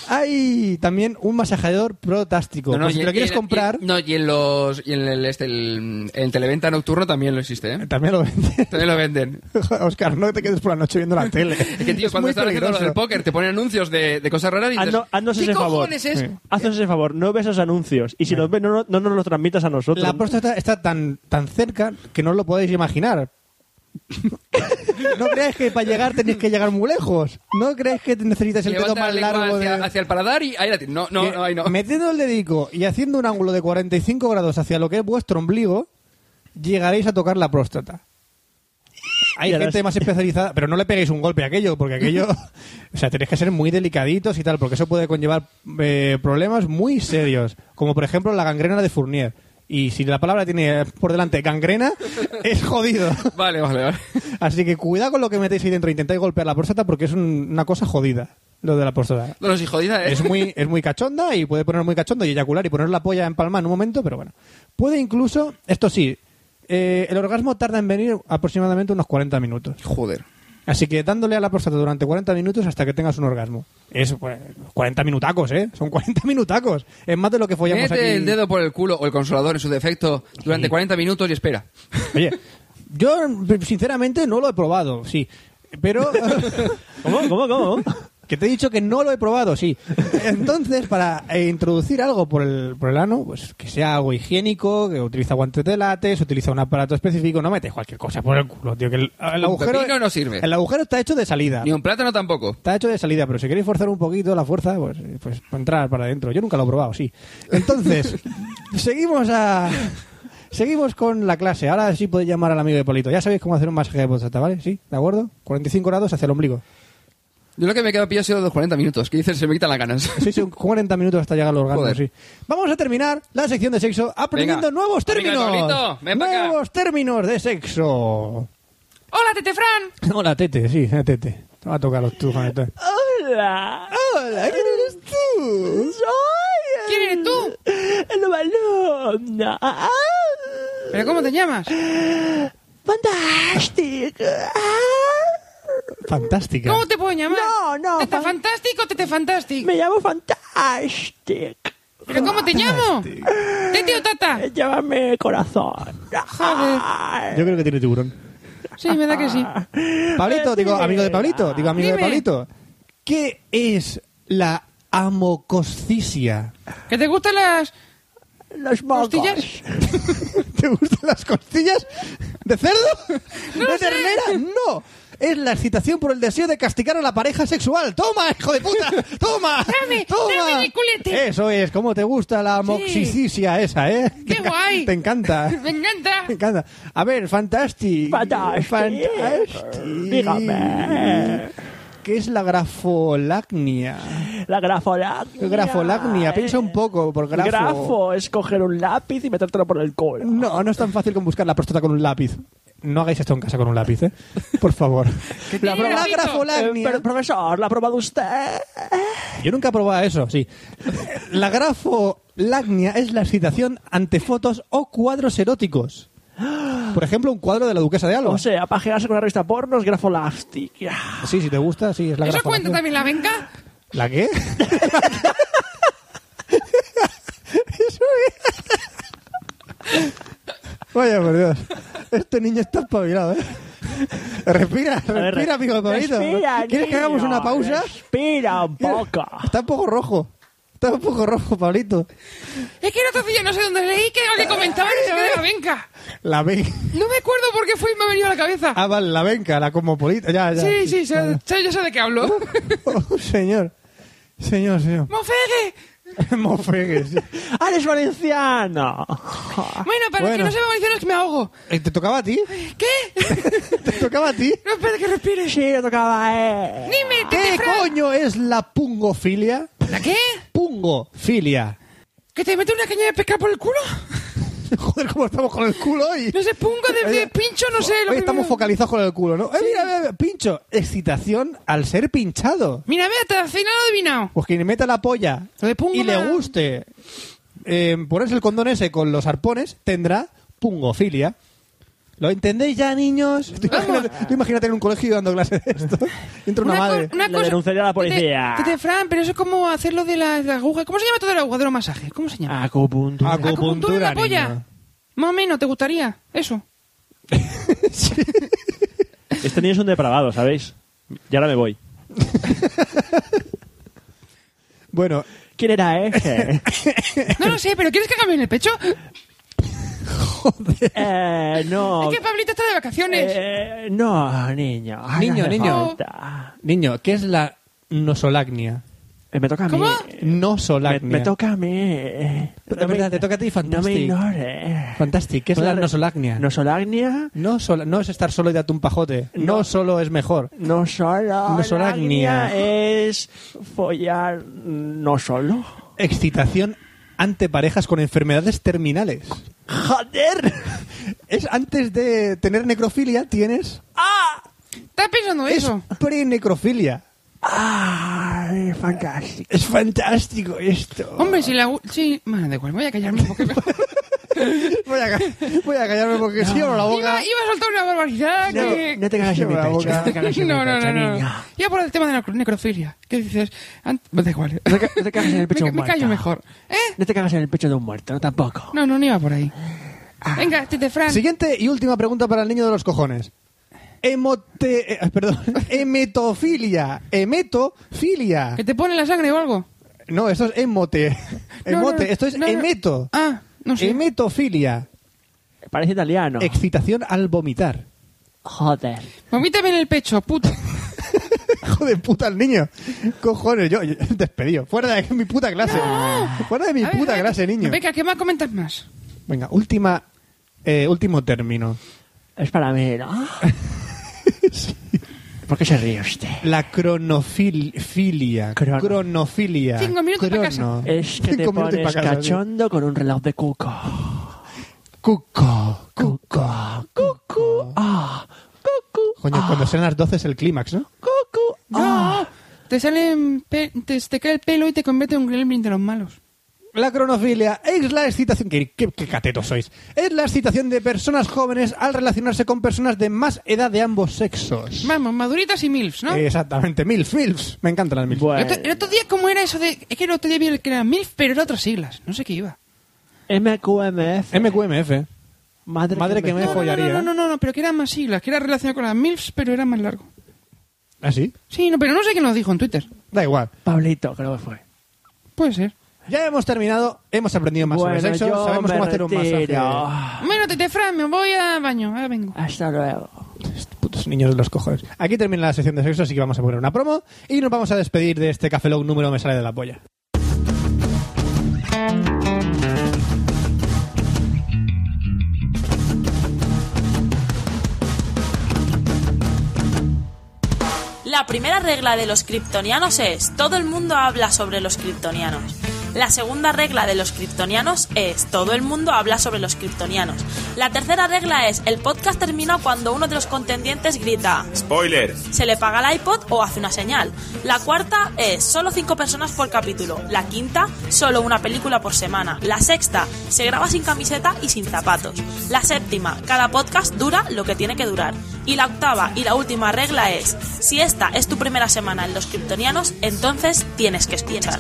S5: hay también un masajeador protástico. Por pues, si te lo
S6: y-
S5: quieres
S6: y-
S5: comprar,
S6: y- no, y en los. Y en el, este, el, el televenta nocturno también lo existe, ¿eh?
S5: también lo venden.
S6: También lo venden.
S5: Oscar, no te quedes por la noche viendo la tele.
S6: Es que, tío,
S5: Es
S6: cuando
S5: muy
S6: estás haciendo lo
S5: peligroso.
S6: del póker, te ponen anuncios de, de cosas raras y dices,
S4: Hazno- haznos
S6: ¿Qué
S4: ese favor.
S6: cojones ah, es?
S5: Sí.
S4: Haznos ese favor, no veas esos anuncios. Y si los ves, no, no- no nos los transmitas a nosotros.
S5: La próstata está tan, tan cerca que no os lo podéis imaginar. no creáis que para llegar tenéis que llegar muy lejos. No creáis que necesitas el dedo
S6: Levanta
S5: más
S6: la lengua
S5: largo
S6: hacia,
S5: de...
S6: hacia el paladar y ahí la tienes. No, no,
S5: que
S6: no, ahí no.
S5: Metiendo el dedico y haciendo un ángulo de 45 grados hacia lo que es vuestro ombligo, llegaréis a tocar la próstata. Hay
S12: Y a
S5: gente
S12: las-
S5: más especializada, pero no le peguéis un golpe a aquello, porque aquello, o sea, tenéis que ser muy delicaditos y tal, porque eso puede conllevar eh, problemas muy serios, como por ejemplo la gangrena de Fournier. Y si la palabra tiene por delante gangrena, es jodido.
S6: Vale, vale, vale.
S5: Así que cuidado con lo que metéis ahí dentro, intentáis golpear la próstata porque es un- una cosa jodida, lo de la próstata.
S6: No, no, sí, jodida, ¿eh?
S5: Es muy, es muy cachonda y puede poner muy cachondo y eyacular y poner la polla en palma en un momento, pero bueno. Puede incluso, esto sí, eh, el orgasmo tarda en venir aproximadamente unos 40 minutos.
S6: Joder.
S5: Así que dándole a la próstata durante 40 minutos hasta que tengas un orgasmo. Es pues, 40 minutacos, ¿eh? Son 40 minutacos. Es más de lo que follamos
S6: Mete
S5: aquí.
S6: el dedo por el culo o el consolador en su defecto durante 40 minutos y espera.
S5: Oye, yo sinceramente no lo he probado, sí. Pero...
S4: ¿Cómo, cómo, cómo?
S5: Que te he dicho que no lo he probado, sí. Entonces, para eh, introducir algo por el, por el ano, pues que sea algo higiénico, que utiliza guantes de látex, utiliza un aparato específico, no metes cualquier cosa por el culo, tío, que el, el
S6: Un
S5: agujero...
S6: pepino no sirve.
S5: El agujero está hecho de salida.
S6: Ni un plátano tampoco.
S5: Está hecho de salida, pero si queréis forzar un poquito la fuerza, pues, eh, pues para entrar para adentro. Yo nunca lo he probado, sí. Entonces, seguimos a... Seguimos con la clase. Ahora sí podéis llamar al amigo de Polito. Ya sabéis cómo hacer un masaje de próstata, ¿vale? ¿Sí? ¿De acuerdo? 45 grados hacia el ombligo.
S6: Yo lo que me queda pillado ha sido los 40 minutos. Que dicen, se me quitan las ganas.
S5: Sí, sí, un 40 minutos hasta llegar al orgasmo,
S6: Joder.
S5: sí. Vamos a terminar la sección de sexo aprendiendo
S6: Venga.
S5: nuevos
S6: Venga,
S5: términos.
S6: Torito, ven pa' acá.
S5: nuevos términos de sexo.
S3: ¡Hola, Tetefran!
S5: Hola, Tete, sí, eh, Tete. Te va a tocar los tú, Juanito.
S2: Hola. Hola, ¿quién eres tú? Soy.
S3: ¿Quién eres tú?
S2: El balón.
S3: ¿Pero cómo te llamas?
S2: Fantástico.
S5: Fantástica.
S3: ¿Cómo te puedo llamar?
S2: No, no,
S3: ¿Tete
S2: fan-
S3: fantástico o Tete fantástico?
S2: Me llamo Fantastic.
S3: ¿Pero cómo te llamo? ¿Tete o Tata?
S2: Llámame corazón.
S3: Joder.
S5: Yo creo que tiene tiburón.
S3: Sí, me da que sí.
S5: Pablito, digo, amigo de Pablito, digo, amigo
S3: Dime.
S5: de Pablito. ¿Qué es la amocoscicia?
S3: ¿Que te gustan las
S2: Los mocos.
S3: costillas?
S5: ¿Te gustan las costillas de cerdo?
S3: No lo
S5: ¿De
S3: sé.
S5: ternera? No. Es la excitación por el deseo de castigar a la pareja sexual. ¡Toma, hijo de puta! ¡Toma!
S3: Dame,
S5: ¡Toma!
S3: dame mi culete.
S5: Eso es, ¿cómo te gusta la moxicicia esa, eh?
S3: ¡Qué
S5: Te enca-
S3: guay!
S5: Te encanta.
S3: Me encanta.
S5: Me encanta. A ver, Fantastic.
S2: Fantastic. Dígame.
S5: ¿Qué es la grafolacnia?
S2: La grafolacnia.
S5: Grafolacnia, piensa un poco por grafo.
S2: Grafo es coger un lápiz y metértelo por el culo.
S5: No, no es tan fácil como buscar la próstata con un lápiz. No hagáis esto en casa con un lápiz, ¿eh? Por favor. La,
S3: tiene
S5: pro- la
S3: grafito?
S5: grafolacnia.
S2: Pero, eh, profesor, ¿la ha probado usted?
S5: Yo nunca probaba eso, sí. La grafolacnia es la excitación ante fotos o cuadros eróticos. Por ejemplo, un cuadro de la duquesa de Alba.
S2: O sea, pajearse con una revista porno es grafolacnia.
S5: Sí, si te gusta, sí, es la
S3: ¿Eso
S5: grafolacnia.
S3: cuenta también la venga?
S5: ¿La qué? Eso es. Vaya por Dios. Este niño está espabilado, ¿eh? Respira,
S2: ver,
S5: respira, amigo de Pablito.
S2: Respira,
S5: ¿Quieres que hagamos
S2: niño,
S5: una pausa?
S2: Respira un poco.
S5: Está un poco rojo. Está un poco rojo, Pablito.
S3: Es que el otro día no sé dónde leí que, que comentaban eso de la venga.
S5: La ven...
S3: No me acuerdo por qué fue y me ha venido a la cabeza.
S5: Ah, vale, la venca, la cosmopolita. Ya, ya.
S3: Sí, sí, sé-
S5: Vale.
S3: sé- yo sé de qué hablo.
S5: Oh, señor. Señor, señor.
S3: ¡Mofegue!
S5: Mofegues.
S2: ¡Ah, eres valenciano!
S3: Bueno, para el que
S5: Bueno.
S3: no sepa valenciano es que me ahogo.
S5: Eh, ¿Te tocaba a ti?
S3: ¿Qué?
S5: ¿Te tocaba a ti?
S3: No, espera que respires.
S2: Sí, lo tocaba a él.
S3: Dime,
S5: ¿Qué
S3: Tete Fran.
S5: coño es la pungofilia?
S3: ¿La qué?
S5: Pungofilia.
S3: ¿Que te mete una caña de pescar por el culo?
S5: Joder, cómo estamos con el culo hoy.
S3: No sé, pungo de, de pincho, no sé. Lo
S5: Hoy estamos
S3: primero.
S5: focalizados con el culo, ¿no? Eh, mira, mira, mira, pincho. Excitación al ser pinchado.
S3: Mira, ve, hasta al final lo he adivinado.
S5: Pues quien meta la polla
S3: Lo de pungo
S5: y le
S3: me-
S5: guste eh, ponerse el condón ese con los arpones, tendrá pungofilia. ¿Lo entendéis ya, niños? Tú imagínate, tú imagínate en un colegio dando clases de esto. Entra una,
S3: co-
S5: madre.
S2: Le denunciaría a la policía.
S3: Tete, Tete Fran, pero eso es como hacer lo de la, de la aguja. ¿Cómo se llama todo el aguja de los masajes? ¿Cómo se llama?
S2: Acupuntura.
S3: Acupuntura en la
S5: niño.
S3: polla. Más o menos, ¿te gustaría? Eso.
S4: Este niño es un depravado, ¿sabéis? Y ahora me voy.
S5: Bueno,
S2: ¿Quién era
S4: este?
S2: ese?
S3: No lo sé, pero ¿quieres que cambie en el pecho?
S2: eh, no.
S3: Es que Pablito está de vacaciones.
S2: Eh, no, niño.
S5: Niño,
S2: No hace
S5: niño.
S2: falta.
S5: niño, ¿qué es la nosolacnia?
S4: Eh, Me toca a mí.
S3: ¿Cómo?
S4: No
S5: solacnia.
S4: Me, me toca a mí.
S5: Pero, verdad, te toca a ti Fantastic.
S4: No me ignores.
S5: Fantastic, ¿qué es la
S4: Joder.
S5: nosolagnia?
S4: Nosolagnia.
S5: No, sola- no es estar solo y darte un pajote. No, solo es mejor.
S4: No solo.
S5: Nosolagnia.
S4: es follar no solo.
S5: Excitación ante parejas con enfermedades terminales.
S4: ¡Joder!
S5: Es antes de tener necrofilia, tienes.
S3: ¿Estás pensando
S5: Es
S3: eso?
S5: pre-necrofilia.
S4: ¡Ay, fantástico!
S5: Ah, Es fantástico esto.
S3: Hombre, si la... gu- Si... Bueno, da igual, voy a callarme porque...
S5: Voy a, ca- voy a callarme porque si abro la boca.
S3: Iba, iba a soltar una barbaridad
S4: No,
S3: que...
S4: no te cagas en mi
S5: Lleva
S4: pecho.
S5: boca.
S4: No te cagas en mi
S3: No, no,
S4: pecho,
S3: no, no.
S4: niño.
S3: Ya por el tema de la cro- necrofilia. ¿Qué dices? Ant- Da igual.
S4: No te, ca- no te cagas en el pecho
S3: Me,
S4: de un
S3: me
S4: muerto.
S3: callo mejor. ¿Eh?
S4: No te cagas en el pecho de un muerto, tampoco.
S3: No, no, no iba por ahí. Venga, Tete Fran.
S5: Ah. Siguiente y última pregunta para el niño de los cojones. Emote, eh, perdón, hemetofilia, hemetofilia.
S3: ¿Que te pone la sangre o algo?
S5: No, eso es emote.
S3: No,
S5: Emote,
S3: no, no,
S5: esto es
S3: no, no.
S5: emeto.
S3: Ah, no sé.
S5: Hemetofilia,
S4: Parece italiano.
S5: excitación al vomitar.
S4: Joder.
S3: Vomítame en el pecho, puto.
S5: Hijo de puta el niño. Cojones, yo, yo- despedido. Fuera de mi puta clase. Fuera de mi
S3: A ver,
S5: puta
S3: a ver,
S5: clase, niño.
S3: Venga, ¿qué más comentas más?
S5: Venga, última, eh, último término.
S4: Es para mí, ¿no? ¿Por qué se ríe usted?
S5: La cronofilia.
S4: Crono.
S5: Cronofilia.
S3: Cinco minutos pa' casa.
S5: Crono.
S4: Es que te
S5: Cinco minutos
S4: pones
S5: pa' casa, sí.
S4: cachondo con un reloj de cuco.
S5: Cuco, cuco, cuco.
S4: Ah, cucu,
S5: Coño, cuando sean las 12 es el clímax, ¿no?
S4: cucu. Ah.
S3: No. Te salen... pe- Te, te cae el pelo y te convierte en un gremlin de los malos.
S5: La cronofilia es la excitación. ¿Qué, qué, qué catetos sois? Es la excitación de personas jóvenes al relacionarse con personas de más edad de ambos sexos.
S3: Vamos, maduritas y milfs, ¿no?
S5: Exactamente, MILF, MILFs. Me encantan las MILFs.
S3: El
S4: Bueno,
S3: otro, el otro día, ¿cómo era eso de...? Es que el otro día vi el que era MILF, pero era otras siglas. No sé qué iba.
S4: MQMF.
S5: MQMF.
S4: Madre,
S5: Madre que me
S3: no,
S5: follaría. ¿eh?
S3: No, no, no, no, no, pero que eran más siglas, que era relacionado con las MILFs, pero era más largo.
S5: ¿Ah, sí?
S3: Sí, no, pero no sé quién nos dijo en Twitter.
S5: Da igual.
S4: Pablito, creo que fue.
S3: Puede ser.
S5: Ya hemos terminado, hemos aprendido más
S4: bueno,
S5: sobre sexo,
S4: yo
S5: sabemos
S4: me
S5: cómo hacer un masaje.
S4: retiro.
S5: Ah.
S3: Bueno, Tete Fran, me voy al baño, ahora vengo.
S4: Hasta luego.
S5: Putos niños de los cojones. Aquí termina la sección de sexo, así que vamos a poner una promo y nos vamos a despedir de este Café Lock número Me sale de la polla.
S14: La primera regla de los kryptonianos es todo el mundo habla sobre los kryptonianos. La segunda regla de los kryptonianos es todo el mundo habla sobre los kryptonianos. La tercera regla es el podcast termina cuando uno de los contendientes grita
S7: Spoiler.
S14: se le paga el iPod o hace una señal. La cuarta es solo cinco personas por capítulo. La quinta, solo una película por semana. La sexta, se graba sin camiseta y sin zapatos. La séptima, cada podcast dura lo que tiene que durar. Y la octava y la última regla es, si esta es tu primera semana en los kryptonianos, entonces tienes que escuchar.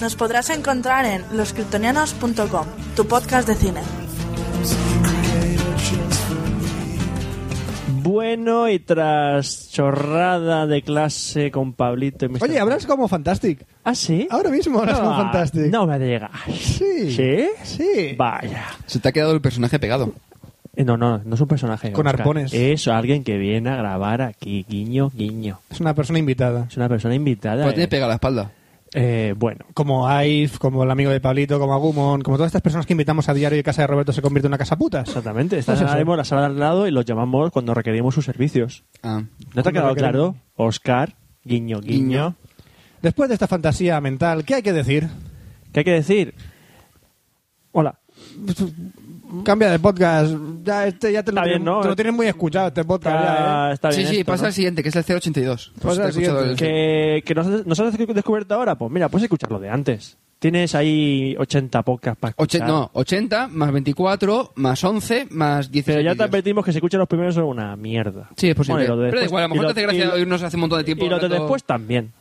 S15: Nos podrás encontrar en loscriptonianos.com, tu podcast de cine.
S4: Bueno, y tras chorrada de clase con Pablito y Mr.
S5: Oye, hablas como Fantastic.
S4: ¿Ah, sí?
S5: Ahora mismo hablas como
S4: Ah,
S5: Fantastic.
S4: No me digas.
S5: Sí.
S4: ¿Sí?
S5: Sí.
S4: Vaya.
S6: Se te ha quedado el personaje pegado.
S4: Eh, No, no, no es un personaje.
S5: Con
S4: Oscar.
S5: arpones.
S4: Es alguien que viene a grabar aquí, guiño, guiño.
S5: Es una persona invitada.
S4: Es una persona invitada.
S6: Pues tiene
S4: eh.
S6: pegada la espalda.
S4: Eh, bueno,
S5: Como Aif, como el amigo de Pablito, como Agumon, como todas estas personas que invitamos a diario y Casa de Roberto se convierte en una casa putas.
S4: exactamente.
S5: Pues eso.
S4: Estaremos en la sala de al lado y los llamamos cuando requerimos sus servicios.
S6: Ah.
S4: ¿No te ha
S5: Cuando
S4: quedado
S5: requerimos.
S4: claro? Oscar, guiño, guiño.
S5: Después de esta fantasía mental, ¿qué hay que decir?
S4: ¿Qué hay que decir? Hola.
S5: Cambia de podcast. Ya, este, ya te, lo
S4: Está bien,
S5: tienes,
S4: ¿no?
S5: te lo tienes muy escuchado este podcast. ya,
S4: Está,
S5: ¿eh?
S4: está
S6: sí,
S4: bien
S6: sí,
S4: esto,
S6: pasa
S4: ¿no?
S6: al siguiente, que es el 082. Pues
S5: Pasa
S6: te
S5: al
S6: he escuchado
S5: siguiente,
S6: el-
S4: que, que nos, nos has descubierto ahora, pues mira, puedes escuchar lo de antes. Tienes ahí 80 podcasts para
S6: Oche-
S4: escuchar.
S6: no, 80 más 24 más 11 más 16.
S4: Pero ya te
S6: vídeos.
S4: advertimos que se escuchan los primeros son una mierda.
S6: Sí, es posible.
S4: Bueno, y lo de
S6: Pero da
S4: después-
S6: igual, a lo
S4: y
S6: mejor te hace gracia
S4: y lo-
S6: oírnos hace un montón de tiempo.
S4: Y lo de
S6: hablando-
S4: después también.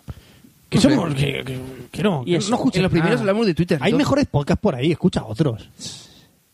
S5: Que
S6: no
S5: somos.
S6: sé.
S5: Que, que- que no.
S4: Y
S5: que
S4: eso,
S5: no escuches
S6: En los primeros
S5: nada.
S6: hablamos de Twitter.
S5: Hay
S6: entonces-
S5: mejores podcasts por ahí, escucha otros.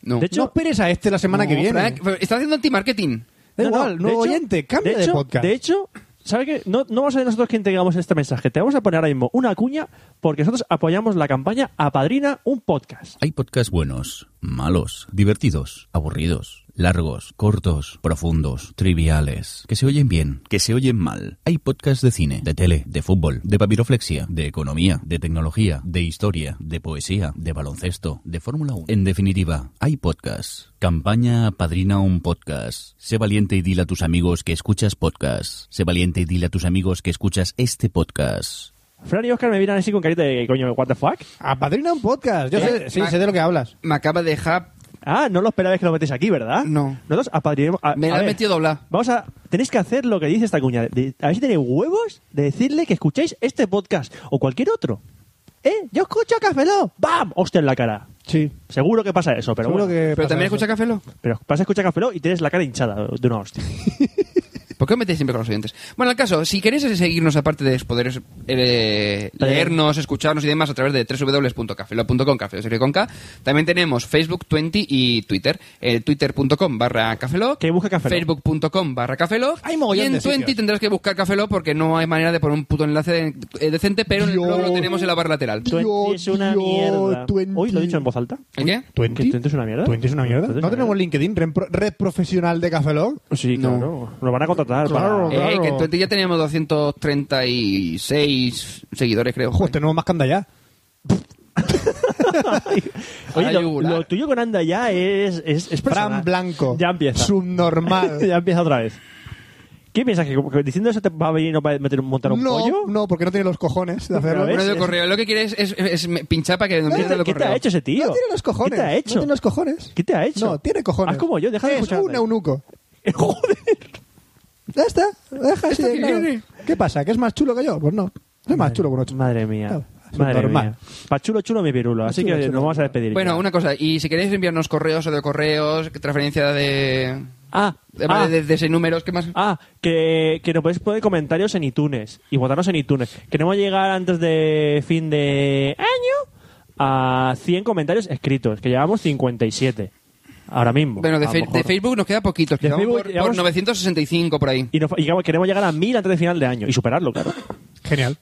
S6: No.
S4: De hecho,
S5: no esperes a este la semana
S6: No,
S5: que viene.
S6: Frank, pero está haciendo anti-marketing.
S4: No,
S5: Da
S4: no,
S5: igual,
S4: de
S5: nuevo
S4: hecho-
S5: oyente, cambia de,
S4: hecho-
S5: podcast.
S4: De hecho, ¿sabes qué? No, no vamos a ser nosotros quien tengamos este mensaje. Te vamos a poner ahora mismo una cuña porque nosotros apoyamos la campaña Apadrina un podcast.
S16: Hay podcasts buenos, malos, divertidos, aburridos, largos, cortos, profundos, triviales, que se oyen bien, que se oyen mal. Hay podcasts de cine, de tele, de fútbol, de papiroflexia, de economía, de tecnología, de historia, de poesía, de baloncesto, de Fórmula 1. En definitiva, hay podcasts. Campaña Padrina un podcast. Sé valiente y dile a tus amigos que escuchas podcast. Sé valiente y dile a tus amigos que escuchas este podcast.
S4: Fran y Oscar me miran así con carita de coño, what the fuck.
S5: Apadrina un podcast. Yo sé, sí, sé de lo que hablas.
S6: Eh, Me acaba de dejar.
S4: Ah, no lo esperabais que lo metéis aquí, ¿verdad?
S6: No.
S4: Nosotros apadrinamos. a-
S6: Me
S4: a
S6: la han
S4: ver,
S6: metido doblar.
S4: Vamos a. Tenéis que hacer lo que dice esta cuña. de- a ver si tenéis huevos de decirle que escucháis este podcast o cualquier otro. ¿Eh? Yo escucho Cafeló. ¡Bam! Hostia en la cara.
S5: Sí.
S4: Seguro que pasa eso, pero
S5: Seguro
S4: bueno.
S5: que
S6: Pero también escucha Café Lock.
S4: Pero vas a escuchar Cafeló y tienes la cara hinchada de una hostia.
S6: ¿Por qué os metéis siempre con los oyentes? Bueno, el caso, si queréis seguirnos, aparte de poder eh, leernos, escucharnos y demás a través de www.cafelo.com, café serie con K, también tenemos Facebook, 20 y Twitter. El twitter.com barra cafelog,
S4: Que busca Cafeló.
S6: facebook.com barra cafelog. Y
S5: mogollón
S6: en
S5: de sitios.
S6: 20 tendrás que buscar cafelog porque no hay manera de poner un puto enlace eh, decente, pero en el blog lo tenemos en la barra lateral.
S4: Twenty es una mierda. Uy, lo he dicho en voz alta.
S6: ¿El qué?
S4: ¿Que Twenty es una mierda?
S5: ¿Twenty es una mierda?
S4: Twenty es
S5: ¿No
S4: una
S5: tenemos LinkedIn, red, pro- red profesional de Café Lock?
S4: Sí, claro. No. Nos van a contratar.
S5: Claro,
S4: para-
S6: Eh, que en 20 ya teníamos 236 seguidores, creo.
S5: Pues tenemos más que andar ya.
S4: Oye, lo,
S6: Ayuda.
S4: lo tuyo con Anda ya es, es, es personal.
S5: Fran Blanco.
S4: Ya empieza.
S5: Subnormal.
S4: ya empieza otra vez. ¿Qué piensas? ¿Que, que diciendo eso te va a venir y no va a meter, montar un
S5: No,
S4: pollo?
S5: no, porque no tiene los cojones de hacerlo.
S4: ves?
S6: Bueno, de
S4: Es-
S6: correo. Lo que quieres es, es- es pinchar para que no
S4: ¿Qué,
S6: pierda
S4: te,
S6: el
S4: qué te
S6: correo.
S4: ha hecho ese tío?
S5: No tiene los cojones.
S4: ¿Qué te ha hecho?
S5: No tiene los cojones.
S4: ¿Qué te ha hecho?
S5: No, tiene cojones.
S4: Haz como yo, deja de
S5: Es
S4: escuchar.
S5: un eunuco.
S4: Joder.
S5: Ya está. Deja así de
S6: qué
S5: claro.
S6: tiene?
S5: ¿Qué pasa? ¿Que es más chulo que yo? Pues no. Es más chulo que un ocho.
S4: Madre mía.
S5: Claro,
S4: Madre
S5: normal.
S4: mía. Pa' chulo, chulo mi pirulo. Así
S5: Chulo,
S4: que
S5: chulo.
S4: nos vamos a despedir.
S6: Bueno,
S4: ya.
S6: una cosa, y si queréis enviarnos correos o de correos, que transferencia de.
S4: Ah,
S6: de,
S4: ah,
S6: de- de seis números, ¿qué más?
S4: ah, que, que nos podéis poner comentarios en iTunes y votarnos en iTunes. Queremos llegar antes de fin de año a 100 comentarios escritos, que llevamos 57 ahora mismo.
S6: bueno, de,
S4: A lo
S6: fe-
S4: mejor.
S6: de Facebook nos queda poquitos,
S4: De
S6: quizá
S4: Facebook
S6: por, por
S4: llevamos-
S6: 965 por ahí.
S4: Y, nos- y queremos llegar a 1000 antes de final de año y superarlo, claro.
S5: Genial.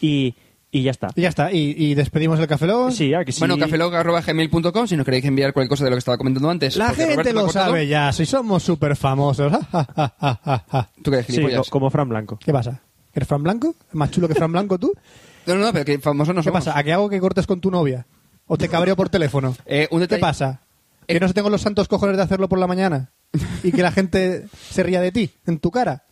S4: Y, y ya está.
S5: Y ya está. Y, y despedimos el Café Lock.
S4: Sí, ya que sí.
S6: Bueno, cafelog.gmail.com si nos queréis enviar cualquier cosa de lo que estaba comentando antes.
S5: La
S6: porque
S5: gente
S6: Roberto me ha
S5: lo
S6: cortado.
S5: sabe ya. Si somos súper famosos.
S6: ¿Tú crees,
S4: Sí,
S6: gilipollas?
S4: co- como Fran Blanco.
S5: ¿Qué pasa? ¿Eres Fran Blanco? ¿Más chulo que Fran Blanco tú?
S6: No, no, no, pero que famosos no
S5: ¿Qué
S6: somos.
S5: pasa? ¿A qué hago que cortes con tu novia? ¿O te cabreo por teléfono?
S6: Eh, un
S5: ¿Qué
S6: detalle-
S5: pasa? ¿Que
S6: Eh.
S5: no tengo los santos cojones de hacerlo por la mañana? ¿Y que la gente se ría de ti, en tu cara?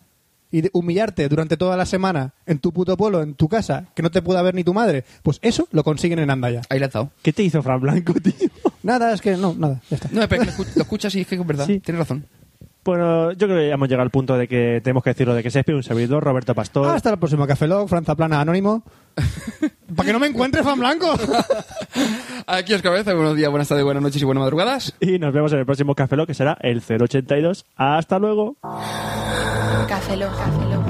S5: ¿Y de humillarte durante toda la semana en tu puto pueblo, en tu casa, que no te pueda ver ni tu madre? Pues eso lo consiguen en Andaya.
S6: Ahí la has dado.
S4: ¿Qué te hizo Fran Blanco, tío?
S5: Nada, es que no, nada, ya está.
S6: No, pero que lo, escu- lo escuchas y es que es verdad.
S4: Sí.
S6: Tienes razón.
S4: Bueno, yo creo que ya hemos llegado al punto de que tenemos que decirlo de que se despide un servidor, Roberto Pastor.
S5: Hasta el próximo Café Log, Franza Plana Anónimo. Para que no me encuentre, Fan Blanco.
S6: Aquí os cabeza. Buenos días, buenas tardes, buenas noches y buenas madrugadas.
S4: Y nos vemos en el próximo Café Lock, que será el 082. Hasta luego.
S11: Café Lock. Café Lock.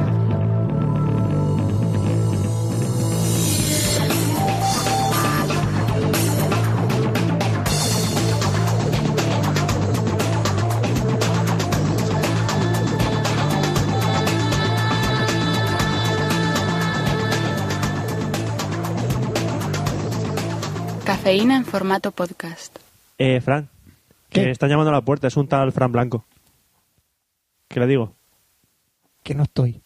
S11: Cafeína en formato podcast.
S4: Eh, Fran,
S5: ¿Qué?
S4: que están llamando a la puerta, es un tal Fran Blanco. ¿Qué le digo?
S5: que no estoy.